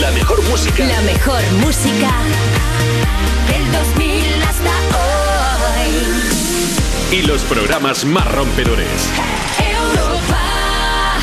La mejor música. La mejor música del 2000 hasta hoy. Y los programas más rompedores. Europa.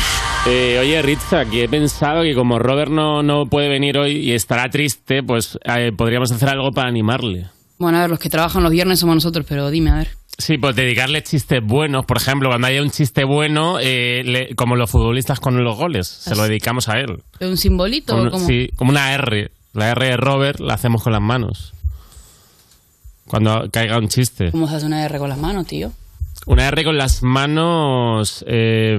Eh, oye, Ritza, que he pensado que como Robert no, no puede venir hoy y estará triste, pues eh, podríamos hacer algo para animarle. Bueno, a ver, los que trabajan los viernes somos nosotros, pero dime, a ver. Sí, pues dedicarle chistes buenos. Por ejemplo, cuando haya un chiste bueno, eh, le- como los futbolistas con los goles, se lo dedicamos a él. ¿Un simbolito? Como- o cómo? Sí, como una R. La R de Robert la hacemos con las manos. Cuando caiga un chiste. ¿Cómo se hace una R con las manos, tío? Una R con las manos. eh,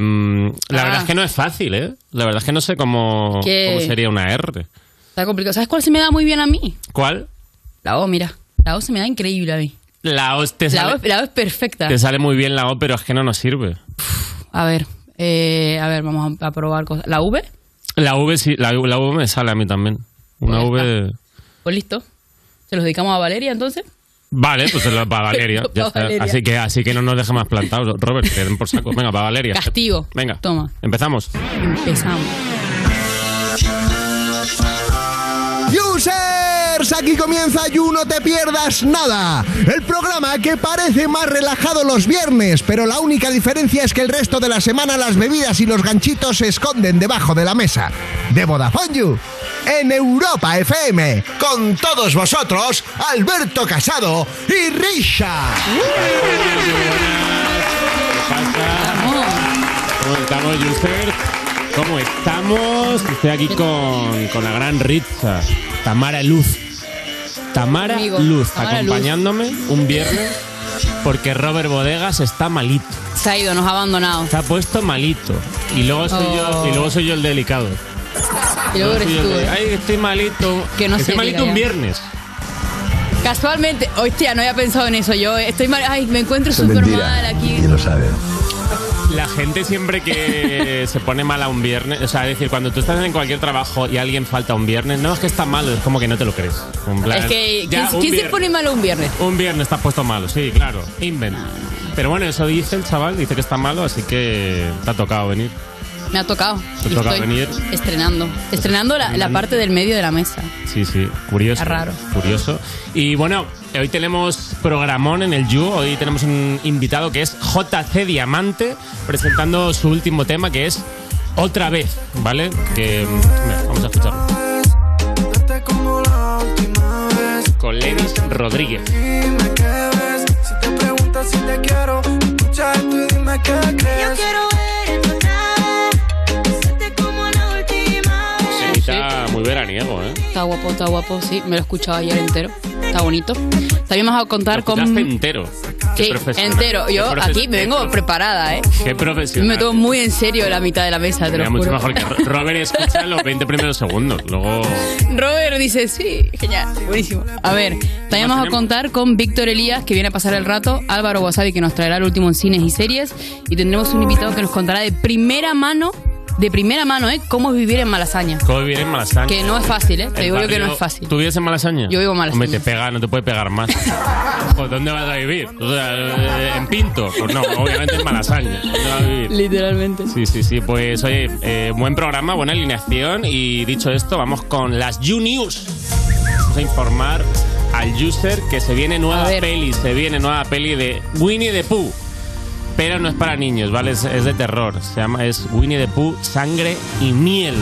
la Ah. verdad es que no es fácil, ¿eh? La verdad es que no sé cómo, Que- cómo sería una R. Está complicado. ¿Sabes cuál se me da muy bien a mí? ¿Cuál? La O, mira. La O se me da increíble a mí. La O te La O, sale, la O es perfecta. te sale muy bien la O, pero es que no nos sirve. A ver, eh, a ver, vamos a, a probar cosas. ¿La V? La V sí, la, la V me sale a mí también. Una V. Pues listo. ¿Se los dedicamos a Valeria entonces? Vale, pues se la para Valeria. Pa' ya está. Valeria. Así que así que no nos deje más plantados. Robert, que den por saco. Venga, para Valeria. Castigo. Venga. Toma. Empezamos. Empezamos. Users, aquí comienza You No Te Pierdas Nada, el programa que parece más relajado los viernes, pero la única diferencia es que el resto de la semana las bebidas y los ganchitos se esconden debajo de la mesa. De Vodafone You, en Europa FM, con todos vosotros, Alberto Casado y Risha. ¿Cómo estamos, Yusef? ¿Cómo estamos? Estoy aquí con, con la gran Ritza, Tamara Luz. Tamara Conmigo, Luz, Tamara Luz. acompañándome un viernes porque Robert Bodegas está malito. Se ha ido, nos ha abandonado. Está puesto malito. Y luego soy, yo, Oh. y luego soy yo el delicado. Y luego eres Soy yo el tú. de- ¿eh? Ay, estoy malito. Que no estoy se malito diga un ya. viernes. Casualmente, hostia, no había pensado en eso. Yo estoy mal, ay, me encuentro súper mal aquí. lo sabe. La gente siempre que se pone mala un viernes, o sea, es decir, cuando tú estás en cualquier trabajo y alguien falta un viernes, no es que está malo, es como que no te lo crees. En plan, Es que, ya, ¿quién, un quién se viernes- pone malo un viernes? Un viernes estás puesto malo, sí, claro, invent. Pero bueno, eso dice el chaval, dice que está malo, así que te ha tocado venir. Me ha tocado. Te Y toca estoy venir. Estrenando. Estrenando la, la parte del medio de la mesa. Sí, sí, curioso. Es raro. Curioso. Y bueno, hoy tenemos programón en el You. Hoy tenemos un invitado que es JC Diamante presentando su último tema que es Otra vez, ¿vale? Que mira, vamos a escucharlo. Trate como la última vez. Con Lenis Rodríguez. Dime qué ves. Si te preguntas si te quiero, escucha esto y dime qué Yo crees. quiero ver tu nave, besarte como la última vez. Está muy veraniego, ¿eh? Está guapo, está guapo, sí. Me lo he escuchado ayer entero. Está bonito. También vamos a contar Lo con. escuchaste entero. Sí, profesional. entero. Yo Qué profe- aquí me qué vengo profe- preparada, ¿eh? Qué profesional. Me tomo muy en serio la mitad de la mesa, te Sería lo mucho juro. mejor que Ro- Robert escucha los 20 primeros segundos. Luego. Robert dice, sí, genial, buenísimo. A ver, también vamos a contar con Víctor Elías, que viene a pasar el rato, Álvaro Wasabi, que nos traerá el último en cines y series, y tendremos un invitado que nos contará de primera mano, de primera mano, ¿eh? Cómo es vivir en Malasaña. ¿Cómo vivir en Malasaña? Que no es fácil, ¿eh? Te El digo yo que barrio- no es fácil. ¿Tú vives en Malasaña? Yo vivo en Malasaña. Hombre, te pega, no te puede pegar más. Ojo, ¿Dónde vas a vivir? O sea, eh, ¿En Pinto? Pues no, obviamente en Malasaña. ¿Dónde vas a vivir? Literalmente. Sí, sí, sí. Pues oye, eh, buen programa, buena alineación. Y dicho esto, vamos con las You News. Vamos a informar al user que se viene nueva A ver. peli. Se viene nueva peli de Winnie the Pooh. Pero no es para niños, ¿vale? Es, es de terror. Se llama, es Winnie the Pooh, sangre y miel.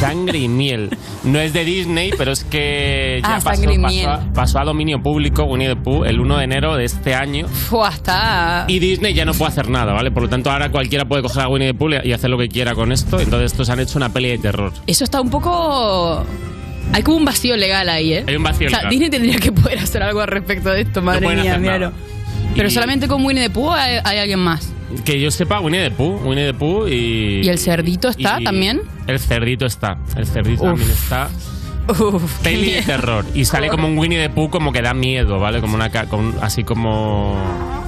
Sangre y miel. No es de Disney, pero es que ya Ah, pasó, Sangre y pasó Miel. a- pasó a dominio público Winnie the Pooh el 1 de enero de este año. Fua, está... Y Disney ya no puede hacer nada, ¿vale? Por lo tanto, ahora cualquiera puede coger a Winnie the Pooh y hacer lo que quiera con esto. Entonces, estos han hecho una peli de terror. Eso está un poco... Hay como un vacío legal ahí, ¿eh? Hay un vacío O sea, legal. Disney tendría que poder hacer algo al respecto de esto, madre pueden mía, hacer nada. míralo. Pero Y- solamente con Winnie the Pooh hay, hay alguien más. Que yo sepa, Winnie the Pooh, Winnie the Pooh y... ¿Y el cerdito está y- también? El cerdito está. El cerdito Uf. también está. Uf, qué Peli de miedo. terror. Y sale como un Winnie the Pooh como que da miedo, ¿vale? Como una... ca- con- así como...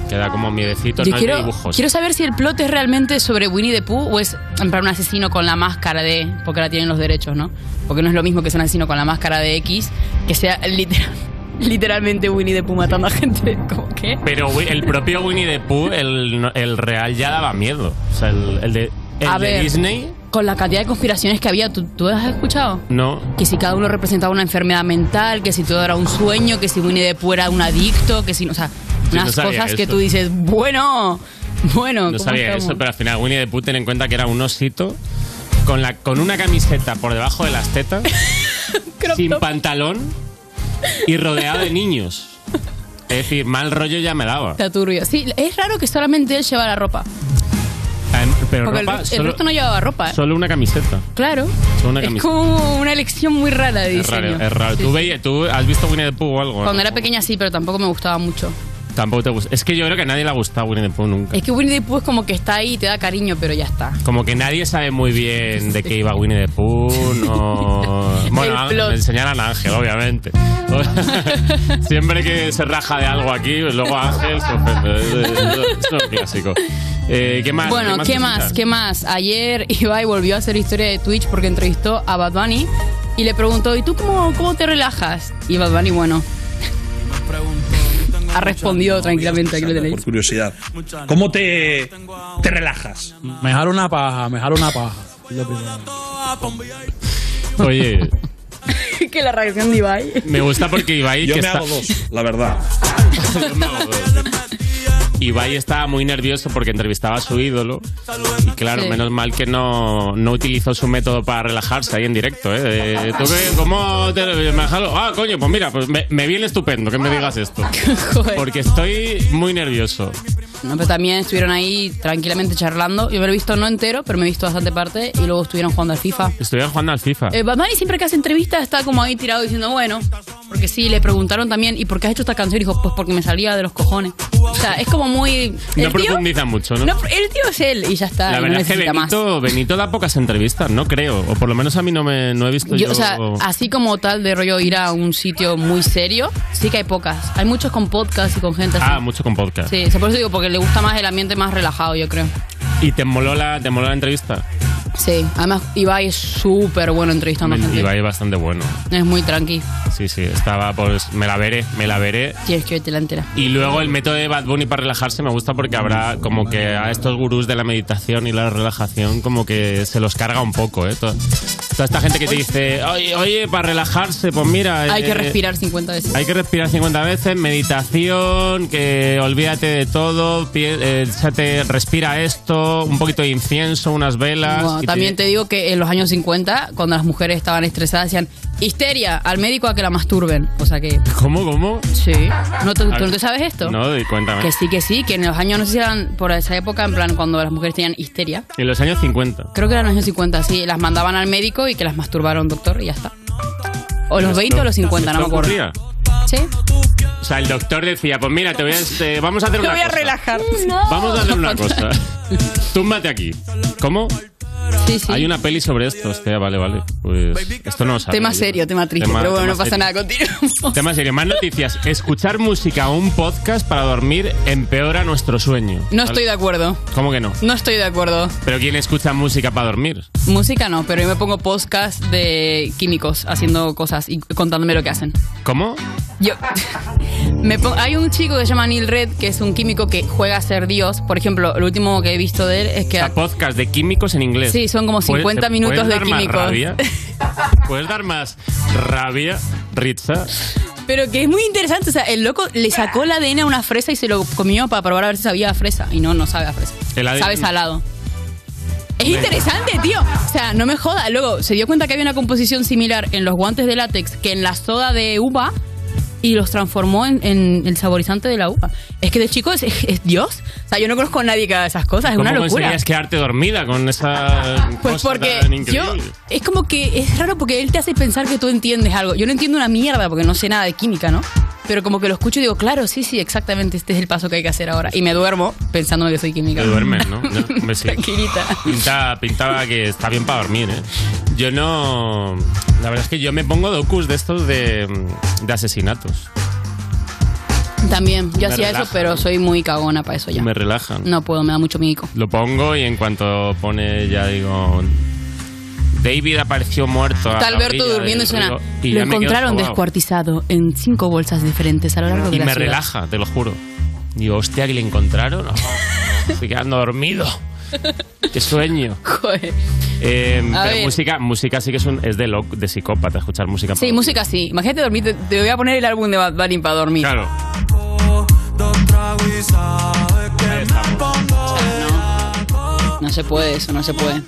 Que da como miedecito. Yo no es de quiero, dibujos. quiero saber si el plot es realmente sobre Winnie the Pooh o es en plan, un asesino con la máscara de. Porque ahora tienen los derechos, ¿no? Porque no es lo mismo que sea un asesino con la máscara de X que sea literal- literalmente Winnie the Pooh matando a gente. ¿Cómo qué? Pero Wi- el propio Winnie the Pooh, el, el real, ya daba miedo. O sea, el, el de, el A de ver. Disney con la cantidad de conspiraciones que había, ¿tú, tú las has escuchado? No. Que si cada uno representaba una enfermedad mental, que si todo era un sueño, que si Winnie the Pooh era un adicto, que si, no- o sea, no unas sabía cosas que eso. tú dices, bueno, bueno, No ¿cómo sabía estamos? eso, pero al final Winnie the Pooh ten en cuenta que era un osito con, la, con una camiseta por debajo de las tetas, sin pantalón y rodeado de niños. Es decir, mal rollo ya me daba. Está turbio. Sí, es raro que solamente él llevara ropa. Adem- Pero Porque el ropa, re- el, solo, resto no llevaba ropa. ¿eh? solo una camiseta. Claro. Solo una Es camiseta. como una elección muy rara de Es diseño. raro, es raro. Sí, ¿Tú, sí. veías- ¿Tú has visto Winnie the Pooh o algo? Cuando no? era pequeña sí, pero tampoco me gustaba mucho. Tampoco te gusta. Es que yo creo que a nadie le ha gustado Winnie the Pooh nunca. Es que Winnie the Pooh es como que está ahí y te da cariño, pero ya está. Como que nadie sabe muy bien de qué iba Winnie the Pooh, no... Bueno, El a- plot. me enseñaron a Ángel, obviamente. Siempre que se raja de algo aquí, pues luego Ángel se ofende. Es- es- Es un clásico. Eh, ¿Qué Ah, más? bueno, ¿qué más? cositas? ¿Qué más? Ayer Ibai volvió a hacer historia de Twitch porque entrevistó a Bad Bunny y le preguntó, ¿y tú cómo, cómo te relajas? Y Bad Bunny, bueno, ha respondido tranquilamente. Aquí lo tenéis. Por curiosidad. ¿Cómo te, te relajas? Me jalo una paja, me jalo una paja. Es lo primero. Oye, que la reacción de Ibai. me gusta porque Ibai... Yo que me está- hago dos, la verdad. Ibai estaba muy nervioso porque entrevistaba a su ídolo. Y claro, Sí. menos mal que no, no utilizó su método para relajarse ahí en directo. ¿eh? De, ¿tú qué? ¿Cómo te me jalo? Ah, coño, pues mira, pues me, me viene estupendo que me digas esto. Ah. Joder. Porque estoy muy nervioso. No, pero también estuvieron ahí tranquilamente charlando. Yo me lo he visto no entero, pero me he visto bastante parte y luego estuvieron jugando al FIFA. Estuvieron jugando al FIFA. Eh, Bad Bunny siempre que hace entrevistas está como ahí tirado diciendo, bueno, porque sí, le preguntaron también, ¿y por qué has hecho esta canción? Y dijo, pues porque me salía de los cojones. O sea, es como muy... el tío- no profundiza mucho, ¿no? no, el tío es él y ya está. La y verdad no es que necesita más. Benito, Benito da pocas entrevistas, no creo. O por lo menos a mí no, me, no he visto yo. Yo, o sea, así como tal de rollo ir a un sitio muy serio, sí que hay pocas. Hay muchos con podcast y con gente así. ah, mucho con podcast. Sí, o sea, por eso digo, porque le gusta más el ambiente más relajado, yo creo. ¿Y te moló la, te moló la entrevista? Sí, además Ibai es súper bueno entrevistando a gente. Ibai bastante bueno. Es muy tranqui. Sí, sí, estaba pues me la veré, me la veré. Tienes que verte la entera. Y luego el método de Bad Bunny para relajarse me gusta porque habrá como que a estos gurús de la meditación y la relajación como que se los carga un poco, ¿eh? To- Toda esta gente que te dice, oye, oye, para relajarse, pues mira... Hay eh, que respirar 50 veces. Hay que respirar 50 veces, meditación, que olvídate de todo, pie- eh, échate- respira esto, un poquito de incienso, unas velas. Bueno, y te- también te digo que en los años 50, cuando las mujeres estaban estresadas, decían histeria al médico a que la masturben. O sea que, ¿Cómo, cómo? sí. ¿No te, A ¿tú ver. no te sabes esto? No, y cuéntame. Que sí, que sí, que en los años, no sé si eran por esa época, en plan, cuando las mujeres tenían histeria. En los años 50. Creo que eran los años 50, sí. Las mandaban al médico y que las masturbaron, doctor, y ya está. O los 20 o los 50, no me ¿Esto acuerdo. ocurría? Sí. O sea, el doctor decía, pues mira, te voy a, este, vamos a hacer una cosa. Vamos a hacer una cosa. Túmbate aquí. ¿Cómo? Sí, sí. Hay una peli sobre esto. Hostia, vale, vale. Pues esto no lo sabía Tema yo. serio, tema triste, Tema- pero bueno, tema no pasa serio. nada, continuamos. Tema serio. Más noticias. Escuchar música o un podcast para dormir empeora nuestro sueño. No estoy de acuerdo, ¿Cómo que no? no estoy de acuerdo. ¿Pero quién escucha música para dormir? Música no, pero yo me pongo podcast de químicos haciendo cosas y contándome lo que hacen. ¿Cómo? Yo me pon- hay un chico que se llama Neil Red que es un químico que juega a ser dios. Por ejemplo, lo último que he visto de él es O que sea, podcast de químicos en inglés. Sí, son como ¿Puedes- 50 te- minutos puedes de dar más químicos. rabia? ¿Puedes dar más rabia, Ritza? pero que es muy interesante, o sea, el loco le sacó el ADN a una fresa y se lo comió para probar a ver si sabía a fresa y no no sabe a fresa. El ADN. Sabe salado. Es interesante, tío. O sea, no me joda. Luego se dio cuenta que había una composición similar en los guantes de látex que en la soda de uva y los transformó en, en el saborizante de la uva. Es que de chico es, es- es Dios. O sea, yo no conozco a nadie que haga esas cosas. Es ¿Cómo una locura. conseguías quedarte dormida con esa Pues cosa porque tan yo. increíble? Es como que es raro porque él te hace pensar que tú entiendes algo. Yo no entiendo una mierda porque no sé nada de química, ¿no? Pero como que lo escucho y digo, claro, sí, sí, exactamente este es el paso que hay que hacer ahora. Y me duermo pensando que soy química. Te duermes, ¿no? Ya, hombre, sí. Tranquilita. Pinta, pintaba que está bien para dormir, ¿eh? Yo no... La verdad es que yo me pongo docus de estos de, de asesinatos. También, yo Me hacía relaja, eso, pero ¿no? soy muy cagona para eso ya. Me relajan. No puedo, me da mucho mico. Lo pongo y en cuanto pone, ya digo... David apareció muerto. a Está la Alberto orilla durmiendo y del suena. río", y Lo ya me quedo encontraron sobao. descuartizado en cinco bolsas diferentes a lo largo de Y la me ciudad. relaja, te lo juro. Digo, hostia, que le encontraron. Oh, estoy quedando dormido. Qué sueño. Joder. Eh, A pero ver. música, música sí que es, un, es de, loc, de psicópata escuchar música. Sí, música sí. Imagínate dormir. Te, te voy a poner el álbum de Bad Bunny para dormir. Claro. No se puede eso, no se puede.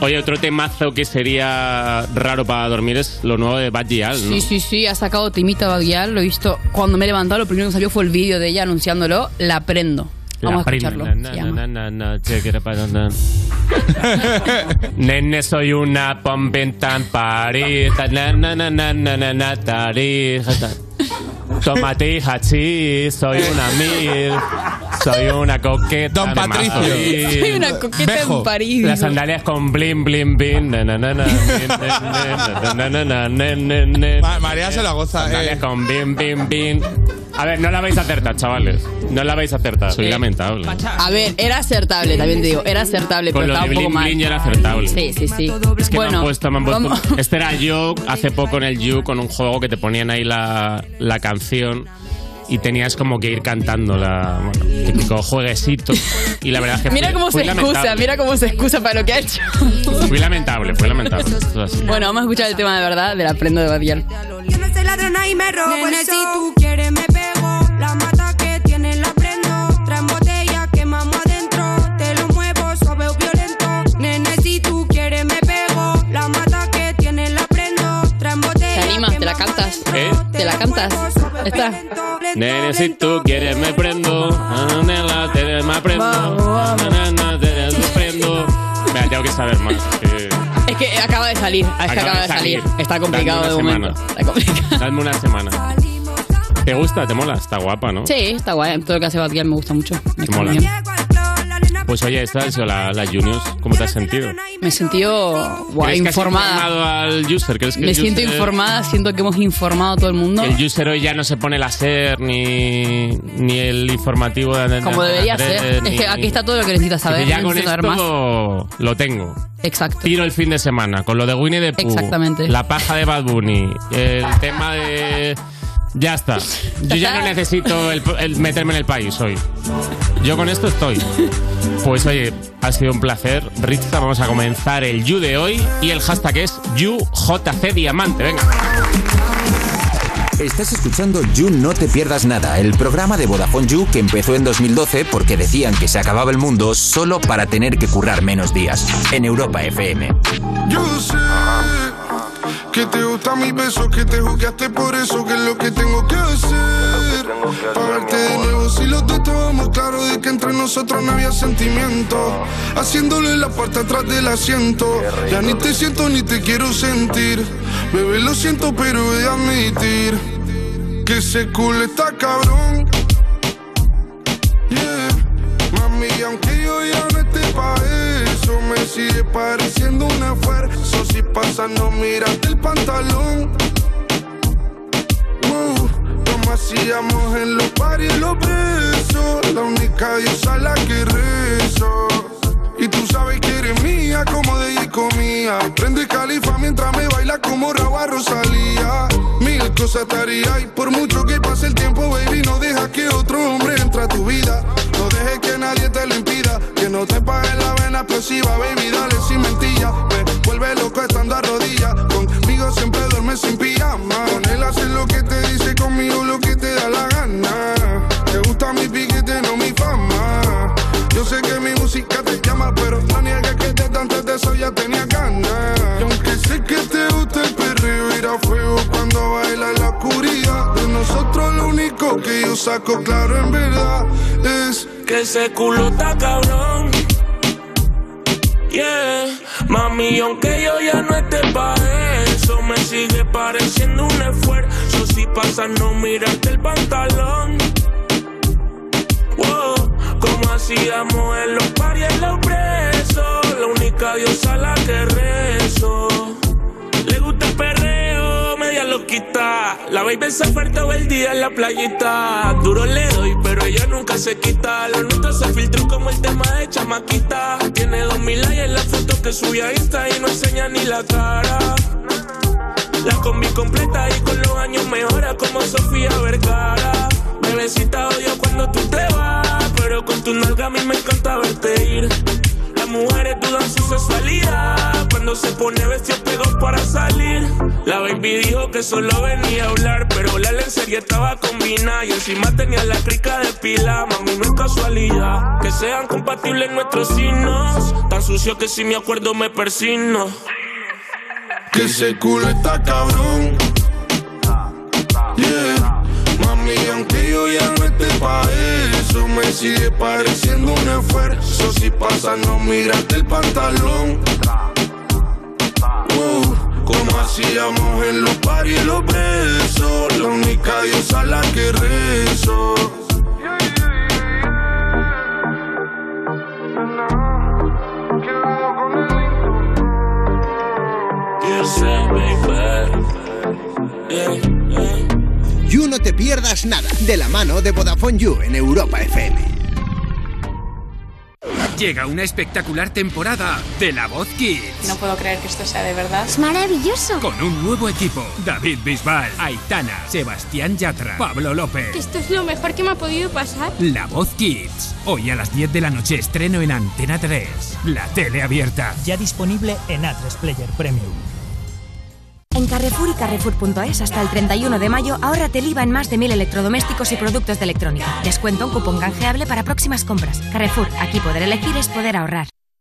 Oye, otro temazo que sería raro para dormir es lo nuevo de Bad Gyal, ¿no? Sí, sí, sí. Ha sacado Timita Baguial. Lo he visto. Cuando me he levantado, lo primero que salió fue el vídeo de ella anunciándolo. La prendo. Vamos La a escucharlo. prima. Na, Se na, llama. na, na, na, che, que era para- na. Nene, soy una pompenta en París. Na, na, na, na, na, na, na, tarí. Tomate y hachís, soy una mil. Soy una coqueta. Don de Patricio. Madrid. Soy una coqueta Bejo. en París. Las digo. sandalias con blin, blin, blin. Na, na, na, na, blin, na, na, na, na, na, na, na. Ma- María se la goza. Sandalias eh. con bin, bin, bin. A ver, no la vais a acertar, chavales. No la vais a acertar. Soy Eh, lamentable. A ver, era acertable, también te digo. Era acertable, Con pero lo estaba un de poco Blin mal. Blin ya era acertable. Sí, sí, sí. Es que me han bueno, puesto, me han puesto- vamos- Este era yo hace poco en el You con un juego que te ponían ahí la, la canción y tenías como que ir cantando la bueno, típico jueguecito. Y la verdad es que. Mira fui- cómo fui se excusa, lamentable. mira cómo se excusa para lo que ha hecho. Fui lamentable, fue lamentable. Esto es así. Bueno, vamos a escuchar el tema de verdad de la prenda de Badial. Yo no soy ladrona y me robo Nena, el si show. tú quieres me pego. La mata que tiene la prendo. Traen botella, quemamos adentro. Te lo muevo suave o violento. Nene, si tú quieres me pego. La mata que tiene la prendo. Traen botella. ¿Te animas? ¿Te la quemamos cantas? adentro. ¿Eh? ¿Te la cantas? muevo suave o Está. violento. Nene, si tú quieres me prendo, Ah, en la tele me Ah, prendo, na, na, na, tele me prendo. Mira, tengo que saber más. que- Es que acaba de salir, Ah, es que acaba de salir. Está complicado Dame de una momento. semana. Está complicado. Dame una semana. ¿Te gusta? ¿Te mola? Está guapa, ¿no? Sí, está guay. Todo lo que hace Badial me gusta mucho. Me Te cae mola. bien. Llego al club, la arena Pues oye, esta ha sido la, la Juniors. ¿Cómo te has sentido? Me he sentido guay, ¿Crees que has informada. informado al user? ¿Crees que Me el siento user- informada, siento que hemos informado a todo el mundo. El user hoy ya no se pone el hacer ni, ni el informativo de Como debería de- ser. ni- Es que aquí está todo lo que necesitas saber. Porque ya no con necesito saber más. esto lo tengo. Exacto. Tiro el fin de semana con lo de Winnie the Pooh. Exactamente. La paja de Bad Bunny. El tema de. Ya está. Yo ya no necesito el- el meterme en el país hoy. Yo con esto estoy. Pues oye, ha sido un placer. Ritza, vamos a comenzar el You de hoy y el hashtag es YouJC Diamante. Venga. Estás escuchando You No Te Pierdas Nada, el programa de Vodafone You que empezó en 2012 porque decían que se acababa el mundo solo para tener que currar menos días. En Europa FM. Yo sé que te gusta mi beso, que te jugaste por eso, que es lo que tengo que hacer. Pagarte de nuevo si los dos estábamos claros de que entre nosotros no había sentimiento. Haciéndole la parte atrás del asiento. Ya ni te siento ni te quiero sentir. Bebé, lo siento, pero he de admitir que ese culo está cabrón. Yeah. Mami, aunque yo ya no esté pa' eso, me sigue pareciendo un esfuerzo. Si pasa, no miraste el pantalón. Wow. Como hacíamos en los paris y los besos. La única diosa a la que rezo. Y tú sabes que eres mía, como de ella y comía. Prende califa mientras me baila como Raba Rosalía. Mil cosas te haría y por mucho que pase el tiempo, baby, no deja que otro hombre entre a tu vida. No dejes que nadie te lo impida. Que no te pague la vena explosiva, baby, dale sin mentilla. Me vuelve loco estando a rodillas. Conmigo siempre duermes sin pijama. Con él haces lo que te dice, conmigo lo que te da la gana. Te gusta mi piquete, no mi fama. Yo sé que mi música te llama, pero no niegues que desde antes de eso ya tenía ganas. Y aunque sé que te gusta el perreo, ir a fuego cuando baila la oscuridad. De nosotros lo único que yo saco claro en verdad es que ese culo está cabrón. Yeah, mami, aunque yo ya no esté pa' eso, me sigue pareciendo un esfuerzo. Si pasa, no miraste el pantalón. Wow, como hacíamos en los paris y los presos. La única diosa a la que rezo. Le gusta el perreo, media loquita. La baby se oferta todo el día en la playita. Duro le doy, pero ella nunca se quita. Lo nuestro se filtró como el tema de chamaquita. Tiene dos mil likes en la foto que sube a Insta y no enseña ni la cara. La combi completa y con los años mejora como Sofía Vergara. Bebecita odio cuando tú te vas, pero con tu nalga a mí me encanta verte ir. La mujeres dudan su sexualidad. Cuando se pone vestido pegó para salir. La baby dijo que solo venía a hablar, pero la lencería estaba combinada. Y encima tenía la crica de pila. Mami, no es casualidad. Que sean compatibles nuestros signos. Tan sucio que si me acuerdo me persino. Que ese culo está cabrón. Yeah. Mami, aunque yo ya no esté pa' eso, me sigue pareciendo un esfuerzo. Si pasa, no miraste el pantalón. Wow. Como hacíamos en los paris y los besos, la única diosa a la que rezo. Que se You No Te Pierdas Nada, de la mano de Vodafone You en Europa FM. Llega una espectacular temporada de La Voz Kids. No puedo creer que esto sea de verdad. Es maravilloso. Con un nuevo equipo. David Bisbal, Aitana, Sebastián Yatra, Pablo López. Esto es lo mejor que me ha podido pasar. La Voz Kids. Hoy a las 10 de la noche estreno en Antena 3. La tele abierta. Ya disponible en A3 Player Premium. En Carrefour y Carrefour.es hasta el 31 de mayo ahórrate el IVA en más de 1.000 electrodomésticos y productos de electrónica. Descuento un cupón canjeable para próximas compras. Carrefour, aquí poder elegir es poder ahorrar.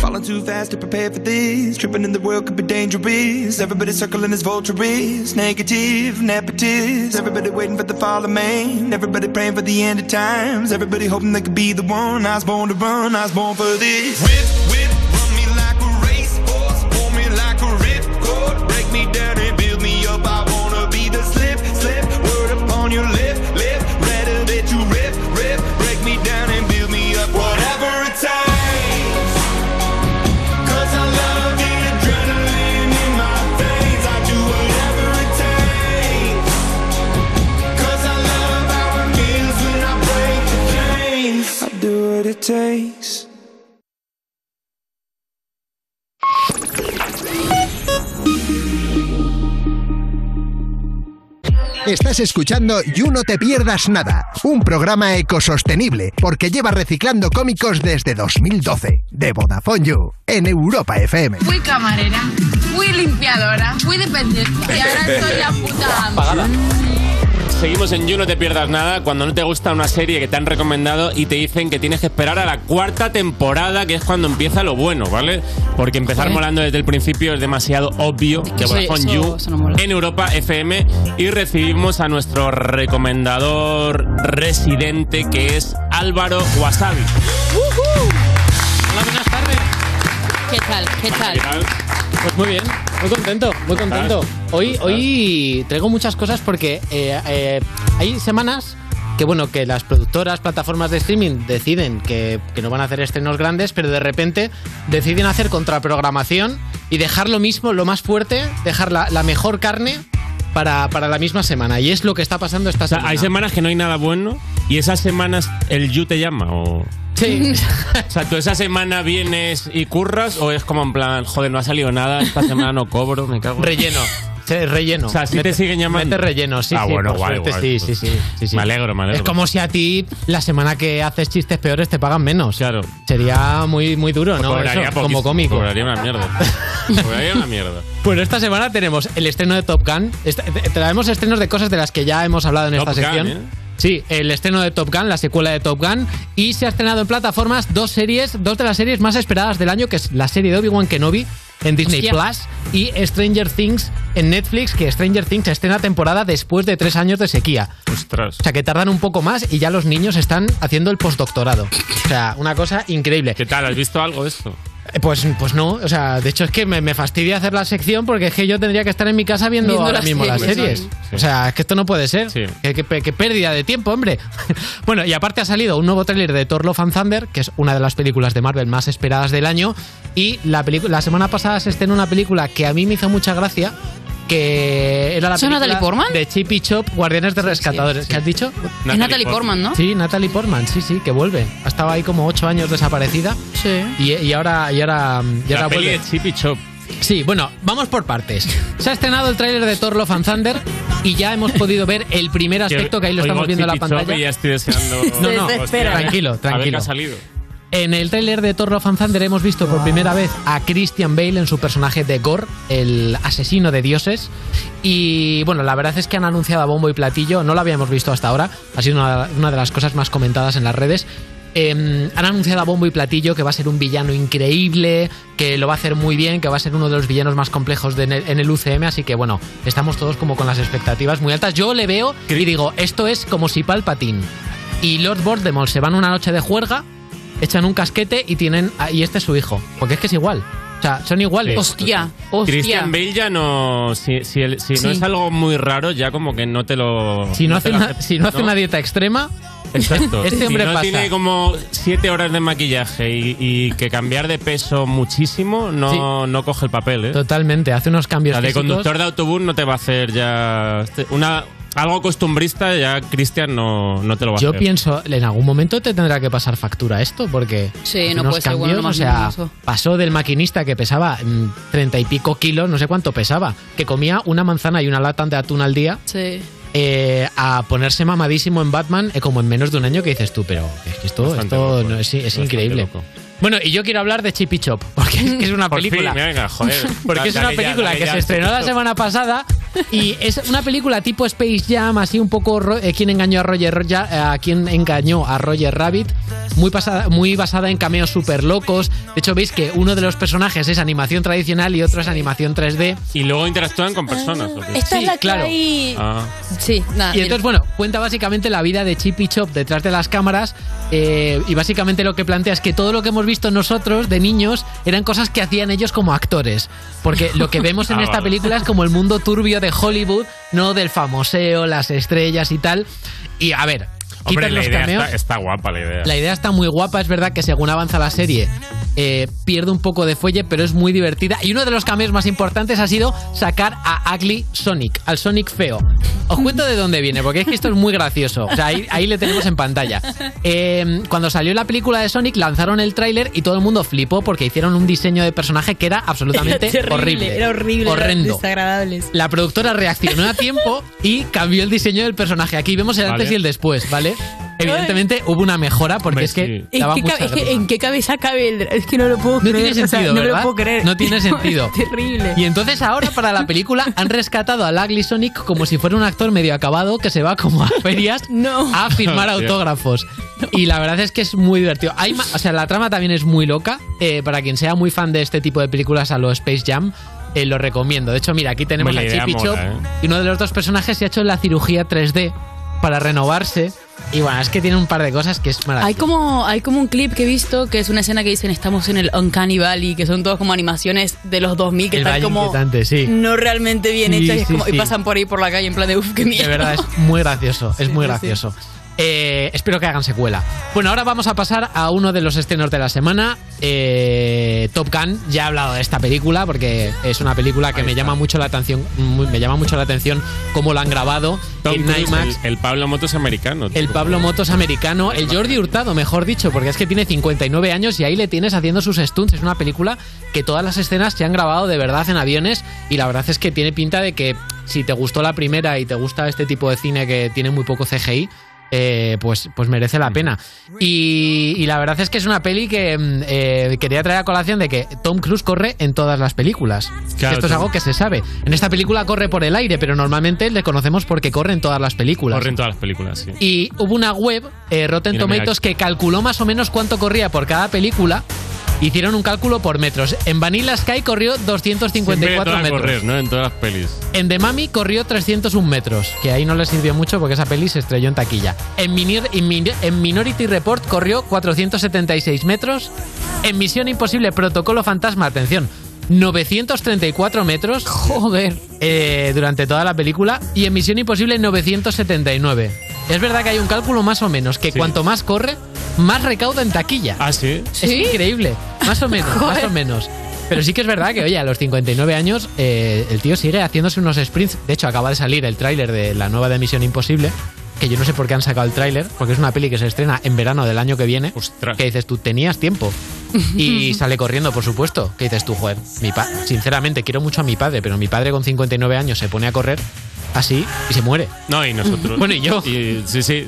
Falling too fast to prepare for this. Tripping in the world could be dangerous. Everybody circling as vultures. Negative, nepotist. Everybody waiting for the fall of man. Everybody praying for the end of times. Everybody hoping they could be the one. I was born to run. I was born for this. Whip, whip, run me like a racehorse. Pull me like a ripcord. Break me down and build me up. I wanna be the slip, slip. Word upon your lip, lip. Rather that you rip, rip. Break me down and build me up. Whatever it takes. Cause I love the adrenaline in my veins. I do whatever it takes. Cause I love how it feels when I break the chains. I do what it takes. Estás escuchando You No Te Pierdas Nada, un programa ecosostenible porque lleva reciclando cómicos desde 2012, de Vodafone You, en Europa FM. Fui camarera, fui limpiadora, fui dependiente y ahora soy la puta ama. Seguimos en You No Te Pierdas Nada cuando no te gusta una serie que te han recomendado y te dicen que tienes que esperar a la cuarta temporada, que es cuando empieza lo bueno, ¿vale? Porque empezar Joder. molando desde el principio es demasiado obvio que eso- Vodafone eso- You eso no mola. en Europa FM y recibimos a nuestro recomendador residente que es Álvaro Wasabi. Hola, buenas tardes. ¿Qué tal? ¿Qué tal? Pues muy bien, muy contento, muy contento. Hoy, hoy traigo muchas cosas porque eh, eh, hay semanas que bueno, que las productoras, plataformas de streaming deciden que, que no van a hacer estrenos grandes, pero de repente deciden hacer contraprogramación y dejar lo mismo, lo más fuerte, dejar la, la mejor carne para, para la misma semana. Y es lo que está pasando esta semana. Hay semanas que no hay nada bueno y esas semanas el You te llama o... Sí. O sea, ¿tú esa semana vienes y curras o es como en plan, joder, no ha salido nada, esta semana no cobro, me cago en- Relleno. Sí, relleno. O sea, sí te siguen llamando. Mete relleno, sí, Ah, sí, bueno, por guay, suerte, guay. sí, sí, sí, sí, sí. Me alegro, me alegro. Es como si a ti la semana que haces chistes peores te pagan menos. Claro. Pues Sería muy, muy duro, ¿no? Cobraría Eso, como poquísimo, cómico. Cobraría una mierda. Cobraría una mierda. Bueno, esta semana tenemos el estreno de Top Gun. Est- traemos estrenos de cosas de las que ya hemos hablado en Top esta Gun, sección. ¿eh? Sí, el estreno de Top Gun, la secuela de Top Gun. Y se ha estrenado en plataformas dos series, dos de las series más esperadas del año, que es la serie de Obi-Wan Kenobi en Disney Hostia. Plus y Stranger Things en Netflix, que Stranger Things estrena temporada después de tres años de sequía. Ostras. O sea, que tardan un poco más y ya los niños están haciendo el postdoctorado. O sea, una cosa increíble. ¿Qué tal? ¿Has visto algo de esto? Eh, Pues, pues no, o sea, de hecho es que me, me fastidia hacer la sección porque es que yo tendría que estar en mi casa viendo, Viendo ahora las mismo las series. series. O sea, es que esto no puede ser. Qué, qué pe- qué pérdida de tiempo, hombre. bueno, y aparte ha salido un nuevo tráiler de Thor Love and Thunder, que es una de las películas de Marvel más esperadas del año. Y la, pelicu- la semana pasada se estrenó una película que a mí me hizo mucha gracia, que era la ¿Eso es película Natalie Portman? de Chip y Chop, Guardianes de Rescatadores. ¿Qué has dicho? Natalie Natalie Portman, Portman. ¿no? Sí, Natalie Portman, sí, sí, que vuelve. Ha estado ahí como ocho años desaparecida. Sí. Y, y ahora, y ahora, y La ahora peli vuelve. de Chip y Chop. Sí, bueno, vamos por partes. Se ha estrenado el tráiler de Thor Love and Thunder y ya hemos podido ver el primer aspecto que ahí lo Oigo estamos viendo en la Chip y Chop pantalla. Y ya estoy deseando. No, no, Hostia, tranquilo, A ver qué tranquilo. ha salido. En el tráiler de Thor Love and Thunder hemos visto por primera vez a Christian Bale en su personaje de Gore, el asesino de dioses. Y bueno, la verdad es que han anunciado a bombo y platillo, no lo habíamos visto hasta ahora, ha sido una, una de las cosas más comentadas en las redes. Eh, han anunciado a bombo y platillo que va a ser un villano increíble, que lo va a hacer muy bien, que va a ser uno de los villanos más complejos de en, el, en el UCM, así que bueno, estamos todos como con las expectativas muy altas. Yo le veo y digo, esto es como si Palpatine y Lord Voldemort se van una noche de juerga echan un casquete y tienen a- y este es su hijo porque es que es igual o sea son iguales Sí. Hostia, hostia. Christian Bale ya no. Si, si el- si no Sí. es algo muy raro, ya como que no te lo. si no, hace te lo una, aceptas, si no hace ¿no? una dieta extrema Exacto. Este hombre si no pasa. tiene como siete horas de maquillaje y, y que cambiar de peso muchísimo, no, no coge el papel, ¿eh? totalmente hace unos cambios La de físicos. conductor de autobús no te va a hacer ya. este- Una, algo costumbrista ya Cristian no, no te lo va a yo hacer. pienso en algún momento te tendrá que pasar factura esto porque Sí, hace no unos puede ser bueno, cambios, no o más sea ni menos. pasó del maquinista que pesaba mm, treinta y pico kilos no sé cuánto pesaba que comía una manzana y una lata de atún al día Sí. eh, a ponerse mamadísimo en Batman eh, como en menos de un año que dices tú, pero es que esto, Bastante esto no- es, es increíble. Bueno, y yo quiero hablar de Chip y Chop, porque es, que es una Por película. fin, venga, joder. Porque es una Dale ya, película dale que ya, se estrenó Chip y la Chop. semana pasada y es una película tipo Space Jam, así un poco ro- eh, quién engañó a Roger, Ro- ya, eh, a quién engañó a Roger Rabbit, muy pasada, muy basada en cameos super locos. De hecho, veis que uno de los personajes es animación tradicional y otro es animación 3D. Y luego interactúan con personas. ¿o qué? Esta es la que claro. Ah. hay- Ah, Sí, nada. Y entonces, bueno, cuenta básicamente la vida de Chip y Chop detrás de las cámaras. eh, y básicamente lo que plantea es que todo lo que hemos visto nosotros de niños eran cosas que hacían ellos como actores. Porque lo que vemos en Ah, esta vale. película es como el mundo turbio de Hollywood, no del famoseo, las estrellas y tal. Y a ver, Hombre, quitas la los idea cameos. está, está guapa la idea. La idea está muy guapa, es verdad que según avanza la serie eh, pierde un poco de fuelle, pero es muy divertida. Y uno de los cambios más importantes ha sido sacar a Ugly Sonic, al Sonic feo. Os cuento de dónde viene, porque es que esto es muy gracioso. O sea, ahí, ahí le tenemos en pantalla. Eh, cuando salió la película de Sonic, lanzaron el tráiler y todo el mundo flipó porque hicieron un diseño de personaje que era absolutamente horrible. Era horrible. Horrendo. Desagradables. La productora reaccionó a tiempo y cambió el diseño del personaje. Aquí vemos el Vale. antes y el después, ¿vale? Evidentemente hubo una mejora porque es que ¿En daba qué, mucha cabe- es que- grima. ¿En qué cabeza cabe el.? Es que no lo puedo No creer. tiene o sea, sentido, no me lo ¿verdad? puedo creer. No tiene sentido. es terrible. Y entonces ahora para la película han rescatado a Lagly Sonic como si fuera un actor medio acabado que se va como a ferias a firmar Hostia. autógrafos. Y la verdad es que es muy divertido. Hay ma- o sea, la trama también es muy loca. Eh, para quien sea muy fan de este tipo de películas a lo Space Jam, eh, lo recomiendo. De hecho, mira, aquí tenemos Hombre, a la idea Chip y mola, Chop ¿eh? y uno de los dos personajes se ha hecho la cirugía 3D para renovarse. Y bueno, es que tiene un par de cosas que es maravilloso. Hay como, hay como un clip que he visto que es una escena que dicen estamos en el Uncanny Valley, que son todos como animaciones de los 2000 que El están valle como inquietante, sí. no realmente bien Sí, hechas y, es sí, como- y sí. pasan por ahí por la calle en plan de uff, qué miedo. De verdad, es muy gracioso, es muy gracioso. Eh, espero que hagan secuela. Bueno, ahora vamos a pasar a uno de los estrenos de la semana. Eh, Top Gun, ya he hablado de esta película porque es una película que me llama mucho la atención, muy- me llama mucho la atención cómo la han grabado Tom en Cruise, IMAX. el, el Pablo Motos americano. El Pablo Motos americano, el Jordi Hurtado, mejor dicho, porque es que tiene 59 años y ahí le tienes haciendo sus stunts. Es una película que todas las escenas se han grabado de verdad en aviones y la verdad es que tiene pinta de que si te gustó la primera y te gusta este tipo de cine que tiene muy poco CGI, eh, pues, pues merece la pena. Y, y la verdad es que es una peli que mm, eh, quería traer a colación de que Tom Cruise corre en todas las películas. Claro, Esto es Tom- algo que se sabe. En esta película corre por el aire, pero normalmente le conocemos porque corre en todas las películas. Corre en todas las películas, sí. Y hubo una web, eh, Rotten Mira, mira Tomatoes, que calculó más o menos cuánto corría por cada película. Hicieron un cálculo por metros. En Vanilla Sky corrió Siempre le 254 toca metros. correr, ¿no? En todas las pelis. En The Mummy corrió 301 metros, que ahí no le sirvió mucho porque esa peli se estrelló en taquilla. En, Minir- en Min- en Minority Report corrió 476 metros. En Misión Imposible Protocolo Fantasma, atención, 934 metros. Joder. durante toda la película. Y en Misión Imposible 979. Es verdad que hay un cálculo más o menos, que cuanto más corre, más recauda en taquilla. Ah, sí. Es increíble. Más o menos, más o menos. Pero sí que es verdad que, oye, a los 59 años eh, el tío sigue haciéndose unos sprints. De hecho, acaba de salir el tráiler de la nueva de Misión Imposible, que yo no sé por qué han sacado el tráiler, porque es una peli que se estrena en verano del año que viene. Que dices, tú tenías tiempo. Y sale corriendo, por supuesto. Que dices tú, joder, mi pa sinceramente, quiero mucho a mi padre, pero mi padre con 59 años se pone a correr así y se muere. No, y nosotros. Mm, Bueno, y yo. sí, sí.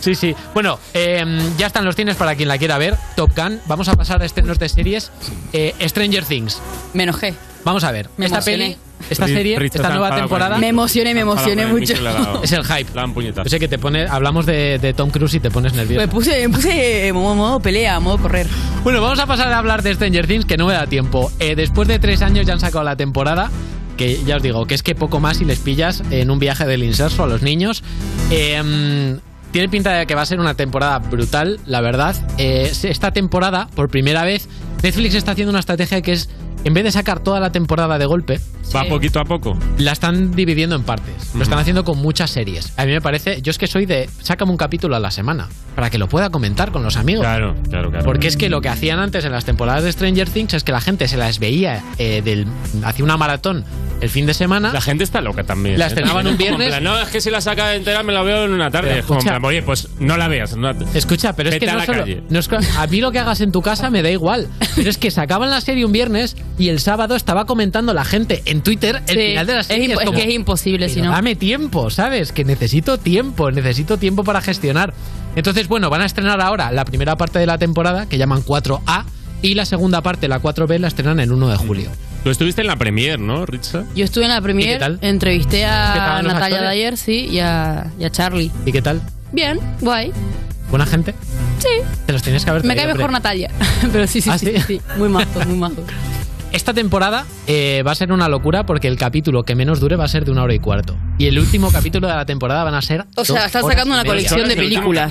Sí, sí. Bueno, eh, ya están los cines para quien la quiera ver. Top Gun. Vamos a pasar a estrenos de series. Eh, Stranger Things. Menos G. Vamos a ver. Me esta emocioné. peli, esta serie, esta nueva temporada. Me emocioné, me emocioné mucho. Es el hype. Yo sé que te pone, hablamos de, de Tom Cruise y te pones nervioso. Me puse, me puse en modo, modo pelea, modo correr. Bueno, vamos a pasar a hablar de Stranger Things, que no me da tiempo. Eh, después de tres años ya han sacado la temporada, que ya os digo, que es que poco más si les pillas en un viaje del inserso a los niños. Eh, mm, tiene pinta de que va a ser una temporada brutal, la verdad. Eh, se- esta temporada, por primera vez, Netflix está haciendo una estrategia que es, en vez de sacar toda la temporada de golpe, Va poquito a poco. la están dividiendo en partes. Lo están Ujú. haciendo con muchas series. A mí me parece, yo es que soy de, sácame un capítulo a la semana para que lo pueda comentar con los amigos. Claro, claro, claro. Porque es que lo que hacían antes en las temporadas de Stranger Things es que la gente se las veía, eh, del, hacía una maratón el fin de semana. La gente está loca también. La ¿eh? estrenaban un Como en viernes. plan, no, es que si la saca entera me la veo en una tarde. Pero Es como en escucha. plan, oye, pues no la veas. no la- Escucha, pero es Vete que a no la solo- calle. no es que- a mí lo que hagas en tu casa me da igual, pero es que sacaban la serie un viernes y el sábado estaba comentando la gente en Twitter el Sí, final de la es serie. impo- es como, que es imposible, si "Pero no". Dame tiempo, ¿sabes? Que necesito tiempo, necesito tiempo para gestionar. Entonces, bueno, van a estrenar ahora la primera parte de la temporada, que llaman 4A, y la segunda parte, la 4B, la estrenan el 1 de julio. Tú estuviste en la premier, ¿no, Richa? Yo estuve en la ¿Y qué premier, tal? entrevisté ¿Qué a estaban los Natalia actores? Dyer, sí, y a, y a Charlie. ¿Y qué tal? Bien, guay. ¿Buena gente? Sí. Te los tienes que haber Me cae traído, mejor hombre. Natalia. Pero sí, sí, sí, sí, sí. Muy majo, muy majo. Esta temporada eh, va a ser una locura porque el capítulo que menos dure va a ser de una hora y cuarto. Y el último capítulo de la temporada van a ser. O sea, están están sacando una colección de películas.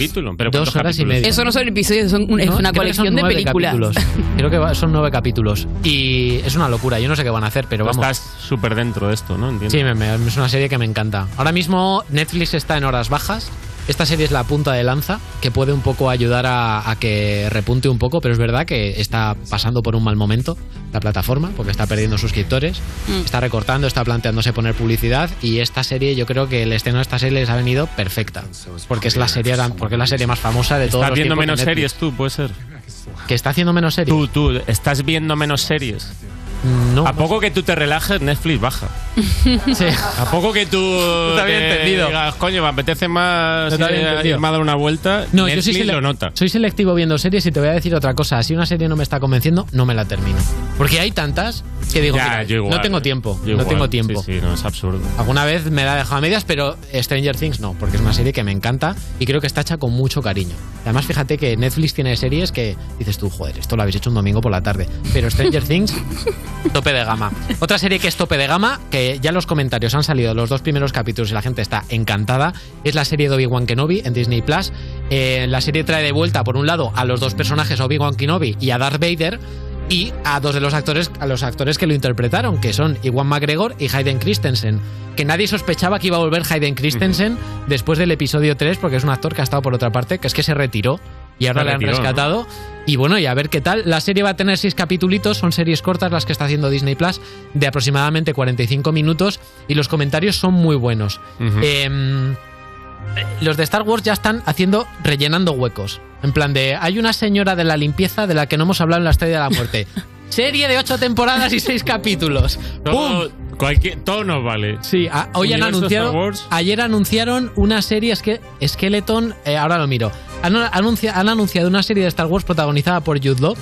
dos horas y media. Eso no son episodios, son un- es No, una creo que son colección de nueve películas. capítulos. Creo que va- son nueve capítulos. Y es una locura. Yo no sé qué van a hacer, pero Tú vamos. estás súper dentro de esto, ¿no? Entiendo. Sí, me- me- es una serie que me encanta. Ahora mismo Netflix está en horas bajas. Esta serie es la punta de lanza que puede un poco ayudar a, a que repunte un poco, pero es verdad que está pasando por un mal momento la plataforma porque está perdiendo suscriptores, Mm. está recortando, está planteándose poner publicidad y esta serie yo creo que el estreno de esta serie les ha venido perfecta porque es la serie porque es la serie más famosa de todos Estás los viendo tiempos de menos Netflix. series tú, puede ser. ¿Que está haciendo menos series? Tú, tú, estás viendo menos series. No. A poco que tú te relajes, Netflix baja. A poco que tú. te había te entendido. digas, coño, me apetece más No te había ir a- entendido. irme a dar una vuelta. No, Netflix yo soy, sele- lo nota. soy selectivo viendo series y te voy a decir otra cosa. Si una serie no me está convenciendo, no me la termino. Porque hay tantas que digo, Ya, "Mira, yo igual, no tengo eh. tiempo, Yo no igual. tengo tiempo. Sí, sí, no, es absurdo. Alguna vez me la he dejado a medias, pero Stranger Things no, porque es una serie que me encanta y creo que está hecha con mucho cariño. Además, fíjate que Netflix tiene series que dices tú, joder, esto lo habéis hecho un domingo por la tarde. Pero Stranger Things, tope de gama. Otra serie que es tope de gama, que ya los comentarios han salido los dos primeros capítulos y la gente está encantada, es la serie de Obi-Wan Kenobi en Disney Plus. Eh, la serie trae de vuelta, por un lado, a los dos personajes, a Obi-Wan Kenobi y a Darth Vader y a dos de los actores a los actores que lo interpretaron, que son Iwan McGregor y Hayden Christensen, que nadie sospechaba que iba a volver Hayden Christensen después del episodio 3 porque es un actor que ha estado por otra parte, que es que se retiró y ahora Se le han retiró, ¿no? rescatado y bueno, y a ver qué tal. La serie va a tener seis capítulos, son series cortas las que está haciendo Disney Plus de aproximadamente 45 minutos y los comentarios son muy buenos. Ujú. Em, los de Star Wars ya están haciendo rellenando huecos. En plan de, hay una señora de la limpieza de la que no hemos hablado en la Estrella de la Muerte. Serie de ocho temporadas y seis capítulos. Todo, cualquier, todo nos vale. Sí, Ah, Hoy han anunciado, ayer anunciaron una serie, es que Skeleton, eh, ahora lo miro, han, anuncia- han anunciado una serie de Star Wars protagonizada por Jude Law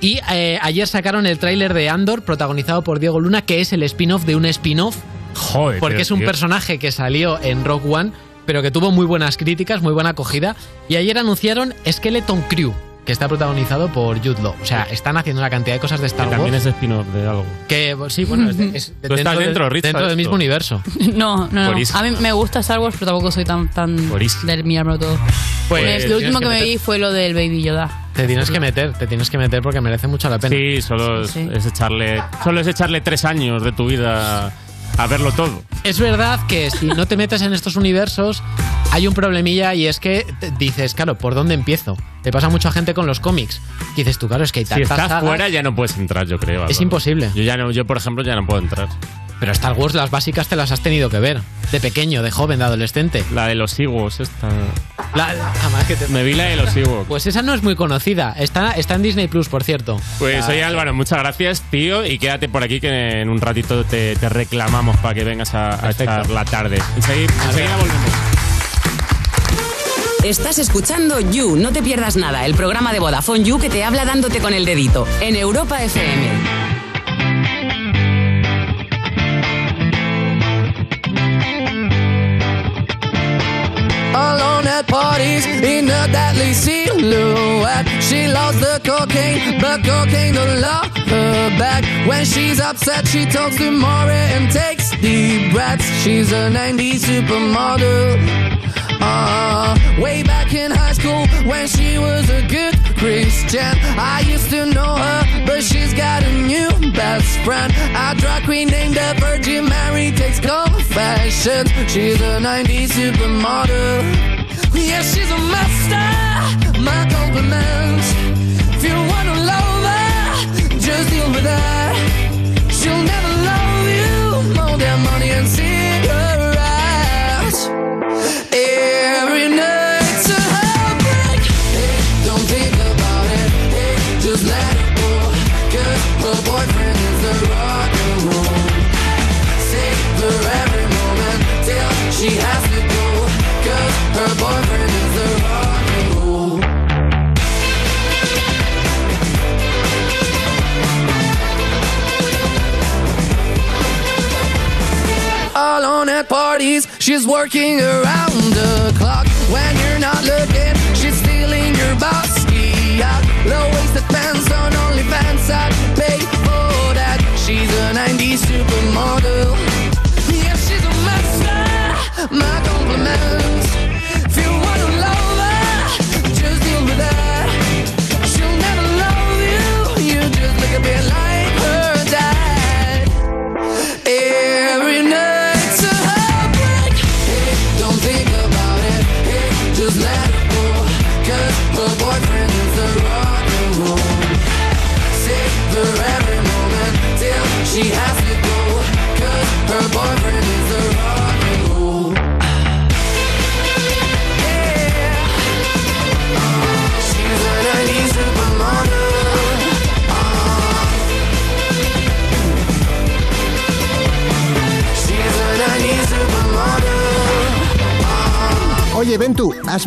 y eh, ayer sacaron el tráiler de Andor protagonizado por Diego Luna, que es el spin-off de un spin-off Joder. porque tío, es un tío. personaje que salió en Rock One, pero que tuvo muy buenas críticas, muy buena acogida. Y ayer anunciaron Skeleton Crew, que está protagonizado por Jude Law. O sea, están haciendo una cantidad de cosas de Star Que también Wars. es spin-off de algo. Que sí, bueno, es, es Tú estás de- dentro, Ritz, dentro de del mismo esto. universo. No, no, no. Buenísimo. A mí me gusta Star Wars, pero tampoco soy tan, tan Buenísimo. del mirármelo todo. Pues, Pues, tienes lo último que que me meter- vi fue lo del Baby Yoda. Te tienes que meter, te tienes que meter porque merece mucho la pena. Sí, solo Sí, sí. es echarle. Solo es echarle tres años de tu vida a verlo todo. Es verdad que si no te metes en estos universos, hay un problemilla y es que te- dices, claro, ¿por dónde empiezo? Te pasa mucho a gente con los cómics. Que dices tú, claro, es que hay Si tantas estás sagas, fuera ya no puedes entrar, yo creo. Es Álvaro. imposible. Yo ya no, yo por ejemplo ya no puedo entrar. Pero Star Wars las básicas te las has tenido que ver. De pequeño, de joven, de adolescente. La de los Ewoks, esta. La, jamás que te... Me vi la de los Ewoks. Pues esa no es muy conocida. Está, está en Disney Plus, por cierto. Pues Ah, oye Álvaro, muchas gracias, tío, y quédate por aquí que en un ratito te, te reclamamos para que vengas a, a echar la tarde. Enseguida- enseguida volvemos. Estás escuchando You, no te pierdas nada, el programa de Vodafone You que te habla dándote con el dedito en Europa FM. Alone at parties in a deadly silhouette. She loves the cocaine, but cocaine don't love her back. When she's upset, she talks to Maury and takes deep breaths. She's a 90s supermodel. Uh, way back in high school when she was a good Christian. I used to know her, but she's got a new best friend. A drag queen named the Virgin Mary takes confessions. She's a 90s supermodel. Yeah, she's a master. My compliments. If you wanna love her, just deal with that. She'll never love you more than money and cigarettes. Every night's a heartbreak. Hey, don't think about it. Hey, just let it go. Cause her boyfriend is the rock and roll. Save her every moment till she has to go. Cause her boyfriend is the rock and roll. alone at parties. She's working around the clock. When you're not looking, she's stealing your bossy out. Low-waisted pants on OnlyFans, I'd pay for that. She's a 90s supermodel. Yeah, she's a master. My compliments. If you wanna love her, just deal with that. She'll never love you. You just look a bit like her dad. Every night's a heartbreak. Hey, don't think about it. Hey, just let it go. Cause her boyfriend is the rock and roll. Save her every moment till she has to go. Cause her boyfriend is the rock and roll. Yeah. Uh, she's a 90s supermodel. Oye, Ventu, ¿has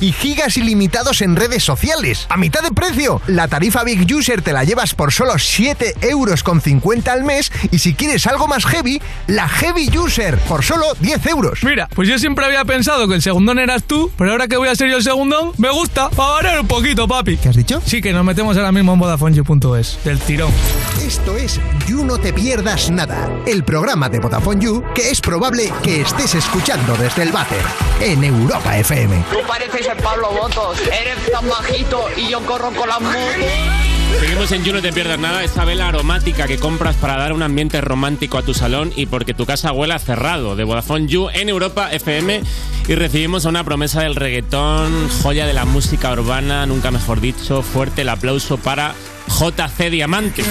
y gigas ilimitados en redes sociales. ¡A mitad de precio! La tarifa Big User te la llevas por solo 7 euros con 50 al mes y si quieres algo más heavy, la Heavy User por solo 10 euros. Mira, pues yo siempre había pensado que el segundón eras tú, pero ahora que voy a ser yo el segundón, me gusta, para variar un poquito, papi. ¿Qué has dicho? Sí, que nos metemos ahora mismo en VodafoneYou.es, del tirón. Esto es You No Te Pierdas Nada, el programa de Vodafone You que es probable que estés escuchando desde el váter en Europa FM. Tú pareces el Pablo Botos, eres tan bajito y yo corro con las motos. Seguimos en You, no te pierdas nada. Esa vela aromática que compras para dar un ambiente romántico a tu salón y porque tu casa huela cerrado. De Vodafone You en Europa FM. Y recibimos a una promesa del reggaetón, joya de la música urbana, nunca mejor dicho. Fuerte el aplauso para JC Diamante.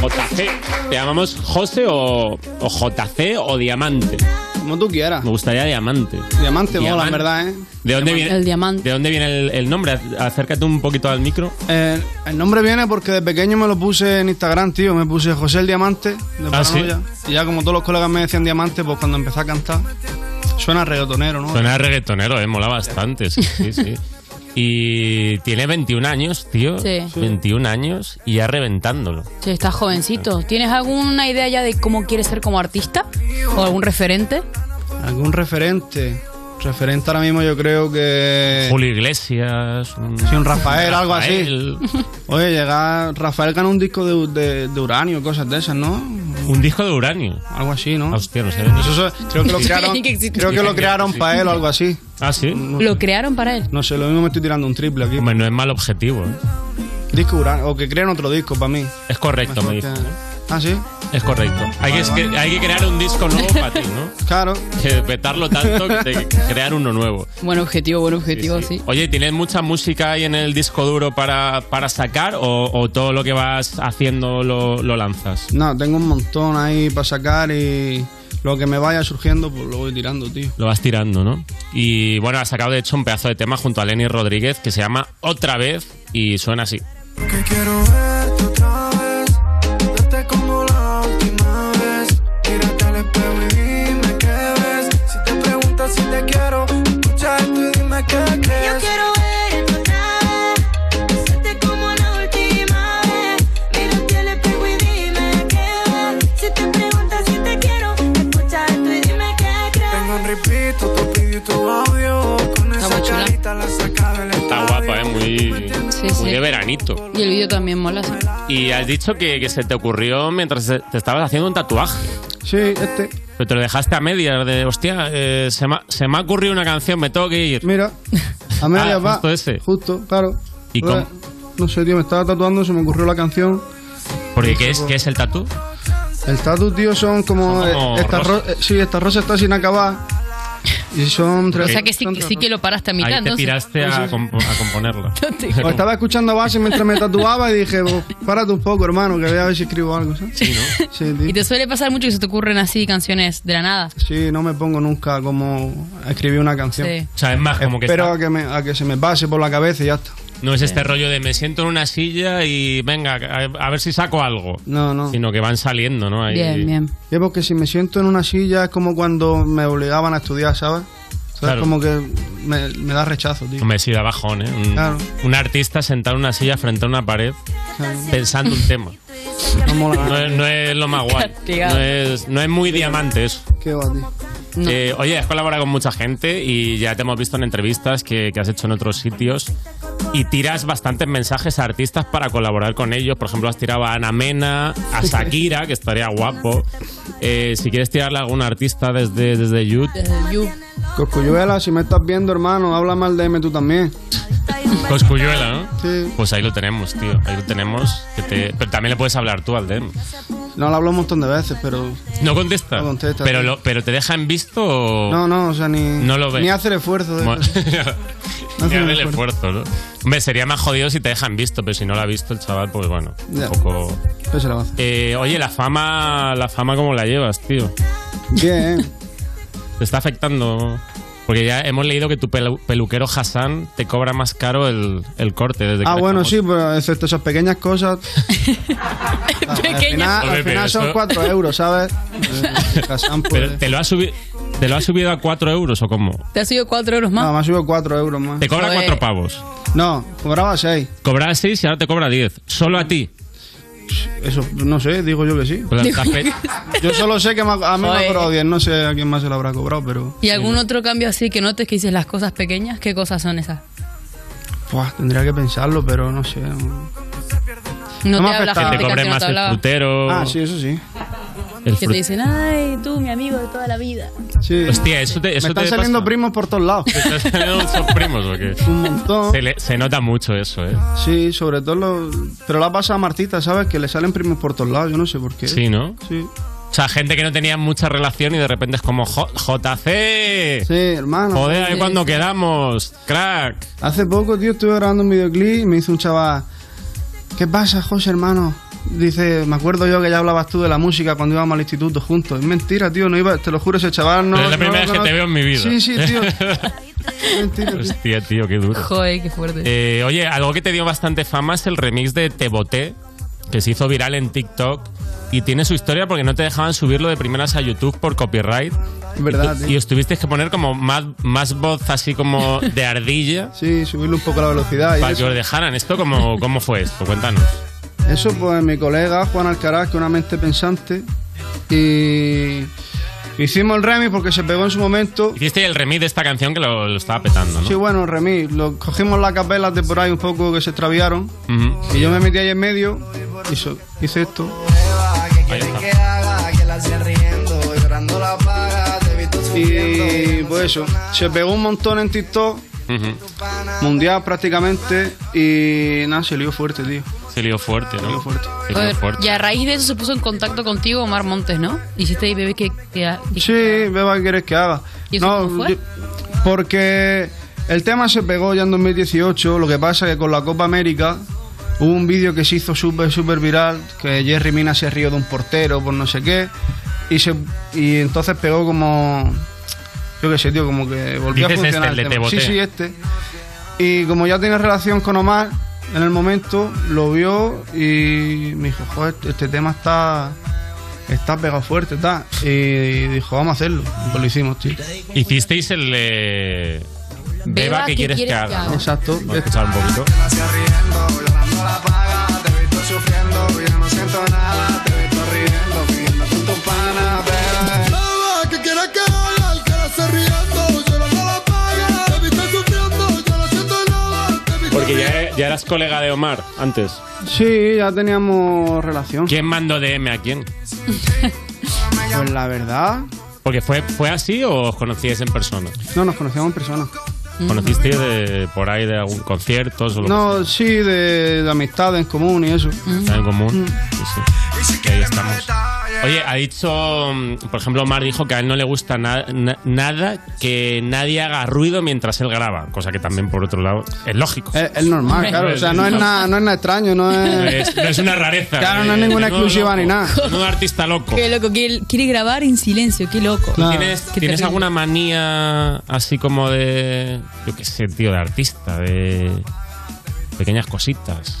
Jota. ¿Te llamamos José o, o JC o Diamante? Como tú quieras. Me gustaría Diamante. Diamante, mola, en Diamante. verdad, ¿eh? ¿De dónde viene, El diamante. ¿De dónde viene el, el nombre? Acércate un poquito al micro. Eh, el nombre viene porque de pequeño me lo puse en Instagram, tío. Me puse José el Diamante de Ah, ¿sí? Paranoia. Y ya como todos los colegas me decían Diamante, pues cuando empecé a cantar, suena reggaetonero, ¿no? Suena reggaetonero, eh, mola bastante. Sí, sí, sí. Y tiene 21 años, tío. Sí. 21 años y ya reventándolo. Che, estás jovencito. ¿Tienes alguna idea ya de cómo quieres ser como artista? ¿O algún referente? ¿Algún referente? Referente ahora mismo yo creo que... Julio Iglesias. Sí, un Rafael, algo Rafael. así. Oye, llegar... Rafael ganó un disco de, de, de uranio, cosas de esas, ¿no? Un disco de uranio. Ah, Algo así, ¿no? Hostia, no sé. Eso, eso- creo que lo Sí. crearon, Que existe. creo que lo crearon Sí. para él o algo así. Ah, sí. ¿Lo crearon para él? No sé, lo mismo me estoy tirando un triple aquí. Hombre, no es mal objetivo. ¿eh? Disco uranio, o que creen otro disco para mí. Es correcto, me Mejor dice. que- Ah, sí. Es correcto. Hay que, Vale, vale. hay que crear un disco nuevo para ti, ¿no? Claro. Que petarlo tanto que te- crear uno nuevo. Buen objetivo, buen objetivo, sí. Oye, ¿tienes mucha música ahí en el disco duro para, para sacar o, o todo lo que vas haciendo lo, lo lanzas? No, tengo un montón ahí para sacar y lo que me vaya surgiendo, pues lo voy tirando, tío. Lo vas tirando, ¿no? Y bueno, has sacado de hecho un pedazo de tema junto a Lenny Rodríguez que se llama Otra vez y suena así. Que quiero verte otra vez Verte como la última vez Mírate al espejo y dime qué ves Si te preguntas si te quiero Escucha esto y dime qué crees Yo quiero verte otra vez Verte como la última vez Mírate al espejo y dime qué ves Si te preguntas si te quiero Escucha esto y dime qué crees Tengo un repito, tu vídeo y tu audio Con esa carita la saca del Está guapa, ¿eh? Muy, Sí, muy sí. de veranito. Y el vídeo también mola. sí. Y has dicho que, que se te ocurrió mientras te estabas haciendo un tatuaje. Sí, este. Pero te lo dejaste a medias de, hostia, eh, se, me, ha- se me ha ocurrido una canción, me tengo que ir. Mira, a medias Ah, va. justo ese. Justo, claro. ¿Y Ahora, No sé, tío, me estaba tatuando, se me ocurrió la canción. Porque ¿qué es, qué es el tatu? El tatu, tío, son como. Son como eh, estas ro- eh, sí, esta rosa está sin acabar. Y son O tres. Eh, sea que sí, sí que lo paraste a mirar, Ahí te entonces. tiraste a, comp- a componerlo. O Pues estaba escuchando a base mientras me tatuaba y dije, "Pues, párate un poco, hermano, que voy a ver si escribo algo, ¿sabes? Sí, ¿no? Sí, tío. Y te suele pasar mucho que se te ocurren así canciones de la nada. Sí, no me pongo nunca como a escribir una canción. Sí. O sea, es más, como que Espero está- a, que me- a que se me pase por la cabeza y ya está. no es este rollo de me siento en una silla y venga, a, a ver si saco algo. No, no. Sino que van saliendo, ¿no? Ahí- Y es porque si me siento en una silla es como cuando me obligaban a estudiar, ¿sabes? O sea, Claro. Es como que me, me da rechazo, tío. Hombre, sí, da bajón, ¿eh? Un, Claro. un artista sentado en una silla frente a una pared Claro. pensando un tema. No mola ¿eh? nada. No es, no es lo más guay. Castigado. No es, no es muy diamante eso. Qué va, tío. Eh, oye, has colaborado con mucha gente y ya te hemos visto en entrevistas que, que has hecho en otros sitios y tiras bastantes mensajes a artistas para colaborar con ellos. Por ejemplo, has tirado a Ana Mena, a Shakira, que estaría guapo. Eh, si quieres tirarle a algún artista desde, desde YouTube, Cosculluela, si me estás viendo, hermano, habla mal de M tú también. Cosculluela, ¿no? Sí. Pues ahí lo tenemos, tío. Ahí lo tenemos. que te- Pero también le puedes hablar tú al DM. No, le hablo un montón de veces, pero... No contesta. No contesta, pero, tío. lo, pero te deja en visto o... No, no, o sea, ni... No lo ve. Ni hace el esfuerzo de... Bueno, No ni hace hace el el esfuerzo, ¿no? Hombre, sería más jodido si te dejan visto, pero si no lo ha visto el chaval, pues bueno, Ya. un poco... Pues se la va a hacer. Eh, oye, la fama, la fama, ¿cómo la llevas, tío? Bien. ¿Te está afectando? Porque ya hemos leído que tu pelu- peluquero Hassan te cobra más caro el, el corte desde que Ah, te bueno, conoce. sí, pero excepto esas pequeñas cosas. Ah, Al Pequeñas. final, al Hombre, pero final Ah, son eso- 4 euros, ¿sabes? Eh, Hassan, pues- Pero te lo ha subido. ¿Te lo ha subido a 4 euros o cómo? ¿Te ha sido cuatro euros más? No, me ha subido 4 euros más. Te cobra 4 pavos. No, cobraba 6. Cobraba 6 y ahora te cobra 10. Solo a ti. Eso, no sé, digo yo que sí. Pues la estás pe- Yo solo sé que me ha- a mí me ha Joder. cobrado 10, no sé a quién más se lo habrá cobrado, pero. ¿Y algún otro cambio así que notes que dices las cosas pequeñas? ¿Qué cosas son esas? Buah, tendría que pensarlo, pero no sé. No, No, me te habla afectaba. gente que antes no te hablaba. Ah, sí, eso sí. El Que te dicen, ay, tú, mi amigo de toda la vida. Sí. Hostia, eso te, me eso están te saliendo primos por todos lados. pasa. ¿Te están saliendo esos primos o qué? Un montón. Se, le- se nota mucho eso, ¿eh? Sí, sobre todo los. Pero la pasa a Martita, ¿sabes? Que le salen primos por todos lados, yo no sé por qué. Sí, ¿no? Sí. O sea, gente que no tenía mucha relación y de repente es como "Jo- JC. Sí, hermano. Joder, ahí cuando quedamos, crack. Hace poco, tío, estuve grabando un videoclip y me hizo un chaval. ¿Qué pasa, José, hermano? dice, me acuerdo yo que ya hablabas tú de la música cuando íbamos al instituto juntos. Es mentira, tío, no iba, te lo juro, ese chaval no. es la no primera lo vez que conozco. te veo en mi vida. Sí, sí, tío. Mentira, tío. Hostia, tío, qué duro. Joder, qué fuerte. Eh, oye, algo que te dio bastante fama es el remix de Te Boté, que se hizo viral en TikTok y tiene su historia porque no te dejaban subirlo de primeras a YouTube por copyright. Verdad, Y, tío. tú- y os tuvisteis que poner como más, más voz así como de ardilla Sí, subirle un poco la velocidad. y para que eso. os dejaran. ¿Esto cómo, cómo fue esto? Cuéntanos. Eso pues mi colega Juan Alcaraz, que es una mente pensante, y hicimos el remix porque se pegó en su momento. Hiciste el remix de esta canción que lo, lo estaba petando, ¿no? Sí, bueno, remix, lo, cogimos las capelas de por ahí un poco que se extraviaron, Ujú. y yo me metí ahí en medio, y so- hice esto. Ahí está. que haga que la hacía riendo, llorando la paga, te he visto Y pues eso, se pegó un montón en TikTok, mundial prácticamente, y nada, se lió fuerte, tío. Se lió fuerte, ¿no? Se lió fuerte. Joder, Y a raíz de eso se puso en contacto contigo Omar Montes, ¿no? Hiciste ahí, bebé, que... ah, que- que- Sí, beba, ¿qué quieres que haga? ¿Y eso cómo fue? porque el tema se pegó ya en 2018, lo que pasa que con la Copa América hubo un vídeo que se hizo súper, súper viral, que Jerry Mina se rió de un portero por no sé qué, y, se, y entonces pegó como... Yo qué sé, tío, como que volvió a Dices este, funcionar el de tema. Te Sí, boté. sí, este. Y como ya tenía relación con Omar, en el momento lo vio y me dijo, joder, este tema está... Está pegado fuerte, está. Y dijo, vamos a hacerlo. Y Pues lo hicimos, tío. Hicisteis el eh, Beba, que quieres, que haga? ¿no? Exacto. Vamos a escuchar un poquito. Beba, que quiera que haga, el que la hace riendo, llorando la paga, te he visto sufriendo, yo no siento nada, te he visto Porque ya, ya eras colega de Omar antes. Sí, ya teníamos relación. ¿Quién mandó DM a quién? Pues la verdad, Porque fue, fue así o os conocíais en persona? no nos conocíamos en persona. ¿Conociste de- por ahí de algún concierto o lo Mm. No, sí, de, de amistad en común y eso. que sea en común? Sí, sí. Y ahí estamos. Oye, ha dicho, mm, por ejemplo, Omar dijo que a él no le gusta na- na- nada que nadie haga ruido mientras él graba, cosa que también por otro lado es lógico. Es, es normal, claro. O sea, no es nada, no es nada extraño, no No es. es, no es una rareza. eh, Claro, no es ninguna exclusiva ni nada. No artista loco. Qué loco, quiere, quiere grabar en silencio, qué loco. ¿Tú ¿Tienes, Qué tienes terrible. alguna manía así como de. Yo qué sé, tío, de artista, de. Pequeñas cositas.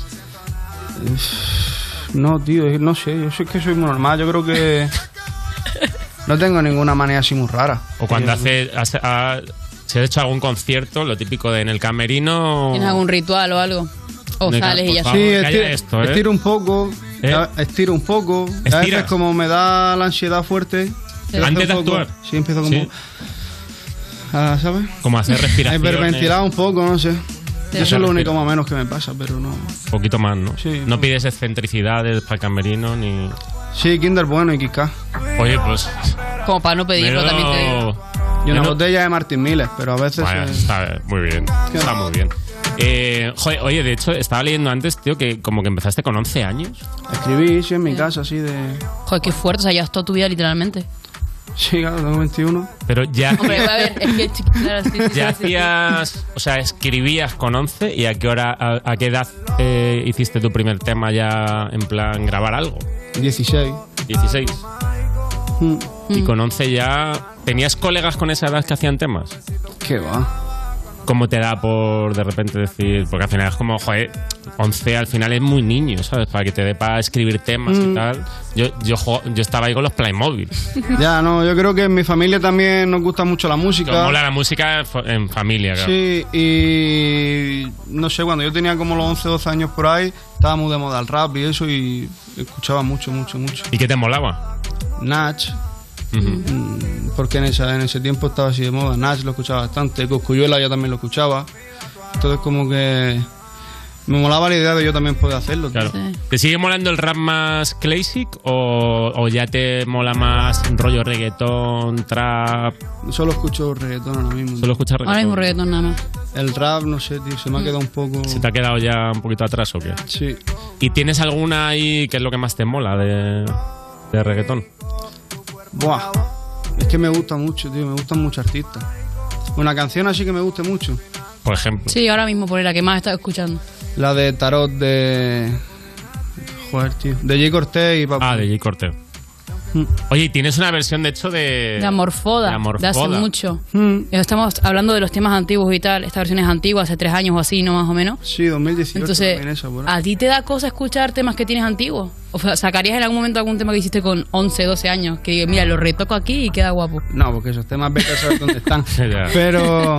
No, tío, eh, no sé. Yo sé que soy muy normal. Yo creo que. No tengo ninguna manera así muy rara. O cuando Eh, hace. hace- ha- se ha hecho algún concierto, lo típico de en el camerino. ¿Tienes algún ritual o algo? O Venga, sales por y ya está. favor. Sí, Calla estiro, esto, ¿eh? estiro un poco. a- Estiro un poco. Y A veces, Estiras. como me da la ansiedad fuerte. Antes empiezo de un poco- actuar. Sí, empiezo como. Sí. ah, ¿Sabes? Como hacer respiraciones. Hiperventilado un poco, no sé. Sí. Eso es lo único Respira. más o menos que me pasa, pero no. Un poquito más, ¿no? No pides excentricidades para el camerino ni. Sí, Kinder bueno y Kika. Oye, pues. Como para no pedirlo menudo- también te digo. Y una menudo- botella de Martin Miller, pero a veces. Vaya, eh, está muy bien. Está muy bien. Eh, joder, oye, de hecho, estaba leyendo antes, tío, que como que empezaste con 11 años. Escribí, sí, en mi casa, así de. Joder, qué fuerte, o sea, llevas toda tu vida literalmente. Sí, claro, tengo 21. Pero ya. Hombre, a ver, es que chiqui- claro, sí, sí, Ya sí, sí. hacías, o sea, escribías con 11 y a qué hora, a, a qué edad eh, hiciste tu primer tema ya en plan grabar algo? 16. 16. Mm. Y con 11 ya tenías colegas con esa edad que hacían temas. Qué va. ¿Cómo te da por de repente decir, porque al final es como, joder, 11 al final es muy niño, ¿sabes? Para que te dé para escribir temas y Mm. tal. Yo, yo, jo- yo estaba ahí con los Playmobil. Ya, no, yo creo que en mi familia también nos gusta mucho la música. Nos mola la música en fa- en familia, claro. Sí, y no sé, cuando yo tenía como los 11, 12 años por ahí, estaba muy de moda el rap y eso, y escuchaba mucho, mucho, mucho. ¿Y qué te molaba? Nach, mm, porque en, esa, en ese tiempo estaba así de moda, Nach lo escuchaba bastante, Coscuyuela yo también lo escuchaba, entonces como que me molaba la idea de yo también poder hacerlo. tío. Claro. ¿Te sigue molando el rap más classic o, o ya te mola más rollo reggaetón, trap? Solo escucho reggaetón ahora mismo. Solo escuchas Ahora mismo reggaetón. Mm. reggaetón nada más. El rap, no sé, tío, se me ha quedado un poco... ¿Se te ha quedado ya un poquito atrás o qué? Sí. ¿Y tienes alguna ahí que es lo que más te mola de, de reggaetón? Buah, es que me gusta mucho, tío, me gustan muchos artistas. Una canción así que me guste mucho. Por ejemplo. Sí, ahora mismo por la que más estás escuchando. La de Tarot de. Joder, tío. De J. Cortés y papá. Ah, de J. Cortés. Oye, y tienes una versión, de hecho, de. Mm. De Amorfoda, de Amorfoda. de hace mucho. Mm. Estamos hablando de los temas antiguos y tal. Esta versión es antigua, hace tres años o así, no más o menos. Sí, 2018. Entonces, ah, también esa, por ahí. ¿a ti te da cosa escuchar temas que tienes antiguos? O sea, ¿sacarías en algún momento algún tema que hiciste con 11, 12 años? Que digas, mira, lo retoco aquí y queda guapo. No, porque esos temas vete a saber dónde están. Pero.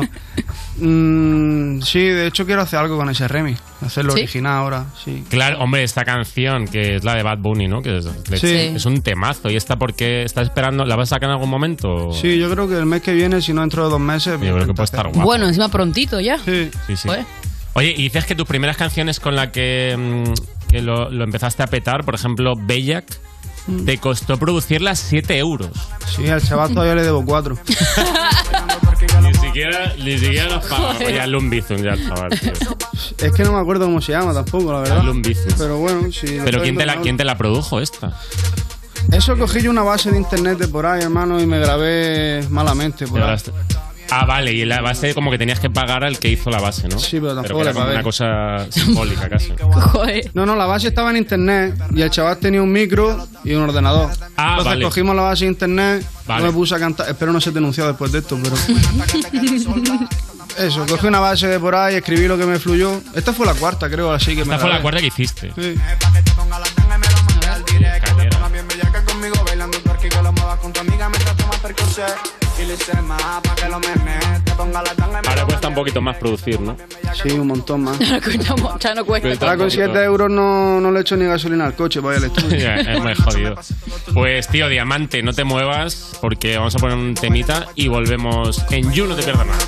mm, sí, de hecho quiero hacer algo con ese remix. Hacerlo ¿Sí? original ahora, sí. Claro, hombre, esta canción que es la de Bad Bunny, ¿no? Que es, Sí. es un temazo. ¿Y esta por qué? ¿Estás esperando? ¿La vas a sacar en algún momento? Sí, yo creo que el mes que viene, si no dentro de dos meses. Yo creo que puede estar guapo. Bueno, encima prontito ya. Sí. Sí, sí. Oye, y dices que tus primeras canciones con la que, mm, que lo, lo empezaste a petar, por ejemplo, Bellac, te costó producirlas 7 euros. Sí, al chaval todavía le debo cuatro. Ni siquiera, ni siquiera los pago. Joder. Ya Lumbizum, ya, chaval. tío. Es que no me acuerdo cómo se llama tampoco, la verdad. Pero bueno, sí. Pero ¿quién te, la, ¿quién te la produjo esta? Eso cogí yo una base de internet de por ahí, hermano, y me grabé malamente. Por ahí. Ah, vale, y la base como que tenías que pagar al que hizo la base, ¿no? Sí, pero tampoco que era le como pagué. una cosa simbólica casi. No, no, la base estaba en internet y el chaval tenía un micro y un ordenador. Ah, Entonces vale. cogimos la base de internet, Vale. yo me puse a cantar. Espero no ser denunciado después de esto, pero. Eso, cogí una base de por ahí, escribí lo que me fluyó. Esta fue la cuarta, creo, así que me. Esta fue la grabé. cuarta que hiciste. Sí. También bellaca conmigo bailando porque que lo muevas con tu amiga mientras tomas percocet. Y le hice más pa' que lo memes. Te ponga la tanga y me Ahora cuesta un poquito más producir, ¿no? Sí, un montón más. ya no cuesta. Ahora con 7 euros no, no le echo ni gasolina al coche, vaya al estudio. Ya, es muy jodido. Pues tío, diamante, no te muevas porque vamos a poner un temita y volvemos en You, no te pierdas nada.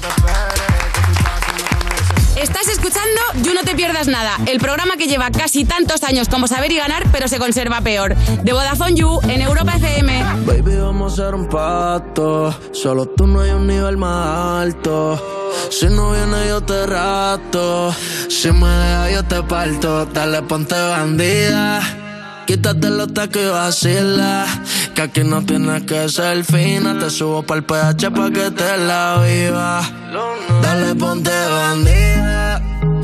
Estás escuchando You No Te Pierdas Nada, el programa que lleva casi tantos años como saber y ganar, pero se conserva peor. De Vodafone You en Europa FM. Baby, vamos a hacer un pacto. Solo tú no hay un nivel más alto. Si no vienes, yo te rato. Si me dejas, yo te parto. Dale, ponte bandida. Quítate los tacos y vacila. Que aquí no tienes que ser fina. Te subo pa'l PH pa' que te la viva. Dale, ponte bandida.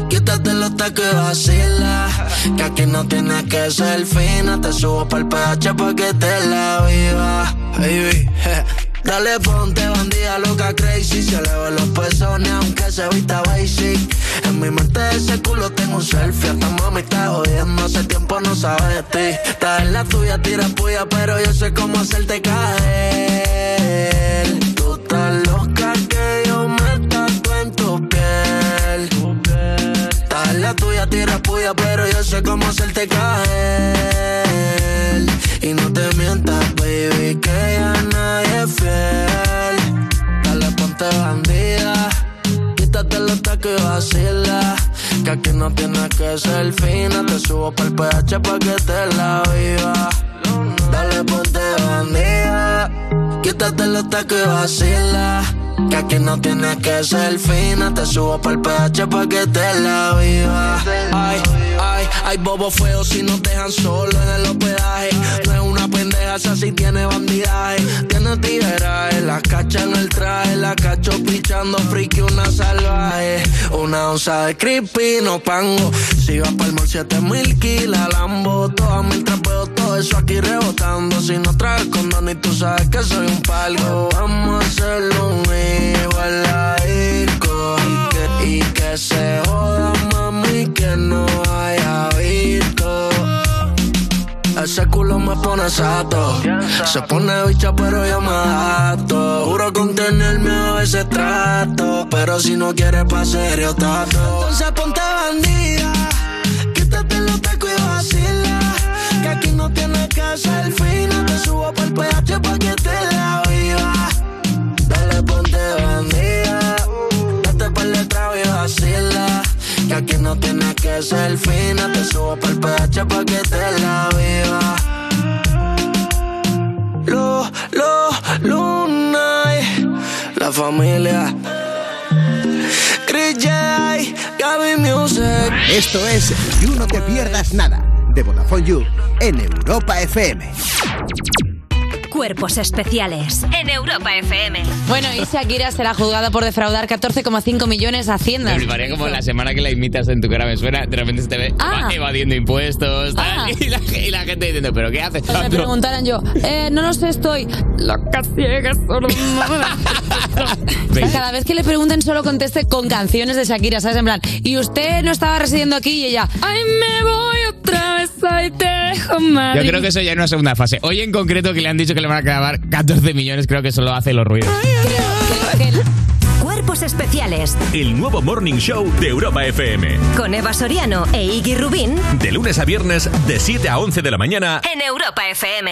Quítate los tacos y vacila. Que aquí no tienes que ser fina. Te subo pa'l PH pa' que te la viva. Baby, je. Dale, ponte bandida, loca, crazy. Se le ven los pezones, aunque se vista basic. En mi mente de ese culo tengo un selfie. Esta mami está jodiendo, hace tiempo no sabe de ti. Estás en la tuya, tira puya, pero yo sé cómo hacerte caer. Tú estás loca que yo me tatué en tu piel. Estás en la tuya, tira puya, pero yo sé cómo hacerte caer. Y no te mientas, baby, que ya nadie es fiel. Dale, ponte bandida, quítate los tacos y vacila. Que aquí no tienes que ser fina, te subo pa'l PH pa' que te la viva. Dale, ponte bandida, quítate los tacos y vacila. Que aquí no tienes que ser fina, te subo pa'l PH pa' que te la viva. Ay, ay, ay, bobo feo si nos dejan solo en el hospedaje. No es una pendeja, esa sí tiene bandidaje. Tiene tiraje, la cacha en el traje, la cacho pichando friki, una salvaje. Una onza de creepy, no pango. Si vas pa'l mall, siete mil kilas, lambo. Todas mil trapeos, todo eso aquí rebotando. Si no traes condón y tú sabes que soy un palgo. Vamos a hacerlo un igual a disco. Y que- Y que se joda, mami, que no haya visto. Ese culo me pone sato. Se pone bicha, pero yo me adapto. Juro con tenerme a veces trato. Pero si no quieres pa' serio, tato. Entonces ponte bandida. Quítate los tacos y vacila. Que aquí no tienes que ser fina. Te subo pa'l PH pa' que te la viva. Dale, ponte bandida. Date pa'l letrado y vacila. Que aquí no tienes que ser fina. Te subo pa'l PH pa' que te la viva. Lo, lo, luna. La familia. Chris J, Gaby Music. Esto es You No Te Pierdas Nada de Vodafone You en Europa FM. Cuerpos especiales en Europa FM. Bueno, y Shakira será juzgada por defraudar 14,5 millones a Hacienda. Me parece como la semana que la imitas en tu cara me suena, de repente se te ve Ah. evadiendo impuestos tal, Ah. y, la, y la gente diciendo, ¿pero qué haces? Me chato?". preguntaran yo, eh, no lo sé, estoy loca, ciega, sordomuda. O sea, Cada vez que le pregunten solo conteste con canciones de Shakira, ¿sabes? En plan, y usted no estaba residiendo aquí y ella, ay, me voy otra vez, ahí te dejo mal. Yo creo que eso ya no es una segunda fase. Hoy en concreto que le han dicho que le van a grabar 14 millones, creo que solo hace los ruidos. Cuerpos especiales El nuevo Morning Show de Europa FM. con Eva Soriano e Iggy Rubín De lunes a viernes, de 7 a 11 de la mañana. en Europa FM.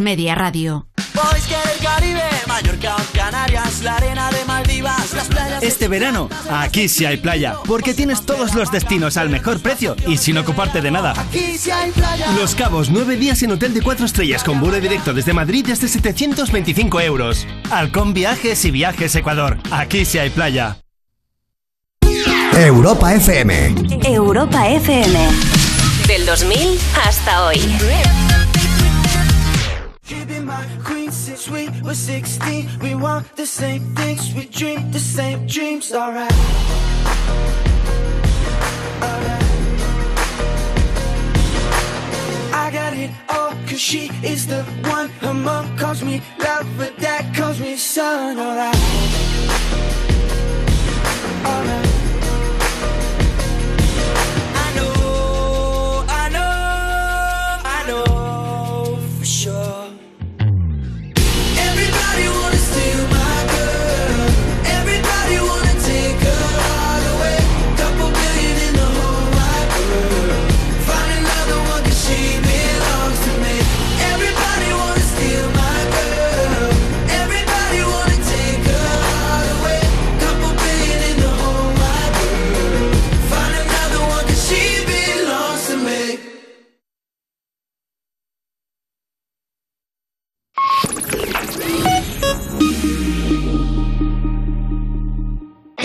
Media Radio. Boys que del Caribe, Mallorca o Canarias, la arena de Maldivas, las playas. Este verano, aquí sí hay playa, porque tienes todos los destinos al mejor precio y sin ocuparte de nada. Aquí sí hay playa. Los Cabos, 9 días en hotel de 4 estrellas con vuelo directo desde Madrid desde 725 euros. Halcón Viajes y Viajes Ecuador, aquí sí hay playa. Europa FM. Europa FM. Del 2000 hasta hoy. Keeping my queen since we were 16. We want the same things, we dream the same dreams, alright. Alright. I got it all, cause she is the one. Her mom calls me love, but dad calls me son, alright. Alright. I know, I know, I know for sure. Everybody wanna steal my girl. Everybody wanna take her all away. Couple billion in the whole wide world. Find another one 'cause she belongs to me. Everybody wanna steal my girl. Everybody wanna take her all away. Couple billion in the whole wide world. Find another one 'cause she belongs to me.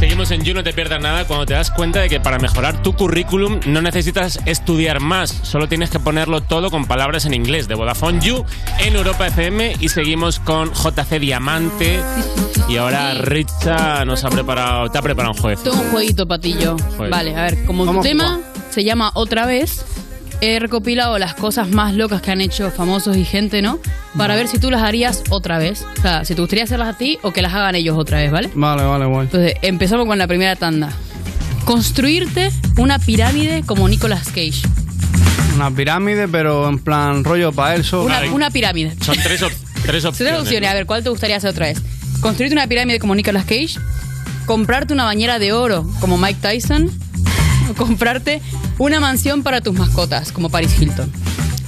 Seguimos en You, no te pierdas nada cuando te das cuenta de que para mejorar tu currículum no necesitas estudiar más, solo tienes que ponerlo todo con palabras en inglés de Vodafone You en Europa FM y seguimos con JC Diamante y ahora Richa nos ha preparado, te ha preparado un juez. Tengo un jueguito, Patillo. Juego. Vale, a ver, como tu Vamos a tema se llama Otra vez, he recopilado las cosas más locas que han hecho famosos y gente, ¿no? Para ver si tú las harías otra vez. O sea, si te gustaría hacerlas a ti o que las hagan ellos otra vez, ¿vale? Vale, vale, guay. Entonces, empezamos con la primera tanda. Construirte una pirámide como Nicolas Cage. Una pirámide, pero en plan rollo para él solo. Una, una pirámide. Son tres, op- tres Son opciones. tres opciones. A ver, ¿cuál te gustaría hacer otra vez? Construirte una pirámide como Nicolas Cage, comprarte una bañera de oro como Mike Tyson, o comprarte una mansión para tus mascotas como Paris Hilton.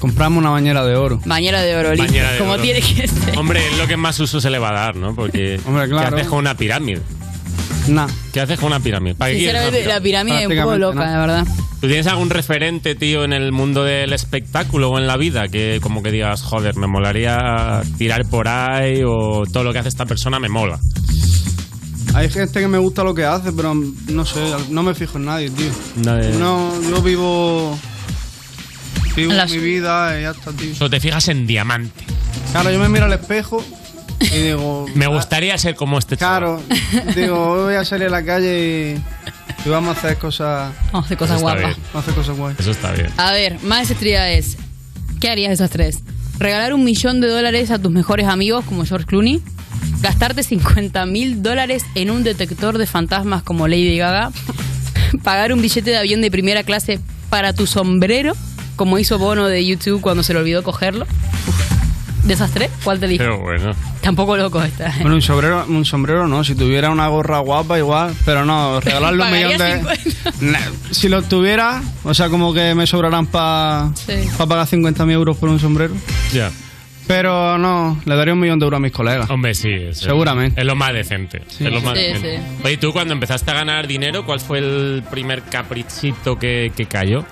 Compramos una bañera de oro. Bañera de oro, listo, Bañera de como oro. tiene que ser. Hombre, es lo que más uso se le va a dar, ¿no? Porque ¿qué claro. haces con una pirámide? Nah. ¿Qué haces con una pirámide? ¿Para qué quieres una Sinceramente, la pirámide es un poco Prácticamente loca, no. la verdad. ¿Tú tienes algún referente, tío, en el mundo del espectáculo o en la vida que como que digas, joder, me molaría tirar por ahí o todo lo que hace esta persona me mola? Hay gente que me gusta lo que hace, pero no sé, no me fijo en nadie, tío. Nadie. No, yo vivo. Vivo La mi su- vida y ya está, tío. Solo te fijas en diamante. Claro, yo me miro al espejo y digo. Me gustaría ser como este Claro, digo, hoy voy a salir a la calle y, y vamos a hacer cosas. Vamos a hacer cosas Eso está guapas. bien. Vamos a hacer cosas guays. Eso está bien. A ver, más es ¿Qué harías de esas tres? Regalar un millón de dólares a tus mejores amigos como George Clooney. Gastarte 50 mil dólares en un detector de fantasmas como Lady Gaga. Pagar un billete de avión de primera clase para tu sombrero, como hizo Bono de YouTube cuando se le olvidó cogerlo. ¿De esas tres? ¿Cuál te dije? Pero bueno. Tampoco loco esta. Bueno, un sombrero, un sombrero no, si tuviera una gorra guapa igual, pero no, regalarle un Pagaría millón de... Nah, si lo tuviera, o sea, como que me sobrarán para Sí. pagar 50.000 euros por un sombrero. Ya. Pero no, le daría un millón de euros a mis colegas. Hombre, sí. es- Seguramente. Es lo más decente. es lo más Sí, decente. sí. Oye, tú cuando empezaste a ganar dinero, ¿cuál fue el primer caprichito que, que cayó?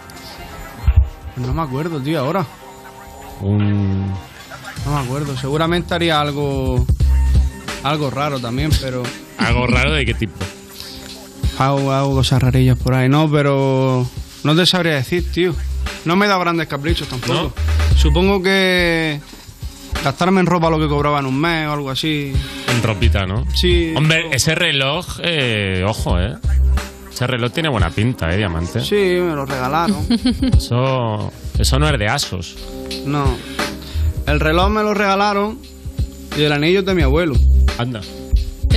No me acuerdo, tío, ahora. Un... No me acuerdo. Seguramente haría algo... Algo raro también, pero... Algo raro de qué tipo. Hago, hago cosas rarillas por ahí, no, pero no te sabría decir, tío. No me he dado grandes caprichos tampoco. Supongo que gastarme en ropa lo que cobraba en un mes o algo así. En ropita, ¿no? Sí. Hombre, ese reloj, eh, ojo, ¿eh? Ese reloj tiene buena pinta, ¿eh? Diamante. Sí, me lo regalaron. Eso, eso no es de Asos. No. El reloj me lo regalaron y el anillo es de mi abuelo. Anda.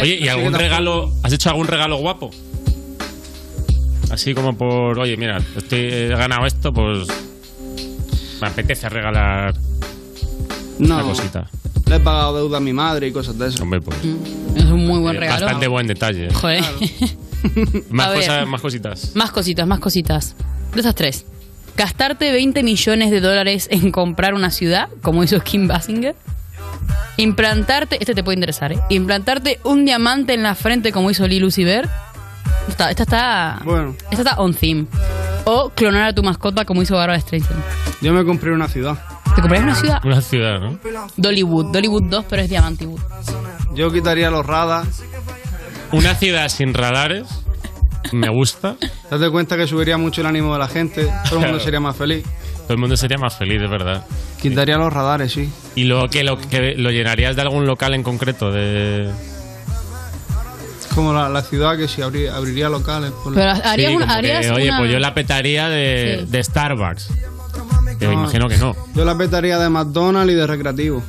Oye, ¿y algún regalo? ¿Has hecho algún regalo guapo? Así como por, oye, mira, estoy, he ganado esto, pues me apetece regalar No. una cosita. Le he pagado deuda a mi madre y cosas de esas. Hombre, pues. Es un muy buen eh, regalo. Bastante buen detalle. Mm, Joder. Más, A ver. cosas, más cositas. Más cositas, más cositas. De esas tres. Gastarte 20 millones de dólares en comprar una ciudad, como hizo Kim Basinger. Implantarte, este te puede interesar, ¿eh? Implantarte un diamante en la frente, como hizo Lee Lucifer. Esta, esta está. Bueno. Esta está on theme. O clonar a tu mascota, como hizo Barbara Streisand. Yo me compré una ciudad. ¿Te comprarías una ciudad? Una ciudad, ¿no? Dollywood. Dollywood 2, pero es Diamantiwood. Yo quitaría los radars. Una ciudad sin radares. Me gusta. Date cuenta que subiría mucho el ánimo de la gente. Todo el mundo Claro. sería más feliz. Todo el mundo sería más feliz, de verdad. Quitaría los radares, sí. ¿Y luego que lo, que lo llenarías de algún local en concreto? De... Es como la, la ciudad que si abría- abriría locales. por- Pero harías Sí, una- como que, harías Oye, una- pues yo la petaría de, Sí. de Starbucks. Yo No. imagino que no. Yo la petaría de McDonald's y de recreativo.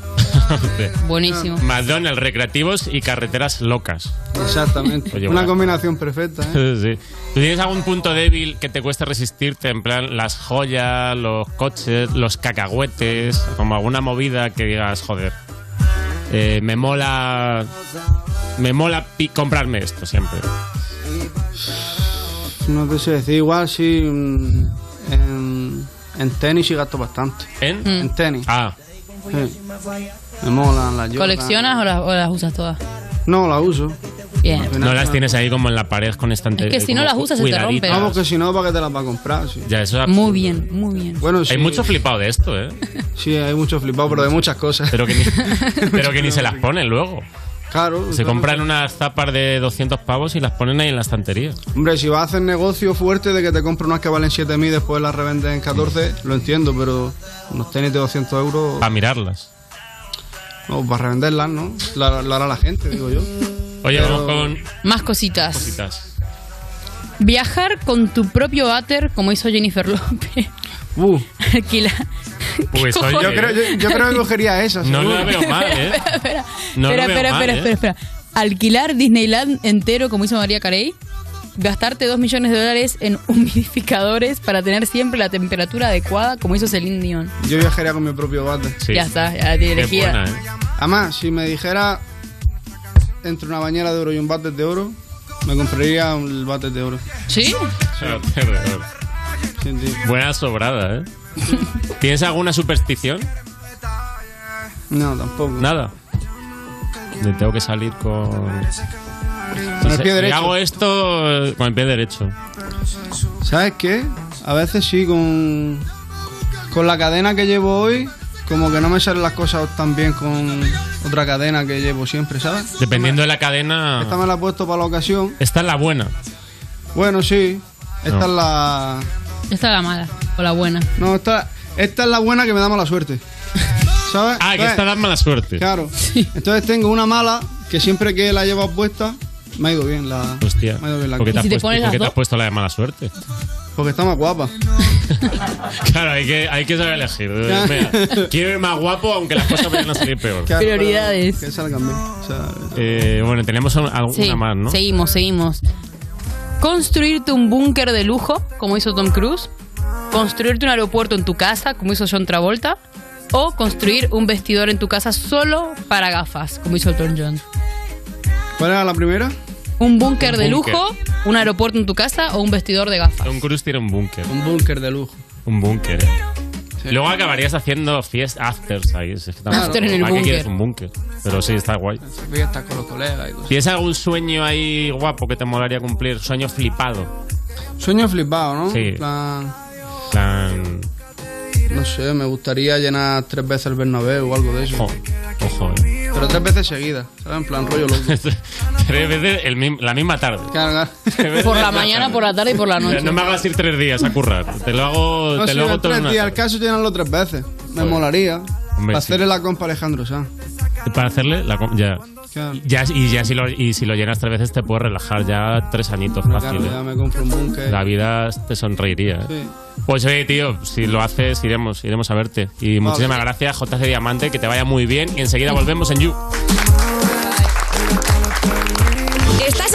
Buenísimo. McDonald's, recreativos y carreteras locas. Exactamente. Oye, Una bueno. combinación perfecta, ¿eh? Sí. ¿Tú tienes algún punto débil que te cueste resistirte? En plan, las joyas, los coches, los cacahuetes, como alguna movida que digas, joder, eh, me mola. Me mola pi- comprarme esto siempre. No te sé decir, igual sí. mm, En, en tenis sí gasto bastante. ¿En? Mm. En tenis. Ah. Sí. Me molan las Jordan. ¿Coleccionas o las, o las usas todas? No, las uso. Bien. No las tienes ahí como en la pared con estante. Es que si como no las usas se te cuidaditas. rompen. Vamos, que si no, ¿para qué te las va a comprar? Sí. Ya, eso Muy bien, muy bien. Bueno, Hay mucho flipado de esto, ¿eh? Sí, hay mucho flipado, pero de muchas cosas. Pero que ni, pero que ni se las ponen luego. Claro. Se claro. compran unas zapas de 200 pavos y las ponen ahí en la estantería. Hombre, si vas a hacer negocio fuerte de que te compras unas que valen 7.000 y después las revendes en 14, lo entiendo, pero unos tenis de 200 euros. Para mirarlas. No, para revenderlas, ¿no? La, la hará la gente, digo yo. Oye, Pero- vamos con Más cositas. cositas. Viajar con tu propio váter, como hizo Jennifer López. Uh. Alquila. Pues cojones? yo, creo, yo, yo creo que cogería esa. No seguro. la veo mal, ¿eh? espera, No lo veo espera, mal, espera, ¿eh? espera, espera. Alquilar Disneyland entero, como hizo María Carey. Gastarte 2 millones de dólares en humidificadores para tener siempre la temperatura adecuada, como hizo Celine Dion. Yo viajaría con mi propio bate. Ya está, ya te elegía. ¿eh? Además, si me dijera entre una bañera de oro y un bate de oro, me compraría el bate de oro. ¿Sí? Buena sobrada, ¿eh? ¿Tienes alguna superstición? No, tampoco. Nada. Le tengo que salir con. Con el Si pie se- derecho. si hago esto eh, con el pie derecho. ¿Sabes qué? A veces sí, con, con la cadena que llevo hoy, como que no me salen las cosas tan bien con otra cadena que llevo siempre, ¿sabes? Dependiendo de la cadena. Esta me la he puesto para la ocasión. Esta es la buena. Bueno, sí. Esta No. es la... Esta es la mala, o la buena. No, esta, esta es la buena que me da mala suerte. ¿Sabes? Ah, que Entonces- esta da mala suerte. Claro. Entonces tengo una mala que siempre que la llevo puesta, me ha ido bien la... Hostia. Me ha ido bien la ¿Por qué te, cosa. has, puesto, por qué te has puesto la de mala suerte? Porque está más guapa. Claro, hay que, hay que saber elegir. Mira, quiero ir más guapo, aunque las cosas vayan a salir peor. Claro, pero Prioridades. Que salgan bien. O sea, Eh, bueno, tenemos un- alguna Sí, más, ¿no? seguimos, seguimos. Construirte un búnker de lujo, como hizo Tom Cruise. Construirte un aeropuerto en tu casa, como hizo John Travolta. o construir un vestidor en tu casa solo para gafas, como hizo Elton John. ¿Cuál era la primera? Un búnker de búnker. lujo, un aeropuerto en tu casa o un vestidor de gafas. Tom Cruise tiene un búnker. Un búnker de lujo. Un búnker. eh. Luego acabarías haciendo fiestas afters ahí. es que tampoco- After en el ¿para qué búnker. quieres un búnker? Pero sí, está guay. Fiestas con los colegas y cosas. ¿Tienes algún sueño ahí guapo que te molaría cumplir? Sueño flipado. Sueño flipado, ¿no? Sí. En plan, Plan- no sé, me gustaría llenar tres veces el Bernabéu o algo de eso. Ojo, eh. Pero tres veces seguidas, ¿sabes? En plan rollo loco. Tres veces el mim- la misma tarde. Por la mañana, por la tarde y por la noche. No me hagas ir tres días a currar. Te lo hago, No te sé, lo hago los todo en tres una días, el caso llenarlo tres veces. Me molaría. Hombre, para sí. hacerle la compa a Alejandro Sanz. Para hacerle la com- ya. Claro. Ya- y ya si lo, y si lo llenas tres veces te puedes relajar ya tres añitos fácil. Claro, eh. ya me compro un búnker. La vida te sonreiría. eh. Sí. Pues oye, tío, si lo haces iremos, iremos a verte. Y muchísimas gracias, JC Diamante, que te vaya muy bien. Y enseguida volvemos en You. Estás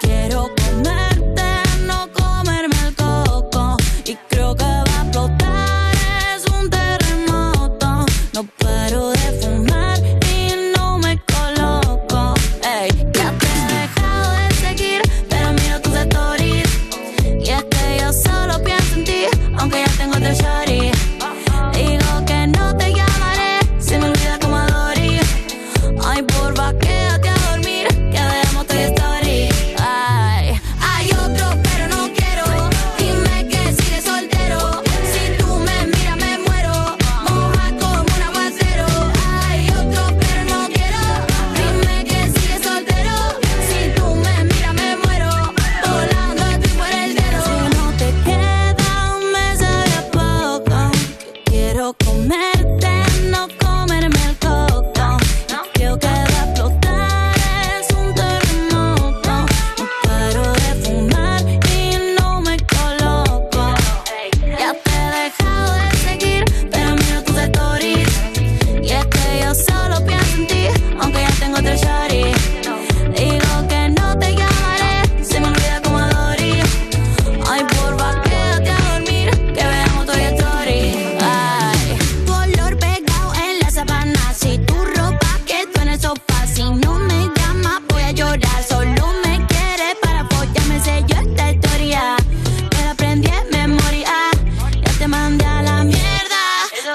quiero comerte, no comerme el coco. Y creo que va a explotar, es un terremoto. No paro de fumar y no me coloco. Ey, ya te he dejado de seguir, pero miro tus stories. Y es que yo solo pienso en ti, aunque ya tengo otro shorty. Digo que no te llamaré, se me olvida cómo adorí. Ay, porfa, quédate a dormir, que veamos tu story. Ay, hay otro, pero no quiero. Dime que sigues soltero. Si tú me miras, me muero. Moja como un aguacero. Hay otro, pero no quiero. Dime que sigues soltero. Si tú me miras, me muero. Volando estoy por el dedo. Si no te queda, me sabe a poco. Quiero comerte, no comerme el coco. Creo que va a explotar, es un terremoto. No paro de fumar y no me coloco. Ya te he dejado de seguir, pero miro tus stories. Y es que yo solo pienso en ti, aunque ya tengo otro shorty. Digo que no te llamaré, se me olvida cómo adorí. Ay, porfa, quédate a dormir, que veamos tu story. Ay, tu olor pegado en la sabana, si tu ropa que tú en el sofá, si no me llamas voy a llorar, solo me quieres para apoyarme, sé yo esta historia, pero aprendí en memoria, ya te mandé a la mierda,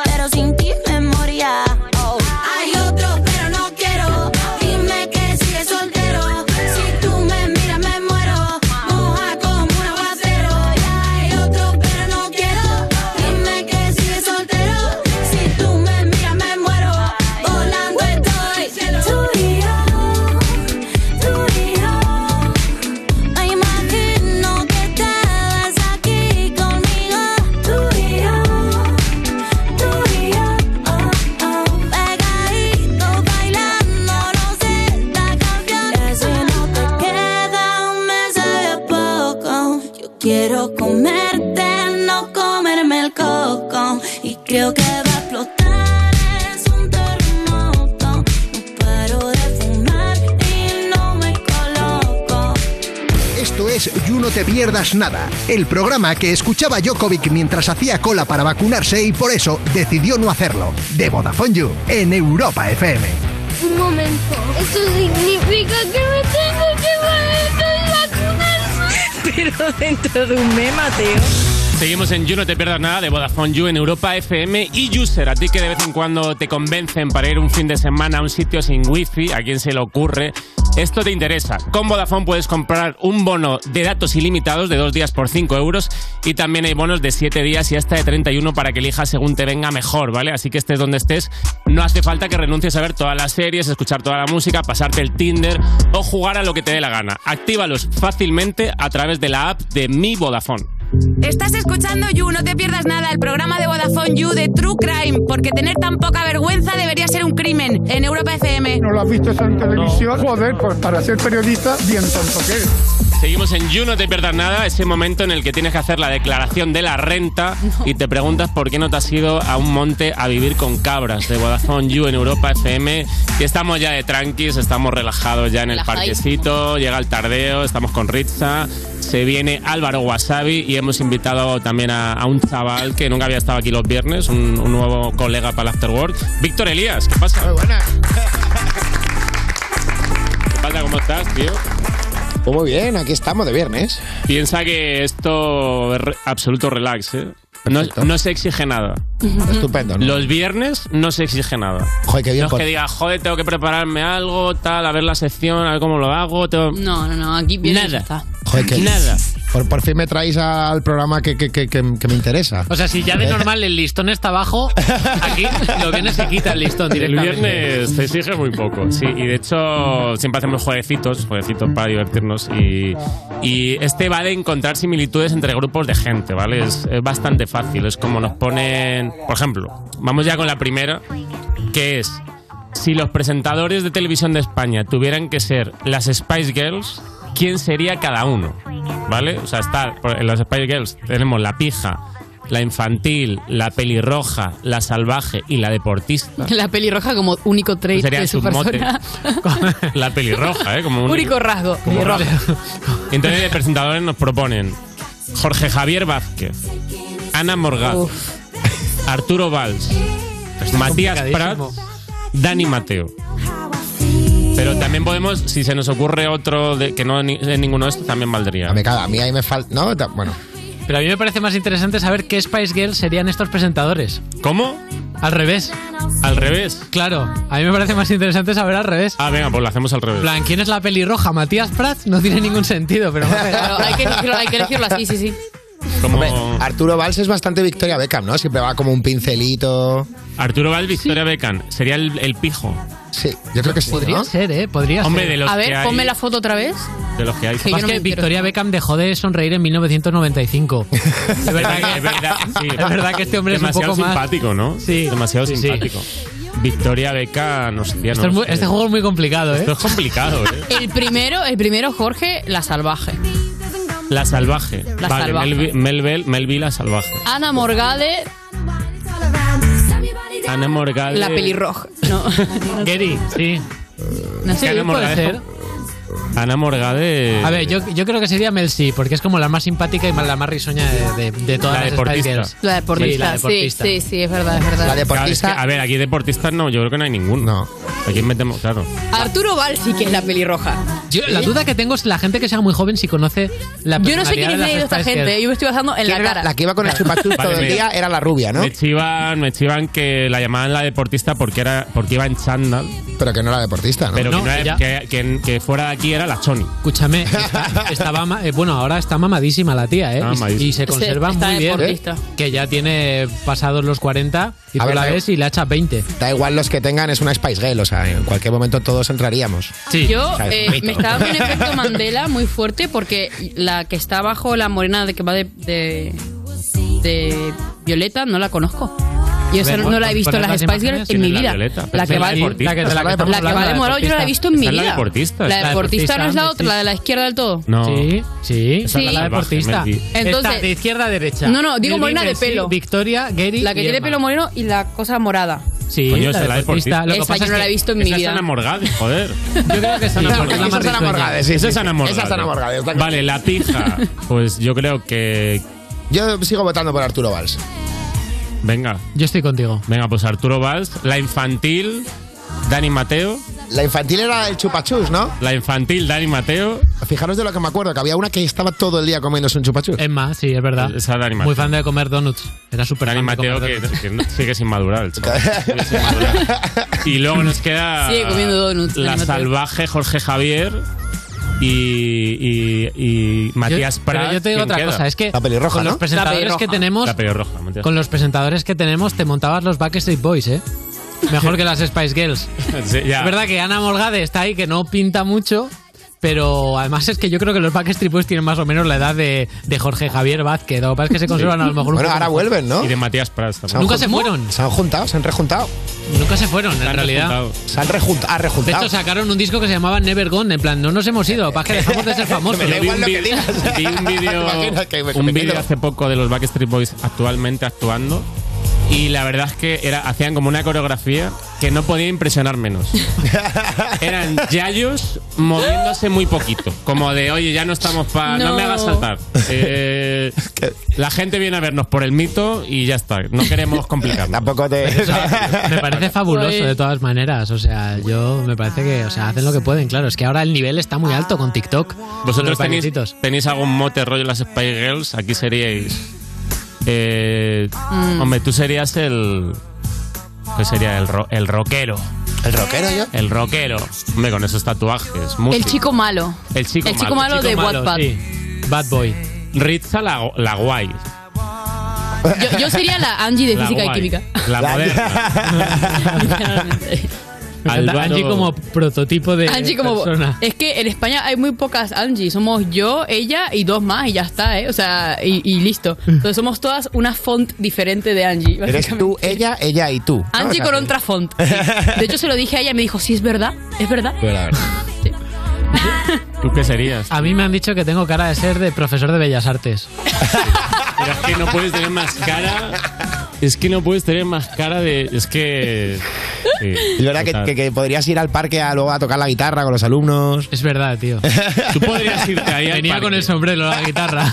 pero sin ti me moría. Oh. Hay otro, pero no quiero, dime que sigues soltero, si tú me miras me muero, moja como un aguacero, ya hay otro, pero no quiero, dime que sigues soltero, si tú me miras me muero, volando estoy, tú y yo, tú y yo, me imagino que estabas aquí conmigo, tú y yo. Tú y yo, oh, oh, pegadito, bailando, no se está cambiando. Si no te queda, me sabe a poco. Yo quiero comerte, no comerme el coco. Y creo que va a explotar, es un terremoto. No paro de fumar y no me coloco. Esto es You No Te Pierdas Nada, el programa que escuchaba Jokovic mientras hacía cola para vacunarse y por eso decidió no hacerlo. De Vodafone You, en Europa FM. Un momento. Eso significa que me tengo que Pero dentro de un meme, Mateo. Seguimos en You, no te pierdas nada de Vodafone You en Europa FM y User. A ti que de vez en cuando te convencen para ir un fin de semana a un sitio sin wifi, a quien se le ocurre, esto te interesa. Con Vodafone puedes comprar un bono de datos ilimitados de dos días por 5 euros y también hay bonos de 7 días y hasta de 31 para que elijas según te venga mejor, ¿vale? Así que estés donde estés, no hace falta que renuncies a ver todas las series, escuchar toda la música, pasarte el Tinder o jugar a lo que te dé la gana. Actívalos fácilmente a través de la app de Mi Vodafone. Estás escuchando You, no te pierdas nada, el programa de Vodafone You de True Crime, porque tener tan poca vergüenza debería ser un crimen en Europa FM. ¿No lo has visto en televisión? Joder, pues para ser periodista, bien tonto que eres. Seguimos en You, no te pierdas nada, ese momento en el que tienes que hacer la declaración de la renta y te preguntas por qué no te has ido a un monte a vivir con cabras de Vodafone You en Europa FM. Y estamos ya de tranquis, estamos relajados ya en el Relajadísimo. parquecito, llega el tardeo, estamos con Ritza, se viene Álvaro Wasabi y hemos invitado también a, a un chaval que nunca había estado aquí los viernes, un, un nuevo colega para el Afterwork, Víctor Elías. ¿Qué pasa? ¿Qué pasa? ¿Cómo estás, tío? Pues muy bien, aquí estamos de viernes. Piensa que esto es re- absoluto relax, ¿eh? No, no se exige nada. Estupendo. Los viernes no se exige nada. Joder, pues- qué bien. no es por- que diga, joder, tengo que prepararme algo, tal, a ver la sección, a ver cómo lo hago. tengo-". No, no, no, aquí viene Nada. y ya está. joder, qué- Nada. Por, por fin me traéis al programa que, que- que- que- que me interesa. O sea, si ya de ¿Eh? normal el listón está abajo, aquí lo que no se quita el listón El directamente. viernes se exige muy poco, sí. Y de hecho, siempre hacemos jueguecitos, jueguecitos para divertirnos. Y, y este va de encontrar similitudes entre grupos de gente, ¿vale? Es, es bastante fácil. Es como nos ponen. Por ejemplo, vamos ya con la primera, que es. Si los presentadores de televisión de España tuvieran que ser las Spice Girls, ¿quién sería cada uno? ¿Vale? O sea, está, por- en las Spice Girls tenemos la pija, la infantil, la pelirroja, la salvaje y la deportista. La pelirroja como único trait Sería de su su mote. persona. La pelirroja, ¿eh? Como un... Único rasgo. como- pelirroja. Entonces, de presentadores nos proponen Jorge Javier Vázquez, Ana Morgaz, Arturo Valls, Matías Prat, complicadísimo. Dani Mateo. Pero también podemos, si se nos ocurre otro de, que no ni- es ninguno de estos, también valdría. Cada- a mí ahí me falta. No, Ta- bueno. Pero a mí me parece más interesante saber qué Spice Girls serían estos presentadores. ¿Cómo? Al revés. ¿Al revés? Claro, a mí me parece más interesante saber al revés. Ah, venga, pues lo hacemos al En revés. plan, ¿quién es la pelirroja? ¿Matías Prats? No tiene ningún sentido, pero... vale. Claro, hay que elegirlo, hay que elegirlo así, sí, sí. Hombre, Arturo Valls es bastante Victoria Beckham, ¿no? Siempre va como un pincelito. Arturo Valls, Victoria Beckham, sería el, el pijo. Sí, yo creo que sí. Podría ¿no? ser, ¿eh? Podría Hombre, ser. de los A que ver, hay- ponme la foto otra vez. De los que hay. Más que Victoria Beckham dejó de sonreír en 1995. Es verdad que, es verdad, sí. Es verdad que este hombre es un Demasiado poco más- simpático, ¿no? Sí. Demasiado simpático. Victoria Beca, no sé, tía, Esto no es lo muy- sé. este juego es muy complicado, ¿eh? Esto es complicado, ¿eh? El primero, el primero, Jorge, la salvaje. La salvaje. La vale, salvaje. Melvi, Melvel- Melvi la salvaje. Ana Morgade, Ana Morgade. la pelirroja. No. Gary, sí. No sé, puede ser. Ana Morgade. ¿eh? A ver, yo, yo creo que sería Mel C, porque es como la más simpática y más- la más risueña de, de- de todas La las deportista. Spice Girls. La deportista, Sí, la sí, deportista. sí, sí, es verdad, es verdad. Claro, es que, a ver, aquí deportistas no, yo creo que no hay ninguno. No. Aquí metemos, claro. Arturo Balsi, que es la pelirroja. Yo- la duda que tengo es la gente que sea muy joven si conoce la Yo no sé quién personalidad de es las nadie de esta Spice gente, Girls. Eh, yo me estoy basando en la cara. Vale, me- Me chivan, me chivan que la llamaban la deportista porque era porque iba en chándal. Pero que no era deportista, ¿no? Pero No, que, no era- ella- que- que- que fuera de aquí era la Choni. Escúchame, está- estaba ma- eh, bueno, ahora está mamadísima la tía, ¿eh? Está Y- mamadísima. Y se Este Sí, conserva está muy bien. deportista. Que ya tiene pasados los 40 y A tú ver, la da- ves y le echas 20. Da igual los que tengan, es una Spice Girl, o sea, en cualquier momento todos entraríamos. Yo O sea, es eh, bonito. me estaba dando un efecto Mandela muy fuerte porque la que está abajo, la morena de que va de, de, de Violeta, no la conozco. Yo esa Ver, no, no la he visto en las Spice Girls en mi vida. La que va de deportista. la que va de morado yo no la he visto en mi Esa es vida. la deportista. La deportista no es la otra, la de la izquierda del todo. No. Sí, sí. Esa es la Sí. la salvaje, deportista. Mel B. Entonces- Está de izquierda a derecha. No, no, digo Mel B, morena de Mel C, pelo. Victoria, Gary. La que y tiene Emma. pelo moreno y la cosa morada. Sí, Coño, la esa es la deportista. deportista. Lo que Esa pasa yo es no la he que- visto en mi Esa es vida. Ana Morgade, joder. Yo creo que es Ana Morgade. Esa es Ana Morgade, sí, Esa es sí. Ana Morgade. Esa es Ana Morgade, está claro. Vale, la pija. Pues yo creo que. Yo sigo votando por Arturo Valls. Venga. Yo estoy contigo. Venga, pues Arturo Valls. La infantil, Dani Mateo. La infantil era el chupachus, ¿no? La infantil, Dani Mateo. Fijaros de lo que me acuerdo, que había una que estaba todo el día comiéndose un chupachus. Emma, sí, es verdad. Esa Dani Mateo. Muy fan de comer donuts. Era súper Dani fan de Mateo comer que, donuts. que no- sigue sin madurar el chaval. Sigue sin madurar. Y luego nos queda. Sigue comiendo donuts, La Dani Mateo. salvaje Jorge Javier. Y, y, y Matías Yo- Prat. Pero yo te digo ¿quién otra queda? cosa, es que con los La presentadores pelirroja. que tenemos, La pelirroja, Matías. con los presentadores que tenemos, te montabas los Backstreet Boys, ¿eh? Mejor que las Spice Girls. Sí, ya. Es verdad que Ana Morgade está ahí que no pinta mucho, Pero además es que yo creo que los Backstreet Boys tienen más o menos la edad de, de Jorge Javier Vázquez. Lo que pasa es que se conservan a lo mejor un Bueno, poco ahora mejor. vuelven, ¿no? de Matías Prats Se han Nunca se juntado. fueron. Se han juntado, se han rejuntado. Nunca se fueron, en realidad. Se han rejuntado. De Ah. hecho, sacaron un disco que se llamaba Never Gone. En plan, no nos hemos ido, para que dejamos de ser famosos. Me da igual lo que digas. Vi un vídeo Imagina que me- que un me vídeo quedo. hace poco de los Backstreet Boys actualmente actuando y la verdad es que era, hacían como una coreografía que no podía impresionar menos. Eran yayos moviéndose muy poquito, como de, oye, ya no estamos para... No. No. me hagas saltar. Eh, la gente viene a vernos por el mito y ya está, no queremos complicar. Tampoco te... Me parece fabuloso de todas maneras, o sea, yo me parece que, o sea, hacen lo que pueden, claro, es que ahora el nivel está muy alto con TikTok. ¿Vosotros Los tenéis, bailecitos. tenéis algún mote rollo las Spice Girls? Aquí seríais. eh, Mm. Hombre, tú serías el. ¿Qué sería? El, ro- el rockero. ¿El rockero yo? El rockero. Hombre, con esos tatuajes. El música. chico malo. El chico, el chico malo de Wattpad. Bad Boy. Ritza la, la guay. Yo, yo sería la Angie de La física y guay. química. La moderna. Me encanta Álvaro- Angie como prototipo de Angie como persona. es que en España hay muy pocas Angie, somos yo, ella y dos más y ya está, ¿eh? O sea, y, y listo. Entonces somos todas una font diferente de Angie. Eres básicamente. tú, ella, ella y tú. ¿no? O Angie sea, con otra font. De hecho se lo dije a ella y me dijo, "Sí es verdad, es verdad." Pero la verdad. ¿Tú qué serías? A mí me han dicho que tengo cara de ser de profesor de Bellas Artes. Pero es que no puedes tener más cara. Es que no puedes tener más cara de. Es que. sí, Es verdad que, total. que- que podrías ir al parque a luego a tocar la guitarra con los alumnos. Es verdad, tío. Tú podrías irte ahí Venía con el sombrero, la guitarra.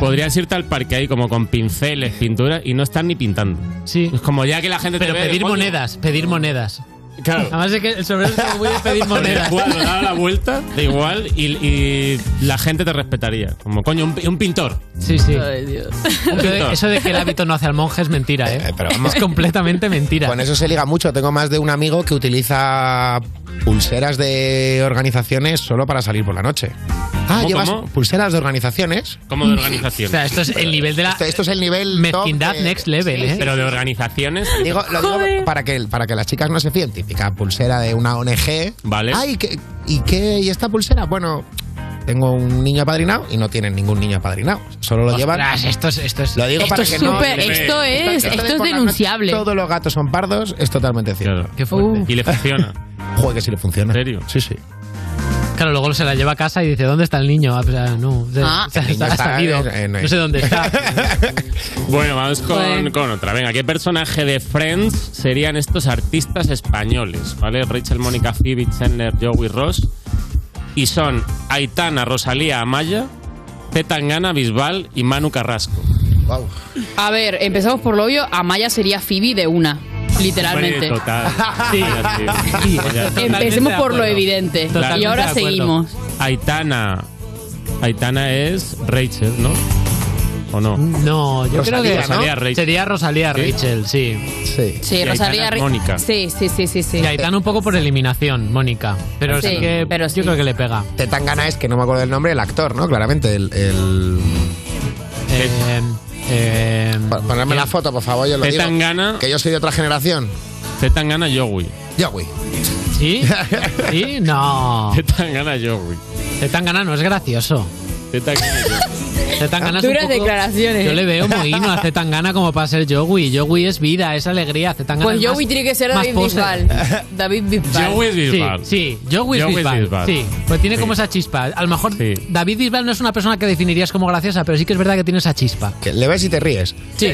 Podrías irte al parque ahí como con pinceles, pintura y no estar ni pintando. Sí. Es como ya que la gente Pero te ve, pedir coño, monedas, pedir monedas. Claro. Además es que el sombrero es como muy de pedir con el monedas. cuadro, daba la vuelta, da igual y, y la gente te respetaría. Como coño, un, un pintor. Sí, sí. Un Eso de, pintor. eso de que el hábito no hace al monje es mentira, ¿eh? vamos. Es completamente mentira. Con eso se liga mucho. Tengo más de un amigo que utiliza pulseras de organizaciones solo para salir por la noche. Ah, ¿Cómo, llevas cómo? pulseras de organizaciones. Como de organización. O sea, esto es el nivel de la... Este, Esto, esto es el nivel Mezquindad top de- next level, ¿eh? Pero de organizaciones. Digo, lo digo para que, para que las chicas no se fíen. Típica pulsera de una ONG. Vale. Ay, ¿qué- ¿y qué? ¿Y esta pulsera? Bueno, tengo un niño apadrinado y no tienen ningún niño apadrinado. Solo lo llevan. Ostras, esto es... Esto es Lo digo esto para es que súper- no. esto es- de esto es por la noche, denunciable. Todos los gatos son pardos, es totalmente cierto. Qué fuerte. Y le funciona. Joder, que sí le funciona. ¿En serio? Sí, sí. Claro, luego se la lleva a casa y dice, ¿dónde está el niño? Ah, pues, ah, no, se- Ah. se- El niño se ha está eh, salido. en- en- No sé dónde está. Bueno, vamos con, Bueno. con otra. Venga, ¿qué personaje de Friends serían estos artistas españoles? ¿Vale? Rachel, Mónica, Phoebe, Chandler, Joey, Ross. Y son Aitana, Rosalía, Amaya, Zetangana, Bisbal y Manu Carrasco. Wow. A ver, empezamos por lo obvio, Amaya sería Phoebe de una, literalmente. Em, Total. Sí. Sí, Empecemos por lo evidente y ahora seguimos. Aitana. Aitana es Rachel, ¿no? ¿O no? No, yo creo que Rosalía ¿no? Rachel. sería Rosalía ¿Sí? Rachel, sí. Sí, Sí, Rosalía Re- Sí, sí, sí, sí, sí. Y Aitana un poco por eliminación, Mónica. Pero sí, Sí, que yo creo que le pega. Tetangana es que no me acuerdo del nombre, el actor, ¿no? Claramente, el. el... Eh, eh, Pa- Ponerme la foto, por favor, yo lo digo. Zetangana. Que yo soy de otra generación. Zetangana Yogui. Yogui. ¿Sí? ¿Sí? No. Zetangana Yogui. Zetangana no es gracioso. Zetangana Zetangana es un Duras poco- declaraciones. Yo le veo mohino a Zetangana como para ser Yogui. Yogui es vida, es alegría. Zetangana Pues es más- Joey tiene que ser más David poser. Bisbal. David Bisbal. Joey es Bisbal. Sí, Joey es Joey es Bisbal. Bisbal. Sí, pues tiene Sí. como esa chispa. A lo mejor David Bisbal no es una persona que definirías como graciosa, pero sí que es verdad que tiene esa chispa. Que le ves y te ríes. Sí.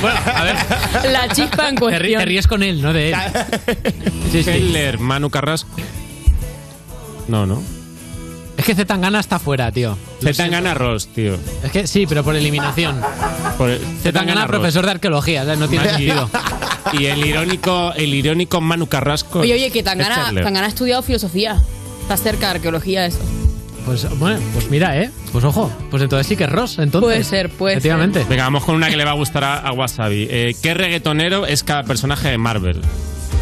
bueno, a ver. La chispa en Te, ri- te cuestión. ríes con él, no de él. Chandler, Manu Carrasco. No, no. Es que Zetangana está fuera, tío. Zetangana Ross, tío. Es que sí, pero por eliminación. Por el- Zetangana, Ross. profesor de arqueología, o sea, no tiene Más y- sentido. Y el irónico, el irónico Manu Carrasco. Oye, es- oye, que es Tangana, Chandler. Tangana ha estudiado filosofía. Está cerca de arqueología eso. Pues bueno, pues mira, ¿eh? Pues ojo, pues entonces sí que es Ross, entonces. Puede ser, puede ser. Efectivamente. Venga, Eh, vamos con una que le va a gustar a, a Wasabi. Eh, ¿Qué reggaetonero es cada personaje de Marvel?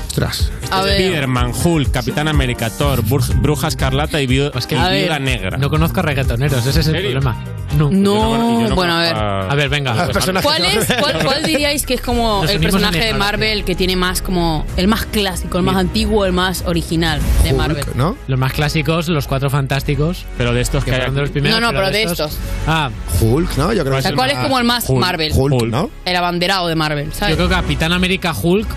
Ostras. A ver. Spiderman, Hulk, Capitán América, Thor, Bur- Bruja Escarlata y, Viu- Pues y A ver. Viuda Negra. No conozco reggaetoneros, ese es el problema. No. No, bueno, a ver. A ver, venga. ¿Cuál es? ¿Cuál, cuál diríais que es como Nos el unimos en personaje de el- Marvel que tiene más como el más clásico, el más antiguo, el más original de Marvel? ¿no? Los más clásicos, los cuatro fantásticos. Pero de estos que fueron de los primeros. No, no, pero de estos. Ah. Hulk, ¿no? Yo creo O sea, ¿cuál es como el más Marvel? ¿no? El abanderado de Marvel, Yo ¿sabes? creo que Capitán América, Hulk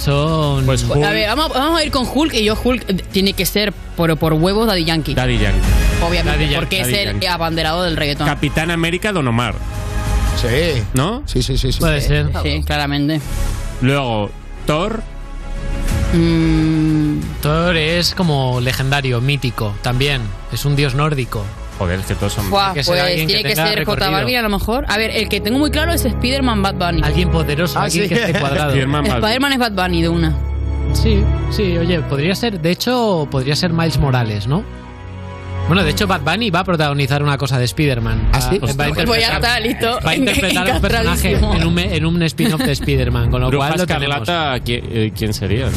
son. Pues A ver, vamos, vamos a ir con Hulk y yo Hulk eh, tiene que ser por, por huevos Daddy Yankee. Daddy Yankee. Obviamente, Daddy Yankee, porque Daddy es el Yankee. abanderado del reggaetón. Capitán América, Don Omar. Sí. ¿No? Sí, sí, sí. Puede ser. Sí, claramente. Luego, Thor. Mm. Thor es como legendario, mítico también. Es un dios nórdico. Joder, es que todos son. Buah, pues tiene que, ser J Balvin a lo mejor. A ver, el que tengo muy claro es Spider-Man Bad Bunny. Alguien poderoso, alguien que esté cuadrado. Ah, Spiderman, Bad Bunny. Spider-Man es Bad Bunny de una. Sí, sí, oye, podría ser, de hecho, podría ser Miles Morales, ¿no? Bueno, de hecho, Bad Bunny va a protagonizar una cosa de Spider-Man. Eh, ¿Ah, Va- sí? va Pues a ya interpretar- está, listo. Va a interpretar a un personaje Encastradísimo. en un, en un spin-off de Spider-Man, con lo Bruja cual lo tenemos. Escarlata, ¿quién, eh, quién sería?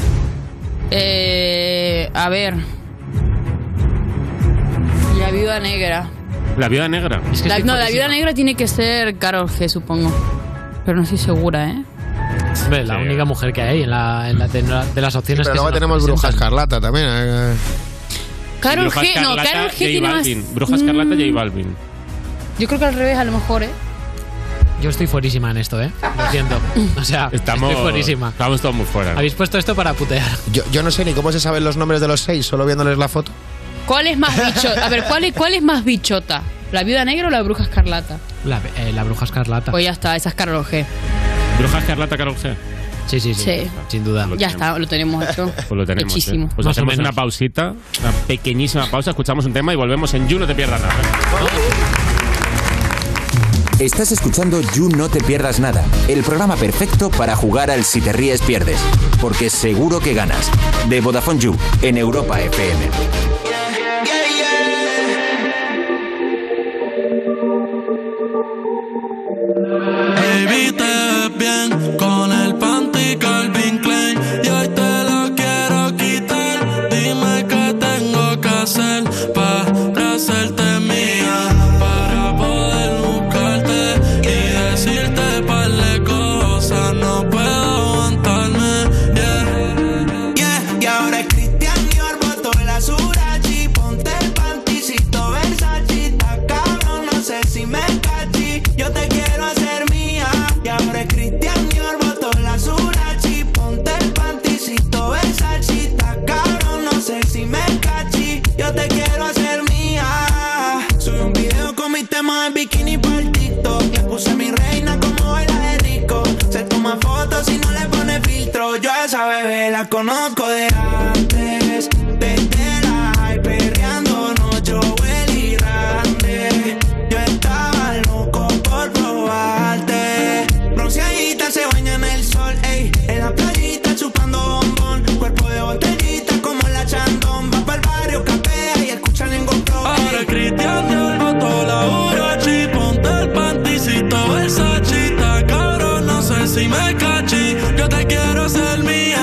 Eh, a ver. La viuda negra. La Viuda Negra. La- no, la viuda negra tiene que ser Carol G, supongo. Pero no estoy segura, ¿eh? Hombre, la única mujer que hay en la, en la de, de las opciones que se pero luego nos tenemos Bruja presentan. Escarlata también. eh. Carol Bruja G, no, Escarlata, Carol G J tiene más. Balvin. Bruja Escarlata, Mm. J Balvin. Yo creo que al revés, a lo mejor, ¿eh? Yo estoy fuerísima en esto, ¿eh? Lo siento. O sea, Estamos, estoy fuerísima. estamos todos muy fuera. Habéis puesto esto para putear. Yo, yo no sé ni cómo se saben los nombres de los seis, solo viéndoles la foto. ¿Cuál es más bichota? A ver, ¿cuál es, cuál es más bichota? ¿La viuda negra o la bruja escarlata? La, eh, la Bruja Escarlata. Pues ya está, esa es Carol G. Bruja Escarlata, Carol G. Sí, sí, sí, Sí. Sin duda. Ya está, lo tenemos hecho. Pues lo tenemos. Hechísimo. ¿eh? Pues Más o hacemos menos. una pausita, una pequeñísima pausa, escuchamos un tema y volvemos en You, no te pierdas nada. Estás escuchando You No Te Pierdas Nada, el programa perfecto para jugar al Si Te Ríes Pierdes, porque seguro que ganas. De Vodafone You, en Europa FM. Baby, te ves bien con el panty Calvin Klein Y hoy te lo quiero quitar Dime qué tengo que hacer para hacerte mía Para poder buscarte y decirte par de cosas No puedo aguantarme, yeah Yeah, y ahora es Cristian y Orboto el Azurachi. Ponte el panticito Versace. Está cabrón, no sé si me cachi. Yo te quiero hacer mía. Y ahora es Cristian y Orboto el Azurachi. Ponte el panticito Versace. Está cabrón, no sé si me cachi. Yo te quiero hacer mía. Subí un video con mi tema en bikini para el TikTok. Le puse mi reina como baila de rico. Se toma fotos y no le pone filtro. Yo a esa bebé la conozco de antes. Desde la high, perreando noche, el y Randy. Yo estaba loco por probarte. Bronceadita se baña en el sol, ey. En la playita chupando bombón. Cuerpo de botellita como la chandón. Va pa'l barrio, capea y escucha en GoPro. Ahora Cristian te armató la Urachi Ponte el panticito Versace Está cabrón, no sé si me cachi Yo te quiero ser mía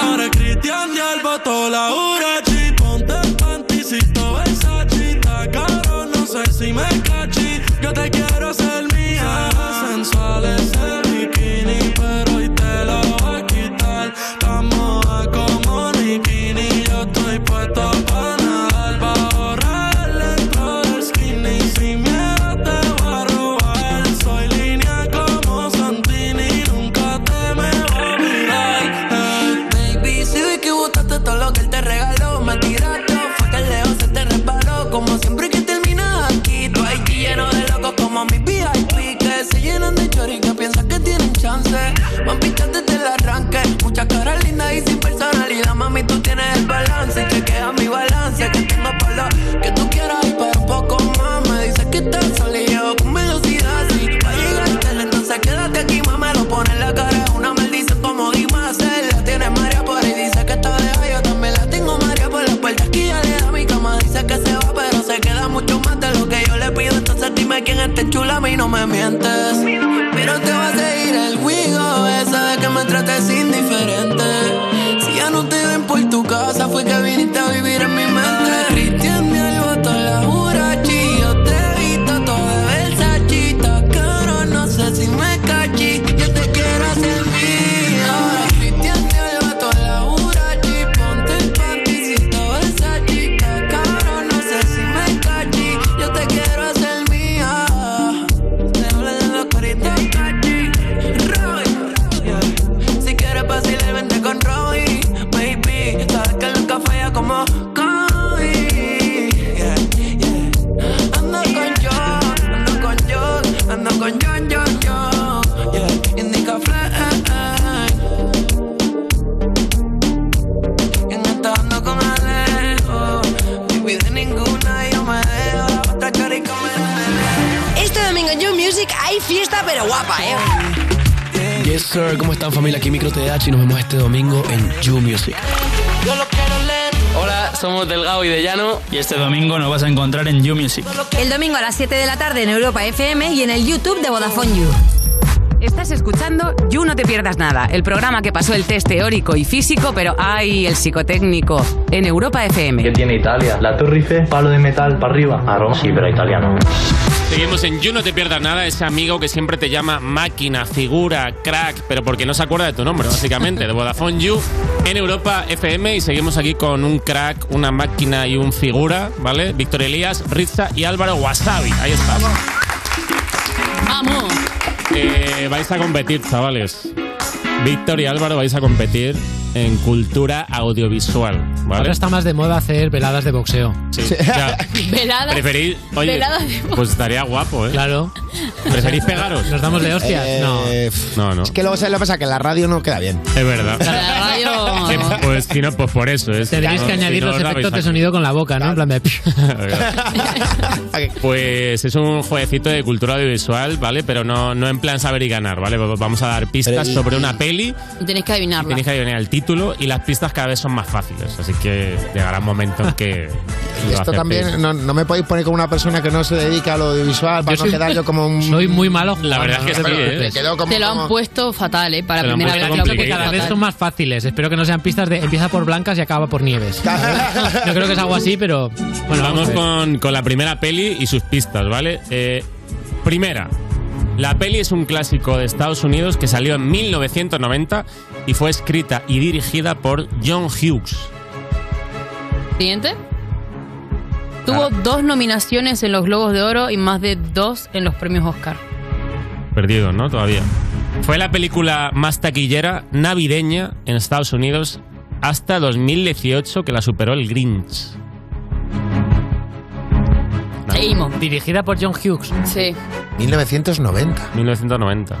Ahora Cristian te armató la Urachi Ponte el panticito Versace Está cabrón, no sé si me cachi Yo te quiero ser mía Sensual es el bikini Pero hoy te lo voy a quitar Estamos a como Nikini Yo estoy puesto para nadar Bajo dentro del skinny Sin miedo te voy a robar Soy línea como Santini Nunca te me voy a mirar eh. Baby, si vi que botaste todo lo que él te regaló, me tiraste, fue que el león se te resbaló. Como siempre que terminas aquí, tú hay lleno de locos como mis VIP que se llenan de choris que piensan que tienen chance. Van pichando desde el arranque, muchas caras lindas y sin personalidad. Mami, tú tienes el balance, que queda mi balance, que tengo por lo que tú quieras, pero un poco más. Me dices que estás solo y yo con velocidad. Si tú vas a llegar tarde, entonces quédate aquí, mamá, lo pone en la cara, es una maldición como Dimasel. La tiene María por ahí, dice que está de yo también la tengo María por la puerta. Aquí ya le da mi cama, dice que se va, pero se queda mucho más de lo que yo le pido. Entonces dime quién es este chula, a mí no me mientes. Pero te va a seguir el juego ese de que me trates indiferente. Si ya no Este Music hay fiesta, pero guapa, ¿eh? Yes, sir. ¿Cómo están, familia? Aquí Micro TDH y nos vemos este domingo en You Music. Hola, somos Delgado y de Llano y este domingo nos vas a encontrar en You Music. El domingo a las 7 de la tarde en Europa FM y en el YouTube de Vodafone You. Estás escuchando You No Te Pierdas Nada, el programa que pasó el test teórico y físico, pero ¡ay! el psicotécnico en Europa FM. ¿Qué tiene eh, Italia? La torrice, palo de metal para arriba. Aroma, sí, pero italiano. Seguimos en You, no te pierdas nada. Ese amigo que siempre te llama máquina, figura, crack, pero porque no se acuerda de tu nombre, básicamente. De Vodafone You en Europa FM. Y seguimos aquí con un crack, una máquina y un figura, ¿vale? Víctor Elías, Rizza y Álvaro Wasabi. Ahí está. ¡Vamos! Eh, vais a competir, chavales. Víctor y Álvaro vais a competir en cultura audiovisual, ¿vale? Ahora está más de moda hacer veladas de boxeo. Sí. Ya. Velada. Preferís. Oye, velada de boxeo. pues estaría guapo, ¿eh? Claro. ¿Preferís pegaros? Nos damos de hostias. Eh, No. No, no. Es que luego sabes lo que pasa, que la radio no queda bien. Es verdad. radio. Sí, Pues si no, pues por eso. Es, Tendríais no, que si añadir no los os la efectos de vais a- sonido con la boca, ¿no? En plan de... Pues es un jueguecito de cultura audiovisual, ¿vale? Pero no, no en plan saber y ganar, ¿vale? Pues Vamos a dar pistas Pero y- sobre una peli Y tenéis que y adivinarla. tenéis que adivinar el título y las pistas cada vez son más fáciles. Así que llegará un momento en que... lo Esto acertéis. también, no, no me podéis poner como una persona que no se dedica a lo audiovisual para no quedar yo como un... Soy muy malo. La verdad es que sí, ¿eh? Me quedo como... Te lo han como- puesto fatal, ¿eh? Para Pero primera vez hombre, creo lo han que puesto cada vez son fatal. más fáciles. Espero que no sean pistas de empieza por blancas y acaba por nieves. Yo creo que es algo así, pero bueno, vamos vamos a ver. con, con la primera peli y sus pistas, ¿vale? Eh, primera, la peli es un clásico de Estados Unidos que salió en 1990 y fue escrita y dirigida por John Hughes. Siguiente. Tuvo dos nominaciones en los Globos de Oro y más de dos en los premios Oscar. Perdido, ¿no? Todavía. Fue la película más taquillera navideña en Estados Unidos hasta 2018 que la superó el Grinch. Seguimos. Dirigida por John Hughes. Sí. 1990. 1990.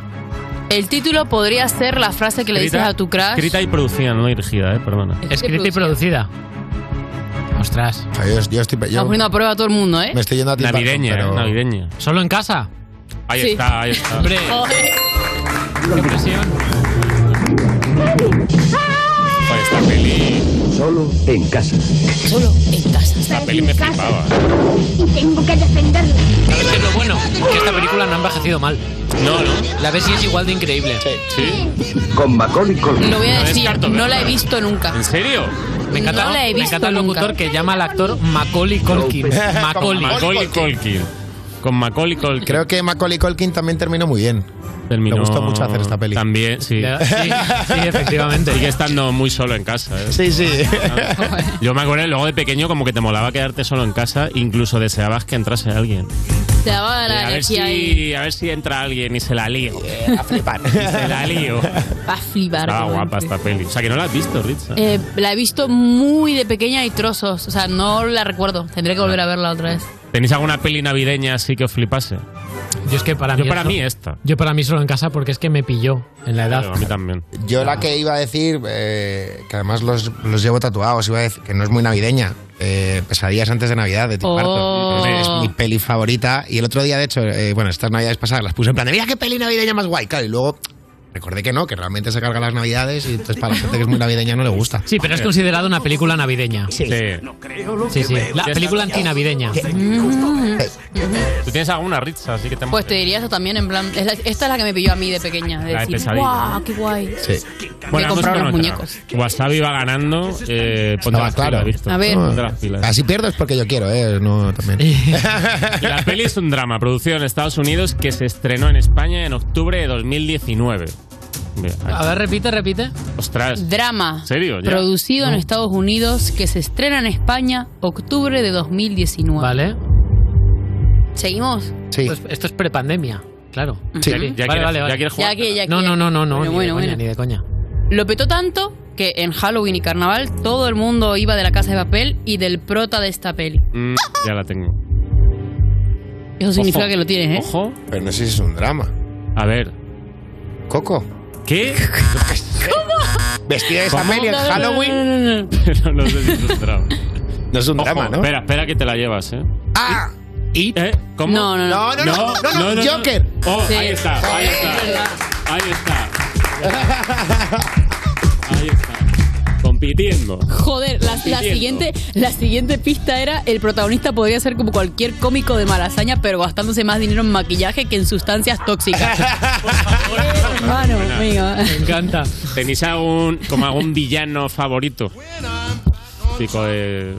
El título podría ser la frase que le dices a tu crush. escrita y producida, no dirigida, eh, perdona. Escrita y producida. Ostras. Yo, yo estoy... Estamos yo poniendo a prueba a todo el mundo, ¿eh? me estoy yendo a ti, Navideña, Paco, pero- eh, navideña. ¿Solo en casa? Ahí Sí. está, ahí está. Hombre. Qué presión. Pues esta peli, Solo en casa. Solo en casa. esta peli me flipaba. Y tengo que defenderla. ¿Sabes qué es lo bueno? Que esta película no ha envejecido mal. No, no. La ves y es igual de increíble. Sí. Con Macaulay Culkin. Lo voy a No decir, descarto, no ¿verdad? la he visto nunca. ¿En serio? Me encanta, No la he me visto encanta el nunca. locutor que llama al actor Macaulay Culkin. Macaulay. Macaulay Culkin. Con Macaulay Culkin. Creo que Macaulay Culkin también terminó muy bien. Terminó Me gustó mucho hacer esta peli. También, sí. Sí, sí, efectivamente. Sigue estando muy solo en casa. ¿eh? Sí, sí. Yo me acuerdo luego de pequeño como que te molaba quedarte solo en casa, incluso deseabas que entrase alguien. Te daba Y la a, ver energía ahí si, a ver si entra alguien y se la lío. a flipar. se la lío. para flipar. Estaba ¿no? Ah, guapa esta peli. O sea, que no la has visto, Ritza. Eh, la he visto muy de pequeña y trozos. O sea, no la recuerdo. Tendré que volver a verla otra vez. ¿Tenéis alguna peli navideña así que os flipase? Yo es que para Yo mí para esto- mí esta. Yo para mí solo en casa porque es que me pilló en la edad. Claro, a mí también. Yo la que iba a decir, eh, que además los, los llevo tatuados, iba a decir que no es muy navideña. eh, Pesadillas antes de Navidad de Tim Oh. Burton. Es mi peli favorita. Y el otro día, de hecho, eh, bueno, estas navidades pasadas las puse en plan de mira qué peli navideña más guay. Claro, y luego recordé que no, que realmente se carga las navidades y entonces para la gente que es muy navideña no le gusta. Sí, pero es considerada una película navideña. Sí. Sí, sí. La película antinavideña. ¿Tú tienes alguna, Ritza? Así que te Mm. Pues te diría eso también, en plan. es la- esta es la que me pilló a mí de pequeña. De La de decir, pesadilla. ¡guau! ¡Qué guay! Bueno, Me vamos compraron con los otra. muñecos. Wasabi va ganando. Eh, ponte Estaba las claro. pilas, Víctor. A ver. Ponte las pilas. Así pierdo es porque yo quiero, ¿eh? No, también. La peli es un drama producido en Estados Unidos que se estrenó en España en octubre de 2019. Mira, A ver, repite, repite. Ostras. Drama. ¿En serio? Ya. Producido en Estados Unidos que se estrena en España octubre de 2019. Vale. ¿Seguimos? Sí. Esto es, esto es prepandemia, claro. Sí. Ya- ya Vale, vale, quieres- vale. ya quieres jugar. Ya que- ya no, que- no, no, no, no. Bueno, ni, de bueno, coña, bueno. ni de coña. Lo petó tanto que en Halloween y Carnaval todo el mundo iba de la casa de papel y del prota de esta peli. Mm, ya la tengo. Eso significa Ojo. que lo tienes, ¿eh? Ojo. Pero no sé si es un drama. A ver. Coco. ¿Qué? Vestida de esa ¿Cómo? peli en No, no, no, Halloween. no, no, no. no, no sé si es un drama. No es un Ojo, drama, ¿no? Espera, espera que te la llevas, ¿eh? ¡Ah! It. ¿Cómo? No, no, no. No, no, no, no, no, Joker. Oh, Sí. ahí está, ahí Sí, está. es verdad. Ahí está. Ahí está. Compitiendo. Joder, la, la Compitiendo. siguiente, la siguiente pista era el protagonista podría ser como cualquier cómico de malasaña, pero gastándose más dinero en maquillaje que en sustancias tóxicas. Hermano, venga. Me encanta. ¿Tenéis algún, como algún villano favorito? Pico de.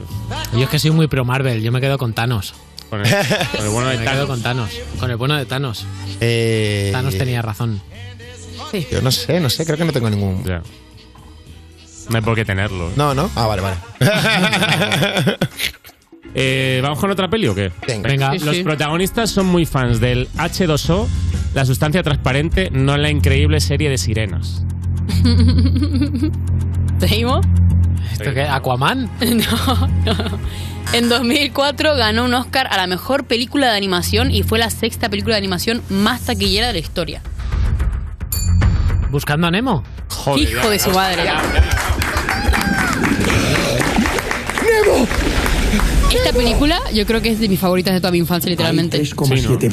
Yo es que soy muy pro Marvel, yo me quedo con Thanos. Con el, con el bueno de Me quedo Thanos. con Thanos. Con el bueno de Thanos. Eh, Thanos tenía razón. Yo no sé, no sé, creo que no tengo ningún. No hay por qué tenerlo. No, no. Ah, vale, vale. Eh, ¿Vamos con otra peli o qué? Venga. Sí, Los sí. protagonistas son muy fans del H2O, la sustancia transparente, no la increíble serie de sirenas. ¿Seguimos? ¿Esto qué? ¿Aquaman? No, no. En 2004 ganó un Oscar a la mejor película de animación y fue la sexta película de animación más taquillera de la historia. ¿Buscando a Nemo? Hijo de su madre. Esta película yo creo que es de mis favoritas de toda mi infancia, literalmente.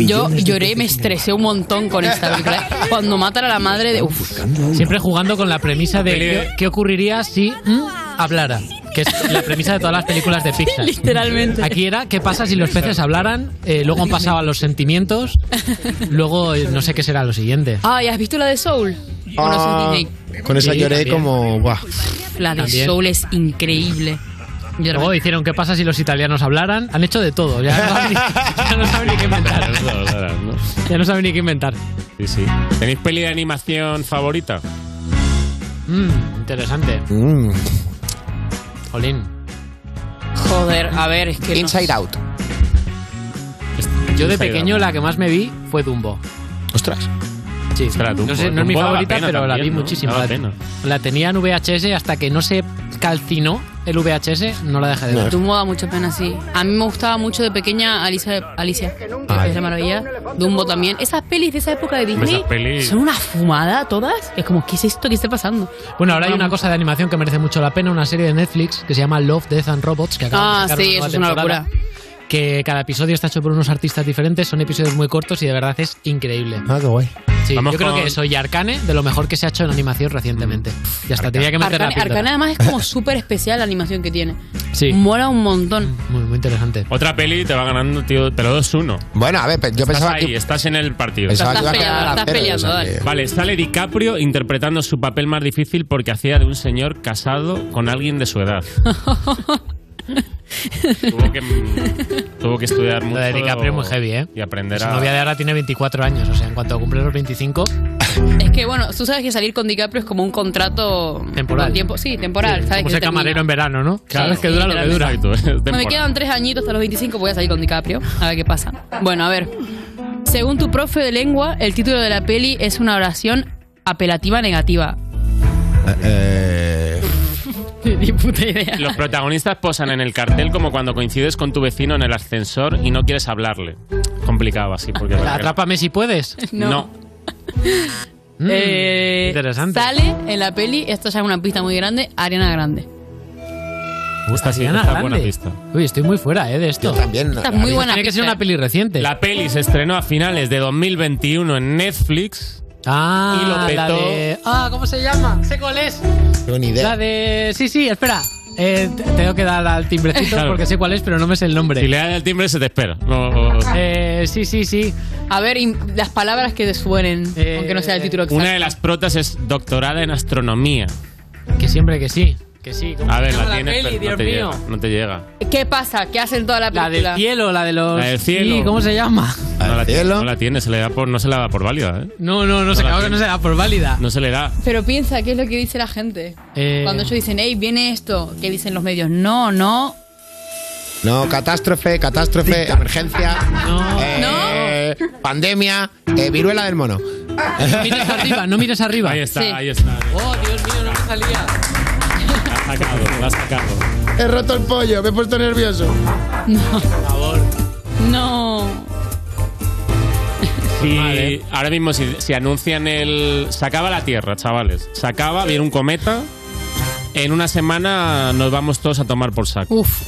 Yo lloré, me estresé un montón con esta película. Cuando matan a la madre de... Uf. Siempre jugando con la premisa de qué, qué ocurriría si mm, hablara. Que es la premisa de todas las películas de Pixar. Literalmente. Aquí era qué pasa si los peces hablaran, eh, luego han pasado a los sentimientos, luego eh, no sé qué será lo siguiente. Ay, ¿has visto la de Soul? O no sé, Disney. Con esa Sí, lloré también. como. Buah. La de También. Soul es increíble. Luego hicieron qué pasa si los italianos hablaran. Han hecho de todo. Ya no saben ni, ya no saben ni qué inventar. Ya no saben ni qué inventar. Sí, sí. ¿Tenéis peli de animación favorita? Mm, interesante. Mm. Jolín. Joder, a ver, es que... Inside Out. Yo de Inside pequeño Out. la que más me vi fue Dumbo. Ostras. Sí. No, pues, sé, no es mi favorita, pero la vi muchísimo. muchísimo. La, la tenía en VHS hasta que no se calcinó el VHS, no la dejé de ver. Tu moda mucha pena, sí. A mí me gustaba mucho de pequeña Alicia, Alicia que Ay. es la maravilla. Dumbo también. Esas pelis de esa época de Disney Esas pelis. son una fumada todas. Es como, ¿qué es esto que está pasando? Bueno, ahora hay una cosa de animación que merece mucho la pena, una serie de Netflix que se llama Love, Death and Robots, que Ah, acaba de sacar sí, eso nueva es una temporada, locura. Que cada episodio está hecho por unos artistas diferentes, son episodios muy cortos y de verdad es increíble. Ah, qué guay. Sí, Vamos yo creo con- que eso y Arcane, de lo mejor que se ha hecho en animación recientemente. Ya está, tenía que meter la Arcane, píldora. Arcane además es como súper especial la animación que tiene. Sí. Mola un montón. Muy, muy interesante. Otra peli te va ganando, tío, pero 2-1. Bueno, a ver, yo estás pensaba ahí, que- estás en el partido. Pensaba Estás que iba a peleando, quedar a estás cero, peleando, o sea dale. que- Vale, sale DiCaprio interpretando su papel más difícil porque hacía de un señor casado con alguien de su edad. tuvo, que, tuvo que estudiar mucho. de DiCaprio es muy heavy, ¿eh? Y aprender Su a. novia de ahora tiene 24 años, o sea, en cuanto cumple los 25, Es que, bueno, tú sabes que salir con DiCaprio es como un contrato... Temporal. con Tiempo, sí, temporal. sabes como que ser termina. camarero en verano, ¿no? Claro, Sí, es que dura lo que dura. literalmente. No, me quedan tres añitos hasta los 25, voy a salir con DiCaprio. A ver qué pasa. Bueno, a ver. Según tu profe de lengua, el título de la peli es una oración apelativa negativa. Eh, Ni puta idea. Los protagonistas posan en el cartel como cuando coincides con tu vecino en el ascensor y no quieres hablarle. Complicado así, porque. Atrápame si puedes. No. Mm, Eh, interesante. Sale en la peli, esto ya es una pista muy grande, Ariana Grande. Esta sí, esta es buena pista. Uy, estoy muy fuera, ¿eh? De esto. también. Esta es muy buena Tiene que ser pista. una peli reciente. La peli se estrenó a finales de 2021 en Netflix. Ah, y lo la petó. de- Ah, ¿cómo se llama? Sé cuál es. tengo ni La idea. de... Sí, sí, espera. Eh, te- tengo que dar al timbrecito Claro. porque sé cuál es, pero no me sé el nombre. Si le das el timbre, se te espera. No, o- o- Eh, sí, sí, sí. Eh, A ver, im- las palabras que te suenen, aunque no sea el título exacto. Una de las protas es doctorada en astronomía. Que siempre que sí. Que sí. A ver, la llama la tienes, peli, pero no Dios te, mío? llega, no te llega. ¿Qué pasa? ¿Qué hacen toda la La película? del cielo, la de los... La del cielo. Sí, ¿cómo se llama? No la, tiene, no la tiene, se le da por, no se la da por válida, ¿eh? No, no, no, No se la acabó que tiene. no se da por válida. No se le da. Pero piensa, ¿qué es lo que dice la gente? Eh, Cuando ellos dicen, hey, viene esto, ¿qué dicen los medios? No, no, No, catástrofe, catástrofe, emergencia. No. eh, Pandemia, eh, viruela del mono. No mires arriba, no mires arriba. Ahí está, ahí está. Oh, Dios mío, no me salía. La has sacado, la has sacado. He roto el pollo, me he puesto nervioso. No. Si- ahora mismo, si, si anuncian el. Se acaba la Tierra, chavales. Se acaba, viene un cometa. En una semana nos vamos todos a tomar por saco. Uf.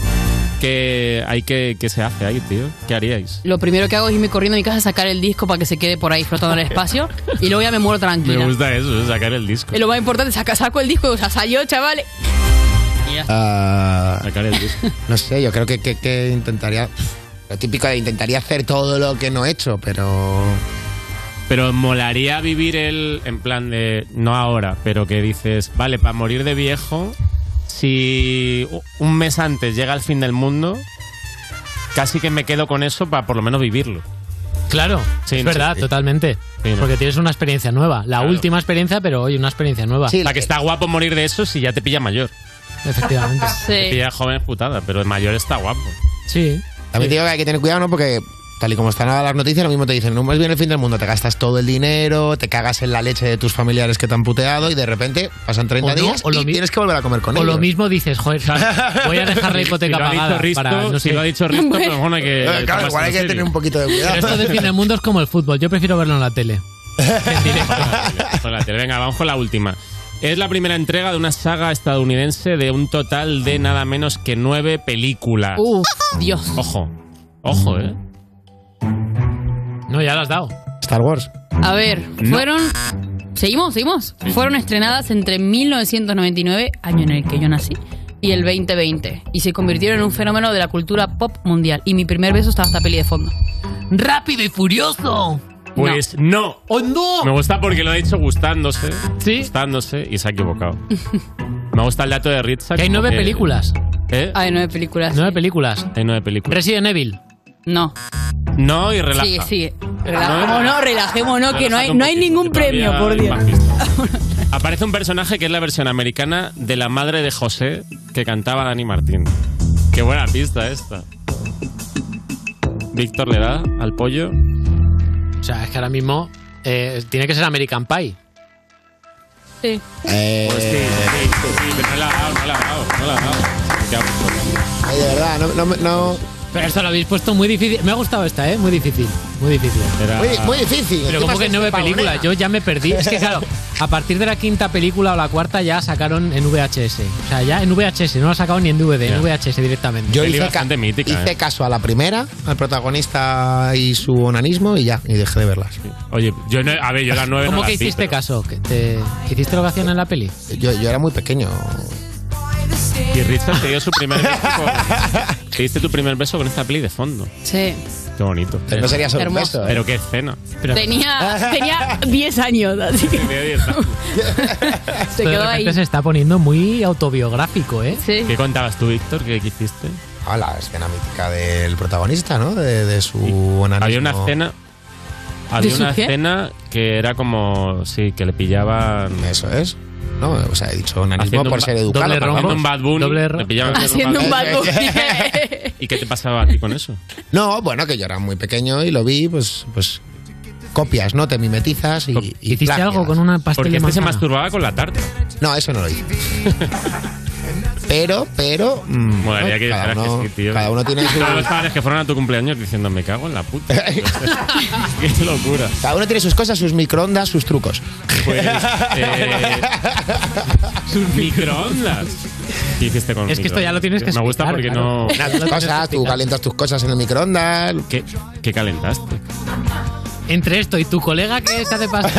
¿Qué, hay que, qué se hace ahí, tío? ¿Qué haríais? Lo primero que hago es irme corriendo a mi casa a sacar el disco para que se quede por ahí flotando en el espacio y luego ya me muero Me tranquila. gusta eso, sacar el disco. Y lo más importante, saca, saco el disco, o sea, salió, chavales. Sacar el disco. Ah, No sé, yo creo que, que- que intentaría. Lo típico de intentaría hacer todo lo que no he hecho, pero. Pero molaría vivir el, en plan de, no ahora, pero que dices, vale, para morir de viejo, si u- un mes antes llega el fin del mundo, casi que me quedo con eso para por lo menos vivirlo. Claro, Sí, es no sé, verdad, sí. totalmente. Sí, no. Porque tienes una experiencia nueva. La Claro. última experiencia, pero hoy una experiencia nueva. O sea, que está guapo morir de eso si ya te pilla mayor. Efectivamente. Te pilla joven es putada, pero el mayor está guapo. Sí. También te digo que hay que tener cuidado, ¿no? Porque tal y como están ahora las noticias, lo mismo te dicen, no más bien el fin del mundo, te gastas todo el dinero, te cagas en la leche de tus familiares que te han puteado y de repente pasan 30 O no, días o lo y mi- tienes que volver a comer con O ellos. lo mismo dices, joder, voy a dejar la hipoteca Si lo ha dicho pagada. Risto, para, no si sé. lo ha dicho Risto, Bueno. pues pero bueno, hay que- Eh, claro, tomárselo igual hay que en serio. tener un poquito de cuidado. Pero esto del fin del mundo es como el fútbol. Yo prefiero verlo en la tele. Con la tele. Venga, vamos con la última. Es la primera entrega de una saga estadounidense de un total de nada menos que nueve películas. Uf, Dios. Ojo, ojo, ¿eh? No, ya lo has dado. Star Wars. A ver, No. fueron. Seguimos, seguimos. Sí. Fueron estrenadas entre 1999, año en el que yo nací, y el 2020. Y se convirtieron en un fenómeno de la cultura pop mundial. Y mi primer beso estaba esta peli de fondo. ¡Rápido y furioso! Pues no. ¡Oh, no! Me gusta porque lo ha dicho gustándose. Sí. Gustándose y se ha equivocado. Me gusta el dato de Ritza. Que hay como nueve que- películas. ¿Eh? Ah, Hay nueve películas. Nueve películas. Hay nueve películas. Resident Evil. No. No, y relaja. Sigue, sigue. No, no. Relajémonos, relajémonos, que no hay, no hay ningún premio, Todavía por hay Dios. más pistas. Aparece un personaje que es la versión americana de la madre de José que cantaba Dani Martín. Qué buena pista esta. Víctor le da al pollo. O sea, es que ahora mismo eh, tiene que ser American Pie. Sí. Eh. Pues sí, sí, sí, pero no la ha dado, no la ha dado, no la ha dado. Qué absurdo. Ay, de verdad, no... no, no- Pero esto lo habéis puesto muy difícil. Me ha gustado esta, ¿eh? Muy difícil. Muy difícil. Muy, muy difícil. Pero Encima como que es nueve pavonera. películas, yo ya me perdí. Es que claro, a partir de la quinta película o la cuarta ya sacaron en VHS. O sea, ya en VHS, no la sacaron ni en DVD, en VHS directamente. Yo hice, ca- ¿eh? hice caso a la primera, al protagonista y su onanismo y ya, y dejé de verlas. Oye, yo no- a ver, yo las nueve ¿Cómo no que las vi, hiciste pero- caso? ¿Que te- ¿Hiciste lo que hacían en la peli? Yo, yo era muy pequeño. Y Richard te dio su primer beso. con- te diste tu primer beso con esta peli de fondo. Sí. Qué bonito. Pero no sería solo un Hermoso. beso, ¿eh? Pero qué escena. Tenía, tenía 10 años, así que se Esto de quedó ahí. repente se está poniendo muy autobiográfico, ¿eh? Sí. ¿Qué contabas tú, Víctor? ¿Qué qué hiciste? Ah, la escena mítica del protagonista, ¿no? De, de su onanismo. Había una escena. Había su una qué? escena que era como. Sí, que le pillaban. Eso es. No, o sea, he dicho onanismo Haciendo por un ser ba- educado. doble por rombo. favor. Haciendo un Bad Bunny. Doble ro- Le pillaban haciendo un Bad Bunny. Eso es. ¿Y qué te pasaba a ti con eso? No, bueno, que yo era muy pequeño y lo vi, pues, pues copias, ¿no? Te mimetizas y. y ¿Hiciste plagias. algo con una pastilla Porque este se manzana? masturbaba con la tarta. No, eso no lo hice. pero, pero. mm, Molaría ¿no? que cada, dijeras uno, que sí, tío. cada uno tiene su- Todos los padres que fueron a tu cumpleaños diciendo, me cago en la puta. qué locura. cada uno tiene sus cosas, sus microondas, sus trucos. Pues, eh, microondas. ¿Qué hiciste con Es que esto ya lo tienes que Me gusta explicar, porque claro. no. Nada, tus cosas, tú calientas tus cosas en el microondas. ¿Qué, qué calentaste? Entre esto y tu colega que se hace pasar.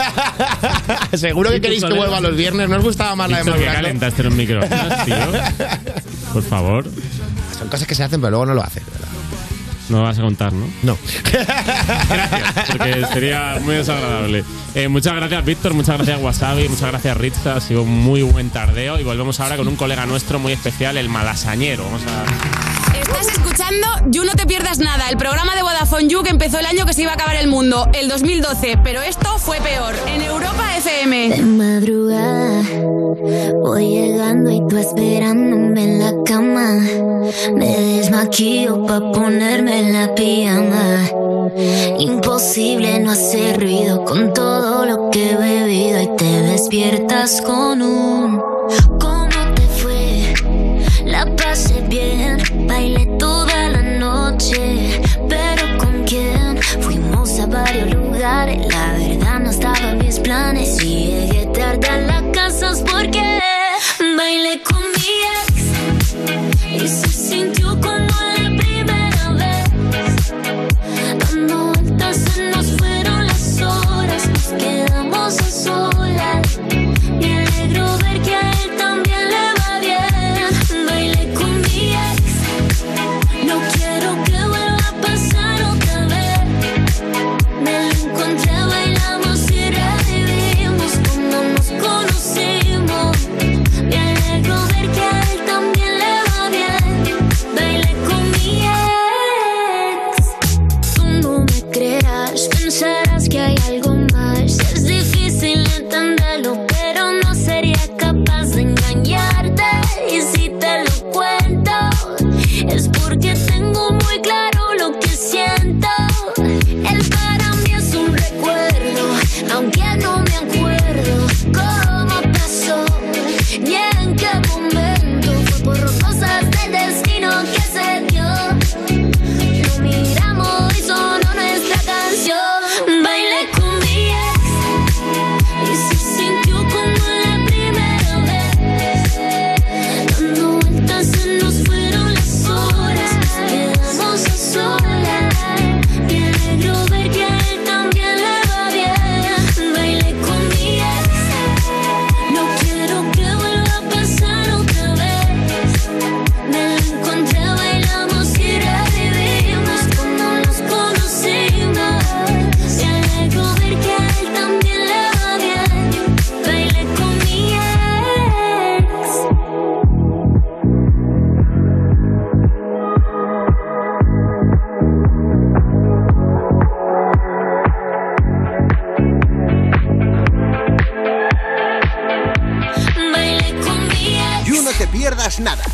Seguro ¿Y que tu queréis que colega? vuelva los viernes. ¿No os gustaba más la de Dicho que Madurando? calentaste en un microondas, tío. Por favor. Son cosas que se hacen, pero luego no lo hacen. No vas a contar, ¿no? No. Gracias, porque sería muy desagradable. Eh, muchas gracias, Víctor. Muchas gracias, Wasabi. Muchas gracias, Ritza. Ha sido un muy buen tardeo. Y volvemos ahora con un colega nuestro muy especial, el malasañero. Vamos a. Estás escuchando You No Te Pierdas Nada, el programa de Vodafone You que empezó el año que se iba a acabar el mundo, el 2012, pero esto fue peor, en Europa FM. De madrugada voy llegando y tú esperándome en la cama. Me desmaquillo pa' ponerme la pijama. Imposible no hacer ruido con todo lo que he bebido y te despiertas con un ¿Cómo te fue? La pasé bien, bailé toda la noche, pero ¿con quién? Fuimos a varios lugares, la verdad no estaba en mis planes y llegué tarde a la casa es porque bailé con mi ex y se sintió como la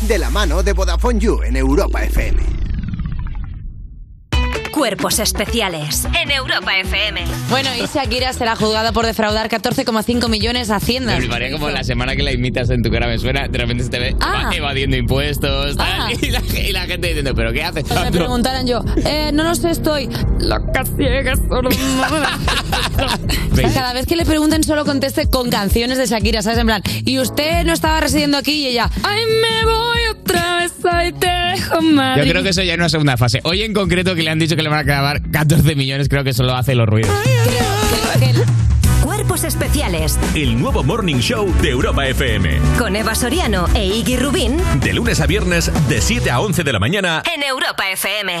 de la mano de Vodafone You en Europa FM. Cuerpos especiales en Europa FM. Bueno, y Shakira será juzgada por defraudar 14,5 millones a Hacienda. Me fliparía como la semana que la imitas en tu cara me suena, de repente se te ve Ah. va evadiendo impuestos tal, Ah. y, la, y la gente diciendo, ¿pero qué haces Me tanto? preguntaran yo, eh, no lo sé, estoy loca ciega, solo O sea, cada vez que le pregunten solo conteste con canciones de Shakira, ¿sabes? En plan, y usted no estaba residiendo aquí y ella, ay, me voy otra vez, ahí te dejo mal. Yo creo que eso ya es una segunda fase. Hoy en concreto que le han dicho que le van a grabar 14 millones, creo que eso lo hace los ruidos. Cuerpos especiales El nuevo Morning Show de Europa FM. con Eva Soriano e Iggy Rubín De lunes a viernes, de 7 a 11 de la mañana. en Europa FM.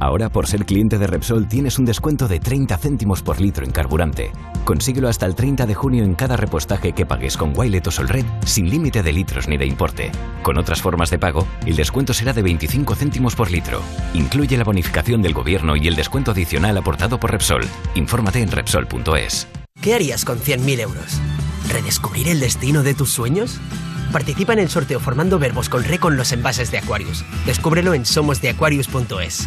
Ahora, por ser cliente de Repsol, tienes un descuento de 30 céntimos por litro en carburante. Consíguelo hasta el 30 de junio en cada repostaje que pagues con Wilet o Solred, sin límite de litros ni de importe. Con otras formas de pago, el descuento será de 25 céntimos por litro. Incluye la bonificación del gobierno y el descuento adicional aportado por Repsol. Infórmate en Repsol.es. ¿Qué harías con 100.000 euros? ¿Redescubrir el destino de tus sueños? Participa en el sorteo formando verbos con re con los envases de Aquarius. Descúbrelo en somosdeaquarius.es.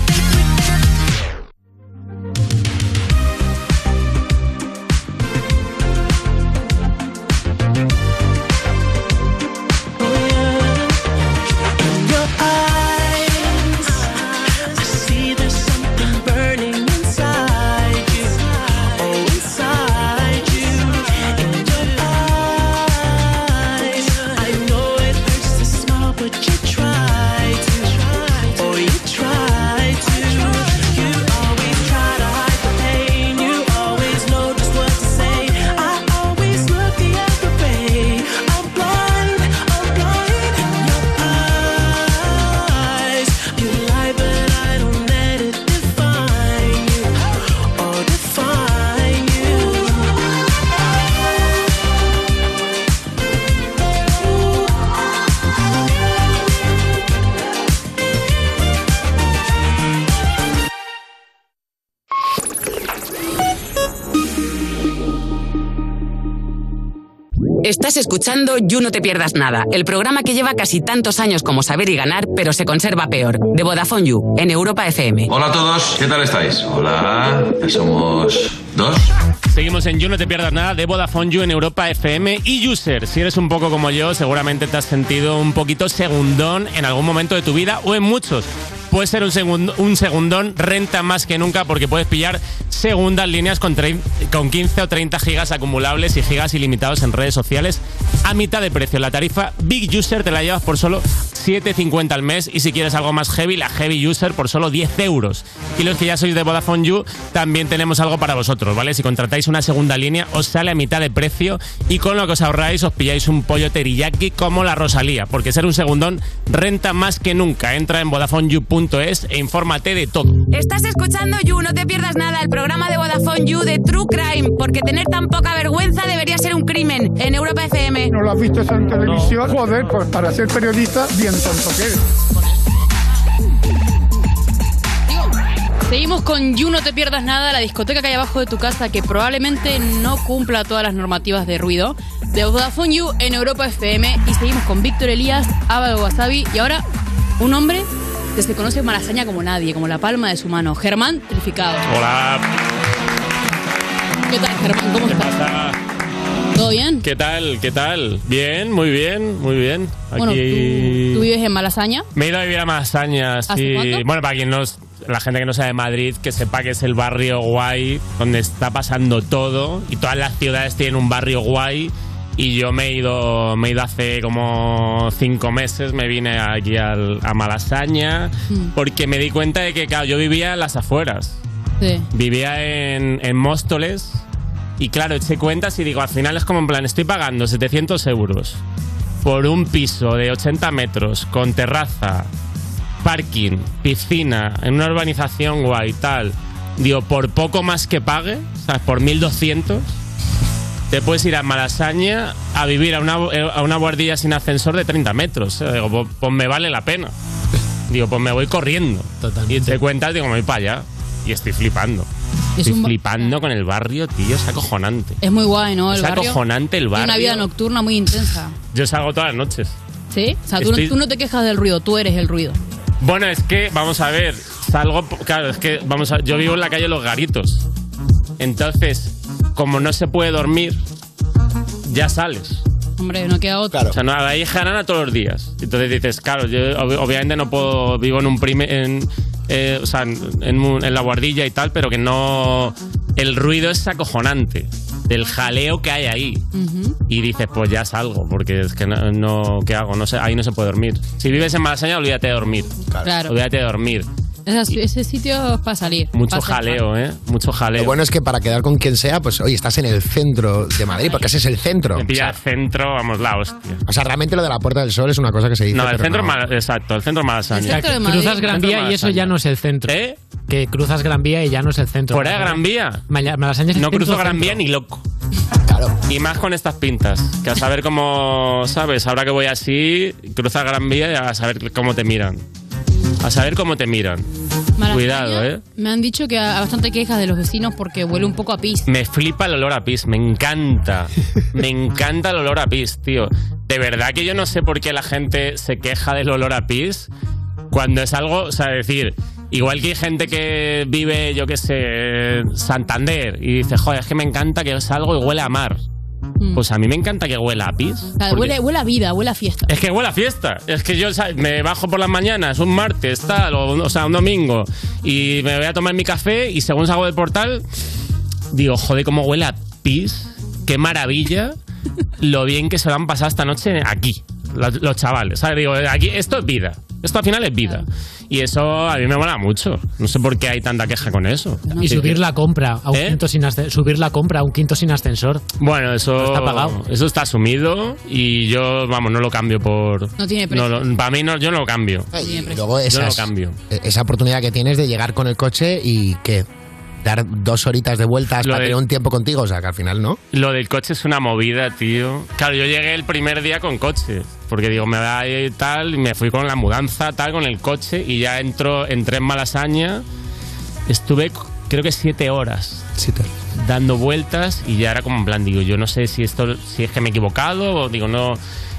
In your eyes, I see there's something burning inside you. Oh, inside you. In your eyes, I know it hurts to smile, but you try to. Oh, you try to. You always try to hide the pain. You always know just what to say. I always look the other way. I'm blind. I'm blind. In your eyes, you lie, but I don't let it define you or define you. Estás escuchando You No Te Pierdas Nada, el programa que lleva casi tantos años como saber y ganar, pero se conserva peor, de Vodafone You, en Europa FM. Hola a todos, ¿qué tal estáis? Hola, somos dos. Seguimos en You, no te pierdas nada de Vodafone You en Europa FM y User. Si eres un poco como yo, seguramente te has sentido un poquito segundón en algún momento de tu vida o en muchos. Puede ser un, segun- un segundón, renta más que nunca porque puedes pillar segundas líneas con, trein- con 15 o 30 gigas acumulables y gigas ilimitados en redes sociales a mitad de precio. La tarifa Big User te la llevas por solo 7,50 al mes y si quieres algo más heavy, la Heavy User por solo 10 euros. Y los que ya sois de Vodafone You, también tenemos algo para vosotros, ¿vale? Si contratáis una segunda línea, os sale a mitad de precio y con lo que os ahorráis os pilláis un pollo teriyaki como la Rosalía, porque ser un segundón renta más que nunca. Entra en VodafoneYou.es e infórmate de todo. Estás escuchando You, no te pierdas nada, el programa de Vodafone You de True Crime, porque tener tan poca vergüenza debería ser un crimen, en Europa FM. ¿No lo has visto en televisión? Joder, pues para ser periodista, bien tonto que eres. Seguimos con You No Te Pierdas Nada, la discoteca que hay abajo de tu casa que probablemente no cumpla todas las normativas de ruido. De Vodafone You en Europa FM y seguimos con Víctor Elías, Ava de Wasabi y ahora un hombre que se conoce malasaña como nadie, como la palma de su mano, Germán Trificado. Hola, ¿Qué tal, Germán? ¿Cómo ¿qué estás? pasa? ¿Todo bien? ¿Qué tal? ¿Qué tal? Bien, muy bien, muy bien. Aquí. Bueno, tú, tú vives en Malasaña. Me he ido a vivir a Mazaña, ¿Hace sí. cuánto? Bueno, para quien no, es- la gente que no sea de Madrid, que sepa que es el barrio guay donde está pasando todo y todas las ciudades tienen un barrio guay. Y yo me he ido, me he ido hace como cinco meses, me vine aquí al- a Malasaña Mm. porque me di cuenta de que, claro, yo vivía en las afueras. Sí. Vivía en, en Móstoles y claro, eché cuentas y digo, al final es como en plan, estoy pagando 700 euros por un piso de 80 metros con terraza parking, piscina, en una urbanización guay, tal. Digo, por poco más que pague, ¿sabes? Por 1200, te puedes ir a Malasaña a vivir a una, eh, a una guardilla sin ascensor de 30 metros. ¿eh? Digo, pues, pues me vale la pena. Digo, pues me voy corriendo. Y te cuentas, digo, me voy para allá. Y estoy flipando. Es Estoy un ba- flipando con el barrio, tío. Es acojonante. Es muy guay, ¿no? El es barrio. acojonante el Tiene barrio. Una vida nocturna muy intensa. Yo salgo todas las noches. ¿Sí? O sea, tú, no- Estoy- tú no te quejas del ruido, tú eres el ruido. Bueno, es que, vamos a ver, salgo, claro, es que, vamos a yo vivo en la calle Los Garitos. Entonces, como no se puede dormir, ya sales. Hombre, no queda otro. O sea, no, ahí jarana todos los días. Entonces dices, claro, yo ob- obviamente no puedo, vivo en un primer, en, eh, o sea, en, en un- en la guardilla y tal, pero que no, el ruido es acojonante, del jaleo que hay ahí. Mm. Ujú. Y dices, pues ya salgo, porque es que no, no- ¿qué hago? No sé, ahí no se puede dormir. Si vives en Malasaña, olvídate de dormir. Claro. Olvídate de dormir. Esas- ese sitio es para salir. Mucho pa' salir. jaleo, ¿eh? Mucho jaleo. Lo bueno es que para quedar con quien sea, pues oye, estás en el centro de Madrid, porque ese es el centro. Me O pilla sea, el centro, vamos, la hostia. o sea, realmente lo de la Puerta del Sol es una cosa que se dice. No, el pero centro, es Mala- exacto, el centro más O sea, que cruzas Gran Vía y eso ya no es el centro. ¿Eh? Que cruzas Gran Vía y ya no es el centro. Fuera de Gran Vía. Mala- Malasaña es el No centro, cruzo Gran centro. Vía ni loco. Y más con estas pintas. Que a saber cómo, ¿sabes? Ahora que voy así, cruza Gran Vía y a saber cómo te miran. A saber cómo te miran. Malasaña. Cuidado, ¿eh? Me han dicho que hay bastante quejas de los vecinos porque huele un poco a pis. Me flipa el olor a pis, me encanta. Me encanta el olor a pis, tío. De verdad que yo no sé por qué la gente se queja del olor a pis cuando es algo, o sea, decir, igual que hay gente que vive, yo qué sé, Santander y dice, joder, es que me encanta que salgo y huele a mar. Pues a mí me encanta que huela a pis. O sea, porque- huele, huele a vida, huele a fiesta. es que huele a fiesta. Es que yo ¿sabes? me bajo por las mañanas, un martes, tal, o, un- o sea, un domingo, y me voy a tomar mi café y según salgo del portal, digo, joder, cómo huele a pis. Qué maravilla lo bien que se lo han pasado esta noche aquí, los, los chavales. ¿sabes? Digo, aquí, esto es vida. Esto al final es vida. Y eso a mí me mola mucho. No sé por qué hay tanta queja con eso. Y Sí, subir que- la compra a un ¿Eh? quinto sin ascensor. Subir la compra a un quinto sin ascensor. Bueno, eso está pagado. Eso está asumido y yo, vamos, no lo cambio por. No tiene precio. para mí no, yo no lo cambio. Y luego yo no lo esas- cambio. e- esa oportunidad que tienes de llegar con el coche y que dar dos horitas de vueltas Lo para de- tener un tiempo contigo, o sea, que al final no. Lo del coche es una movida, tío. Claro, yo llegué el primer día con coche, porque digo, me va a ir tal, y me fui con la mudanza, tal, con el coche, y ya entro, entré en Malasaña. Estuve, c- creo que siete horas. Dando vueltas, y ya era como en plan, digo, yo no sé si esto, si es que me he equivocado, o digo, no.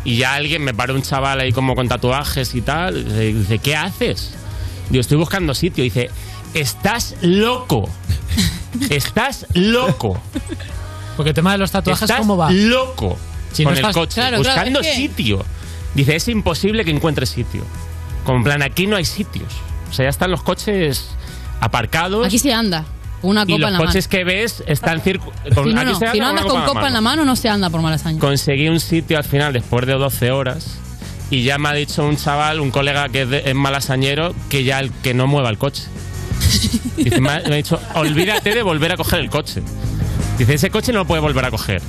Y ya alguien me paró un chaval ahí como con tatuajes y tal, y dice- dice, ¿qué haces? Digo, estoy buscando sitio. Dice, estás loco. Estás loco. Porque el tema de los tatuajes, Estás ¿cómo va? loco Si con no estás- el coche, Claro, claro, buscando es que- sitio. Dice, es imposible que encuentres sitio. Con plan, aquí no hay sitios. O sea, ya están los coches aparcados. Aquí se anda, con una y copa los en la mano. coches que ves están circu- con- Si no, aquí no, se anda si no andas con copa en la mano, no se anda por Malasaña. Conseguí un sitio al final después de 12 horas y ya me ha dicho un chaval, un colega que es, de- es malasañero, que ya el, que no mueva el coche. Dice, me, ha, me ha dicho, olvídate de volver a coger el coche. Dice, ese coche no lo puedes volver a coger.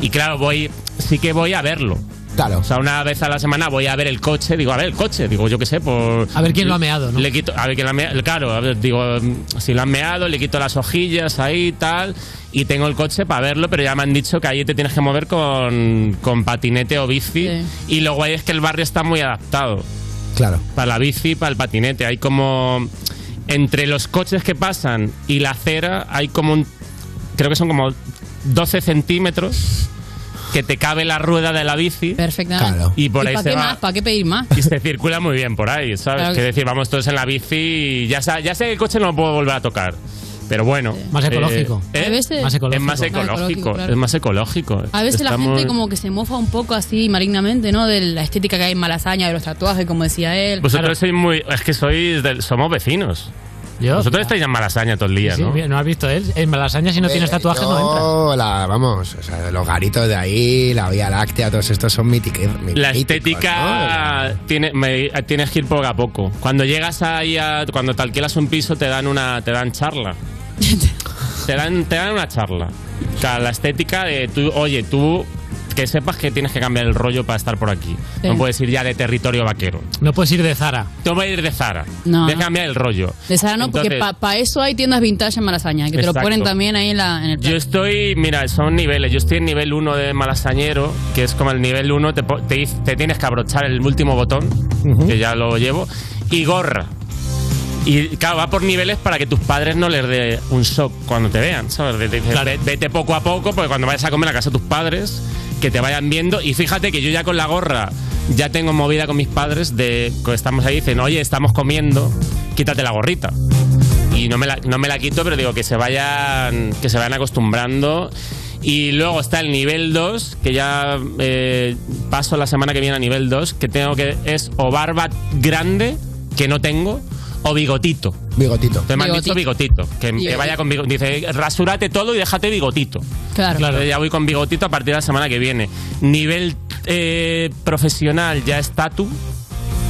Y claro, voy, sí que voy a verlo. Claro. O sea, una vez a la semana voy a ver el coche, digo, a ver el coche, digo, yo qué sé, por. A ver quién lo ha meado, ¿no? Le quito, a ver quién lo ha meado. Claro, a ver, digo, mm, si lo han meado, le quito las hojillas ahí tal. Y tengo el coche para verlo, pero ya me han dicho que ahí te tienes que mover con, con patinete o bici. Y lo guay es que el barrio está muy adaptado. Claro. Para la bici, para el patinete. Hay como. Entre los coches que pasan y la acera, hay como un. Creo que son como 12 centímetros que te cabe la rueda de la bici. Perfectamente. Y por ahí para se qué va. más? ¿Para qué pedir más? Y se circula muy bien por ahí, ¿sabes? Claro. Que decir, vamos todos en la bici y ya, sa- ya sé que el coche no lo puedo volver a tocar. Pero bueno. Más eh, ecológico. ¿eh? A veces- Es más Más ecológico, ecológico. claro. Es más ecológico. A veces la Está gente muy- como que se mofa un poco así malignamente, ¿no? De la estética que hay en Malasaña, de los tatuajes, como decía él. Vosotros sois muy. Es que sois. del- somos vecinos. Vosotros estáis en Malasaña todo el día, Sí, ¿no? mira, ¿no has visto él? En Malasaña, si no tienes tatuajes, no entras. Hola, Eh, vamos. O sea, los garitos de ahí, la Vía Láctea, todos estos son míticos. La estética tiene, me- tienes que ir poco a poco. Cuando llegas ahí, a- cuando te alquilas un piso, te dan una, te dan charla. te, dan, te dan una charla. O sea, la estética de tú, oye, tú, que sepas que tienes que cambiar el rollo para estar por aquí. Sí. No puedes ir ya de territorio vaquero. No puedes ir de Zara. No puedes ir de Zara. No. Tienes que cambiar el rollo. De Zara no, porque Entonces- para eso hay tiendas vintage en Malasaña, que te lo Exacto. ponen también ahí en, la, en el... Yo estoy, mira, son niveles. Yo estoy en nivel 1 de malasañero, que es como el nivel 1, te, po- te, dice- te tienes que abrochar el último botón, que ya lo llevo, y gorra. Y claro, va por niveles para que tus padres no les dé un shock cuando te vean, ¿sabes? Te dicen, "Ve- vete poco a poco, porque cuando vayas a comer a casa de tus padres, que te vayan viendo. Y fíjate que yo ya con la gorra, ya tengo movida con mis padres de que estamos ahí, dicen, oye, estamos comiendo, quítate la gorrita y no me la, no me la quito, pero digo que se vayan, que se vayan acostumbrando. Y luego está el nivel 2, que ya eh, paso la semana que viene a nivel 2, que tengo que es o barba grande, que no tengo, o bigotito. Bigotito. Te me han dicho bigotito, que, que Bigotito. vaya con bigotito. Dice, rasúrate todo y déjate bigotito. Claro. Entonces Ya voy con bigotito a partir de la semana que viene. Nivel eh, profesional ya es tatu.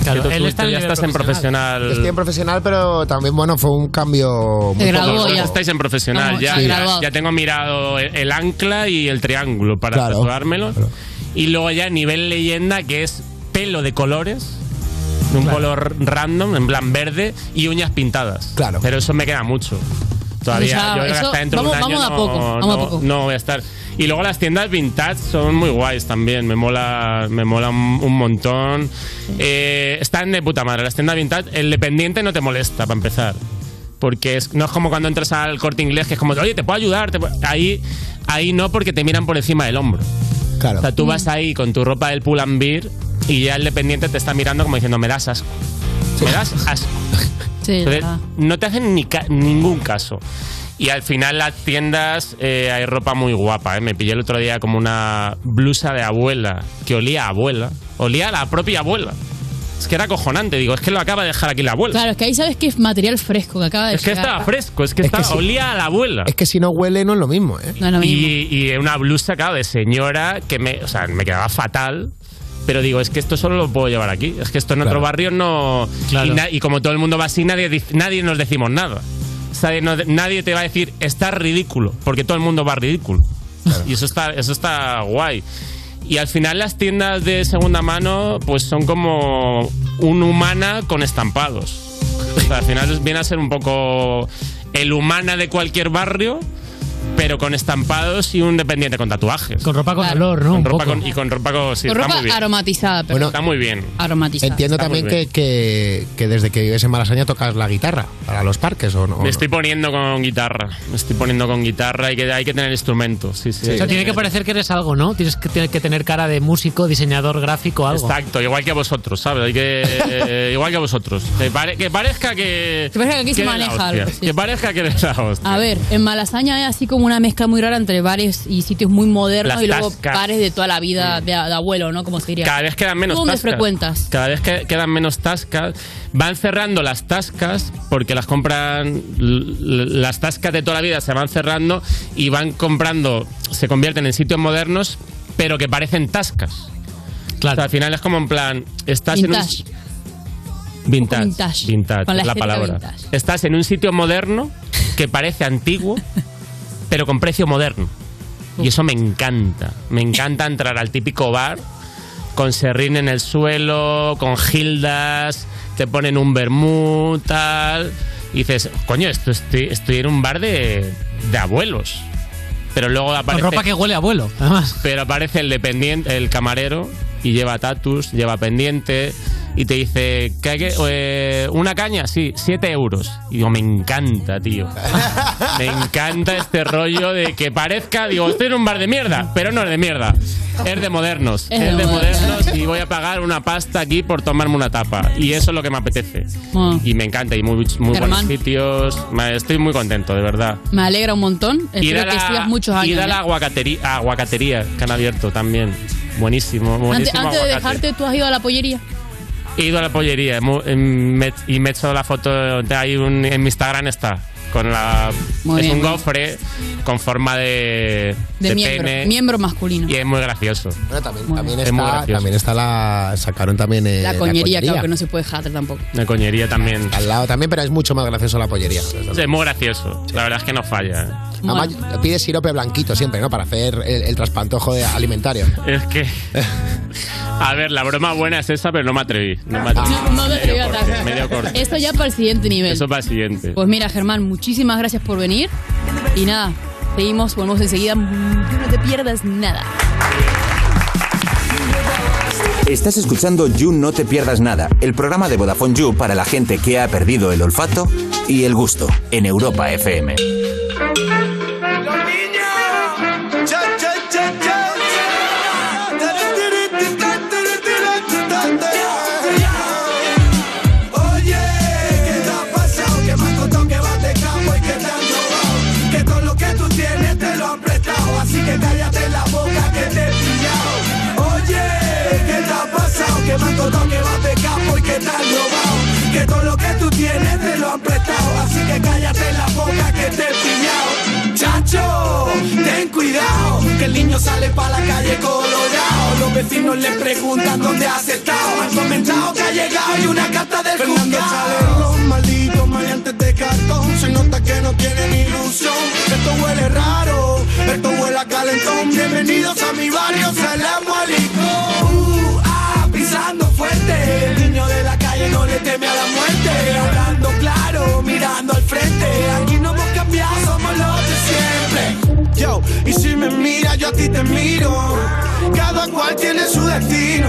Claro, Que tú- él tú está en ya nivel estás en profesional. Estoy en profesional, pero también, bueno, fue un cambio muy poco Vosotros loco. estáis en profesional, No, ya, sí. ya, graduado. ya tengo mirado el, el ancla y el triángulo para tatuármelo. Y luego ya nivel leyenda, que es pelo de colores, de un color random, en plan verde, y uñas pintadas. Claro. Pero eso me queda mucho. Todavía, Pues ya, yo creo que eso- hasta dentro de un vamos- año vamos de a no, poco, vamos a no- poco. no voy a estar. Y luego las tiendas vintage son muy guays también, me mola, me mola un, un montón. Eh, están de puta madre, las tiendas vintage, el dependiente no te molesta para empezar. Porque es- no es como cuando entras al corte inglés, que es como, oye, te puedo ayudar. te puedo-". Ahí, ahí no, porque te miran por encima del hombro. Claro. O sea, tú vas ahí con tu ropa del pull and beer y ya el dependiente te está mirando como diciendo, me das asco. Me das asco. Sí, Entonces, la- no te hacen ni ca- ningún caso. Y al final las tiendas eh, hay ropa muy guapa. ¿eh? Me pillé el otro día como una blusa de abuela que olía a abuela. Olía a la propia abuela. Es que era cojonante. Digo, es que lo acaba de dejar aquí la abuela. Claro, es que ahí sabes que es material fresco que acaba de Es que llegar. estaba fresco, es que, que estaba, sí. olía a la abuela. Es que si no huele, no es lo mismo, ¿eh? No es lo mismo. Y, y una blusa, claro, de señora que me, o sea, me quedaba fatal. Pero digo, es que esto solo lo puedo llevar aquí. Es que esto en otro barrio no. Claro. Y, na- y como todo el mundo va así, nadie, dice- nadie nos decimos nada. O sea, no- nadie te va a decir, estás ridículo, porque todo el mundo va ridículo. Y eso está, eso está guay. Y al final las tiendas de segunda mano pues son como un humana con estampados. O sea, al final viene a ser un poco el humana de cualquier barrio, pero con estampados y un dependiente con tatuajes. Con ropa con olor, ¿no? Con Un ropa poco. con- y con ropa con... sí, Con está ropa muy bien. aromatizada, pero está muy bien. aromatizada. Entiendo Está muy también que, bien. que, que desde que vives en Malasaña tocas la guitarra para los parques, ¿o no? Me estoy poniendo con guitarra. Me estoy poniendo con guitarra y que hay que tener instrumentos. Sí, sí. O sea, tiene que parecer que eres algo, ¿no? Tienes que, tienes que tener cara de músico, diseñador gráfico, algo. Exacto, igual que a vosotros, ¿sabes? Hay que, eh, igual que a vosotros. Que, pare- que parezca que. Que parezca que aquí se eres la maneja hostia. algo, sí, Que parezca que eres la hostia. A ver, en Malasaña hay así como una mezcla muy rara entre bares y sitios muy modernos Las y luego tascas. Mm. bares de toda la vida de, de abuelo, ¿no? Como se diría. Cada vez quedan menos ¿Tú dónde tascas. frecuentas? Cada vez que quedan menos tascas. Van cerrando las tascas porque las compran. l- l- Las tascas de toda la vida se van cerrando y van comprando. Se convierten en sitios modernos, pero que parecen tascas. Claro. al final es como en plan. Estás Vintage. en un. Vintage. Vintage. Vintage, Con la es la estética palabra. vintage. Estás en un sitio moderno que parece antiguo, pero con precio moderno. Y eso me encanta. Me encanta entrar al típico bar con serrín en el suelo, con gildas, te ponen un vermú, tal. Y dices, coño, esto estoy, estoy en un bar de, de abuelos. Pero luego Con aparece. ropa que huele a abuelo, además. Pero aparece el dependiente, el camarero, y lleva tatus, lleva pendiente, y te dice, ¿qué hay que- eh, ¿Una caña? Sí, 7 euros. Y digo, me encanta, tío. Me encanta este rollo de que parezca, digo, estoy en un bar de mierda, pero no es de mierda. Es de modernos. Es Es, de de modernos. modernos y voy a pagar una pasta aquí por tomarme una tapa. Y eso es lo que me apetece. Ah. Y me encanta, y muy, muy buenos Germán. sitios. Me- Estoy muy contento, de verdad. Me alegra un montón. Ir Espero a que la- sigas muchos años. ir a ¿eh? la aguacatería, aguacatería que han abierto también. Buenísimo, Antes, buenísimo antes de aguacate. dejarte, tú has ido a la pollería. He ido a la pollería hemo- em, me- y me he hecho la foto. de- Hay un, en mi Instagram está. con la Muy es bien. un gofre con forma de, De, de miembro. pene Miembro masculino. y es muy gracioso. Bueno, también, Bueno. también Es muy está, gracioso. también está la. Sacaron también. eh, la coñería, claro, coñería. que no se puede dejar tampoco. La coñería también. Al lado también, pero es mucho más gracioso la pollería. Es muy gracioso. La verdad es que no falla. ¿eh? Además, pide sirope blanquito siempre, ¿no? Para hacer el, el traspantojo de alimentario. Es que. A ver, la broma buena es esa, pero no me atreví. No me atreví. No te atreví a Medio atacar. corte, medio corte. Esto ya para el siguiente nivel. Eso para el siguiente. Pues mira, Germán, muchísimas gracias por venir. Y nada, seguimos, volvemos enseguida. Mm, No te pierdas nada. Estás escuchando You No Te Pierdas Nada, el programa de Vodafone You para la gente que ha perdido el olfato y el gusto en Europa FM. Oye, ¿qué te ha pasado? Que me has contado que vas de campo y que te han robado. Que todo lo que tú tienes te lo han prestado. Así que cállate la boca que te he pillado. Oye, ¿qué te ha pasado? Que me has contado que vas de campo y que te han robado. Que todo lo que tú tienes te lo han prestado. Así que cállate la boca que te he pillado. Chacho, ten cuidado, que el niño sale para la calle colorado. Los vecinos le preguntan dónde has estado. Han comentado que ha llegado y una carta del Fernando Chalerón, maldito maleantes de cartón. Se nota que no tienen ilusión. Esto huele raro, esto huele a calentón. Bienvenidos a mi barrio, salamos al licor. Uh, ah, pisando fuerte. El niño de la calle no le teme a la muerte. Hablando claro, mirando al frente. Aquí no hemos cambiado, somos los de siempre. Yo, y si me mira, yo a ti te miro. Cada cual tiene su destino.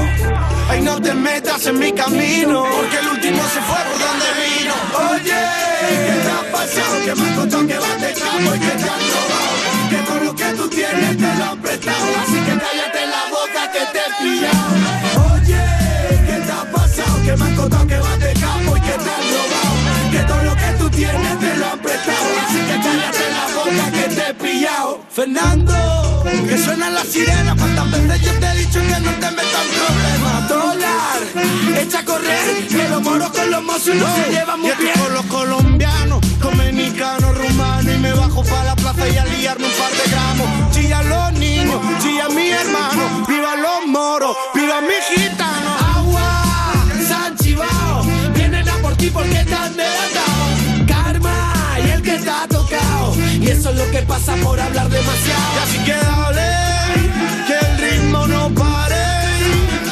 Ay, no te metas en mi camino. Porque el último se fue por donde vino. Oye, ¿qué te ha pasado? Que me has contado que vas de campo y que te han robado. Que todo lo que tú tienes te lo han prestado. Así que cállate la boca que te he pillado. ¿Qué te ha pasado? Que me han contado que vas de campo y que te han robado. Que todo lo que tú tienes te lo han prestado. Así que cállate la boca que te he pillado. Fernando, que suenan las sirenas. ¿Cuántas veces yo te he dicho que no te metas en problemas? Dólar, echa a correr. Que los moros con los mozos no se llevan muy bien. con los colombianos, dominicanos, rumanos. Y me bajo para la plaza y a liarme un par de gramos. Chilla los niños, chilla mi hermano. Viva los moros, viva mi gitano. Agua, Sanchibao, vienen a por ti porque te han delatado. Karma, y el que te ha tocado. Y eso es lo que pasa por hablar demasiado. Y así que dale, que el ritmo no pare.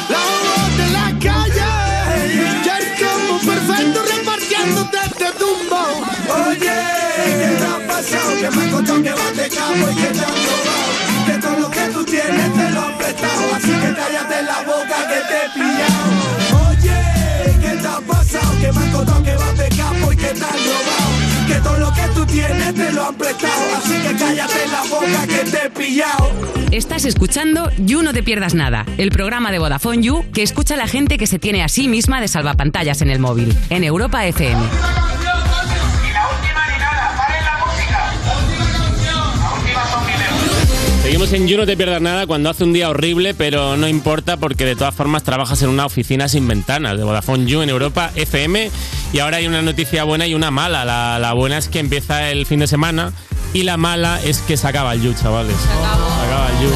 La voz de la calle, ya el combo perfecto repartiéndote este tumbo. Oye, ¿qué te ha pasado? Que me has contado que vas de campo y que te han robado. Que todo lo que tú tienes te lo han prestado. Así que cállate la boca que te he pillado. Oye, ¿qué te ha pasado? Que me has contado que vas de campo y que te han robado. Que todo lo que tú tienes te lo han prestado. Así que cállate la boca que te he pillado. Estás escuchando You No Te Pierdas Nada, el programa de Vodafone You que escucha a la gente que se tiene a sí misma de salvapantallas en el móvil, en Europa FM. Seguimos en You, no te pierdas nada cuando hace un día horrible, pero no importa porque de todas formas trabajas en una oficina sin ventanas de Vodafone You en Europa FM. Y ahora hay una noticia buena y una mala. La, la buena es que empieza el fin de semana y la mala es que se acaba el You, chavales. Se acaba el You.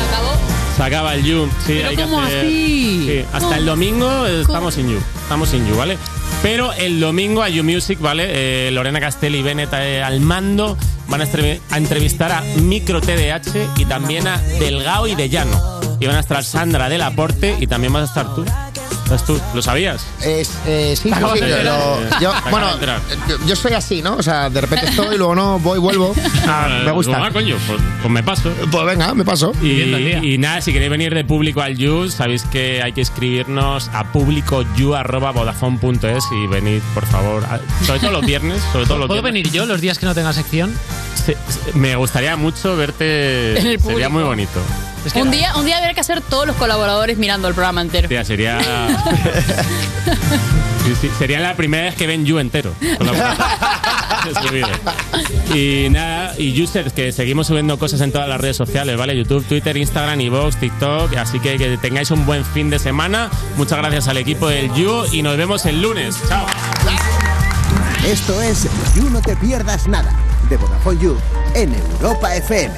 Se acaba el You. Sí, Pero hay que ¿cómo hacer- así? sí, Hasta el ¿Cómo? domingo eh, estamos sin You. Estamos sin You, ¿vale? Pero el domingo a You Music, ¿vale? Eh, Lorena Castelli y Bennett eh, al mando van a, estrevi- a entrevistar a Micro TDH y también a Delgado y De Llano. Y van a estar Sandra del Aporte y también vas a estar tú. ¿Estás tú? ¿Lo sabías? Es, eh, sí, Te acabas sí, de yo- enterar. yo- yo- Te acabas bueno, de enterar. yo, yo soy así, ¿no? O sea, de repente estoy, luego no, voy, vuelvo. me gusta. Ah, coño, pues, pues me paso. Pues venga, me paso. Y, y nada, si queréis venir de público al You, sabéis que hay que escribirnos a publicoyu.vodafone.es y venid, por favor. A- Sobre todo los viernes, sobre todo los ¿Puedo viernes. venir yo los días que no tenga sección? Se- se- me gustaría mucho verte. En el Sería público. muy bonito. un, día, un día habrá que hacer todos los colaboradores mirando el programa entero. Tía, sería. Sí, sí, sería la primera vez que ven You entero. Con la- de su vida. Y nada, y users, que seguimos subiendo cosas en todas las redes sociales, ¿vale? YouTube, Twitter, Instagram, Evox, TikTok. Así que que tengáis un buen fin de semana. Muchas gracias al equipo del You y nos vemos el lunes. Chao. Esto es You No Te Pierdas Nada, de Vodafone You en Europa FM.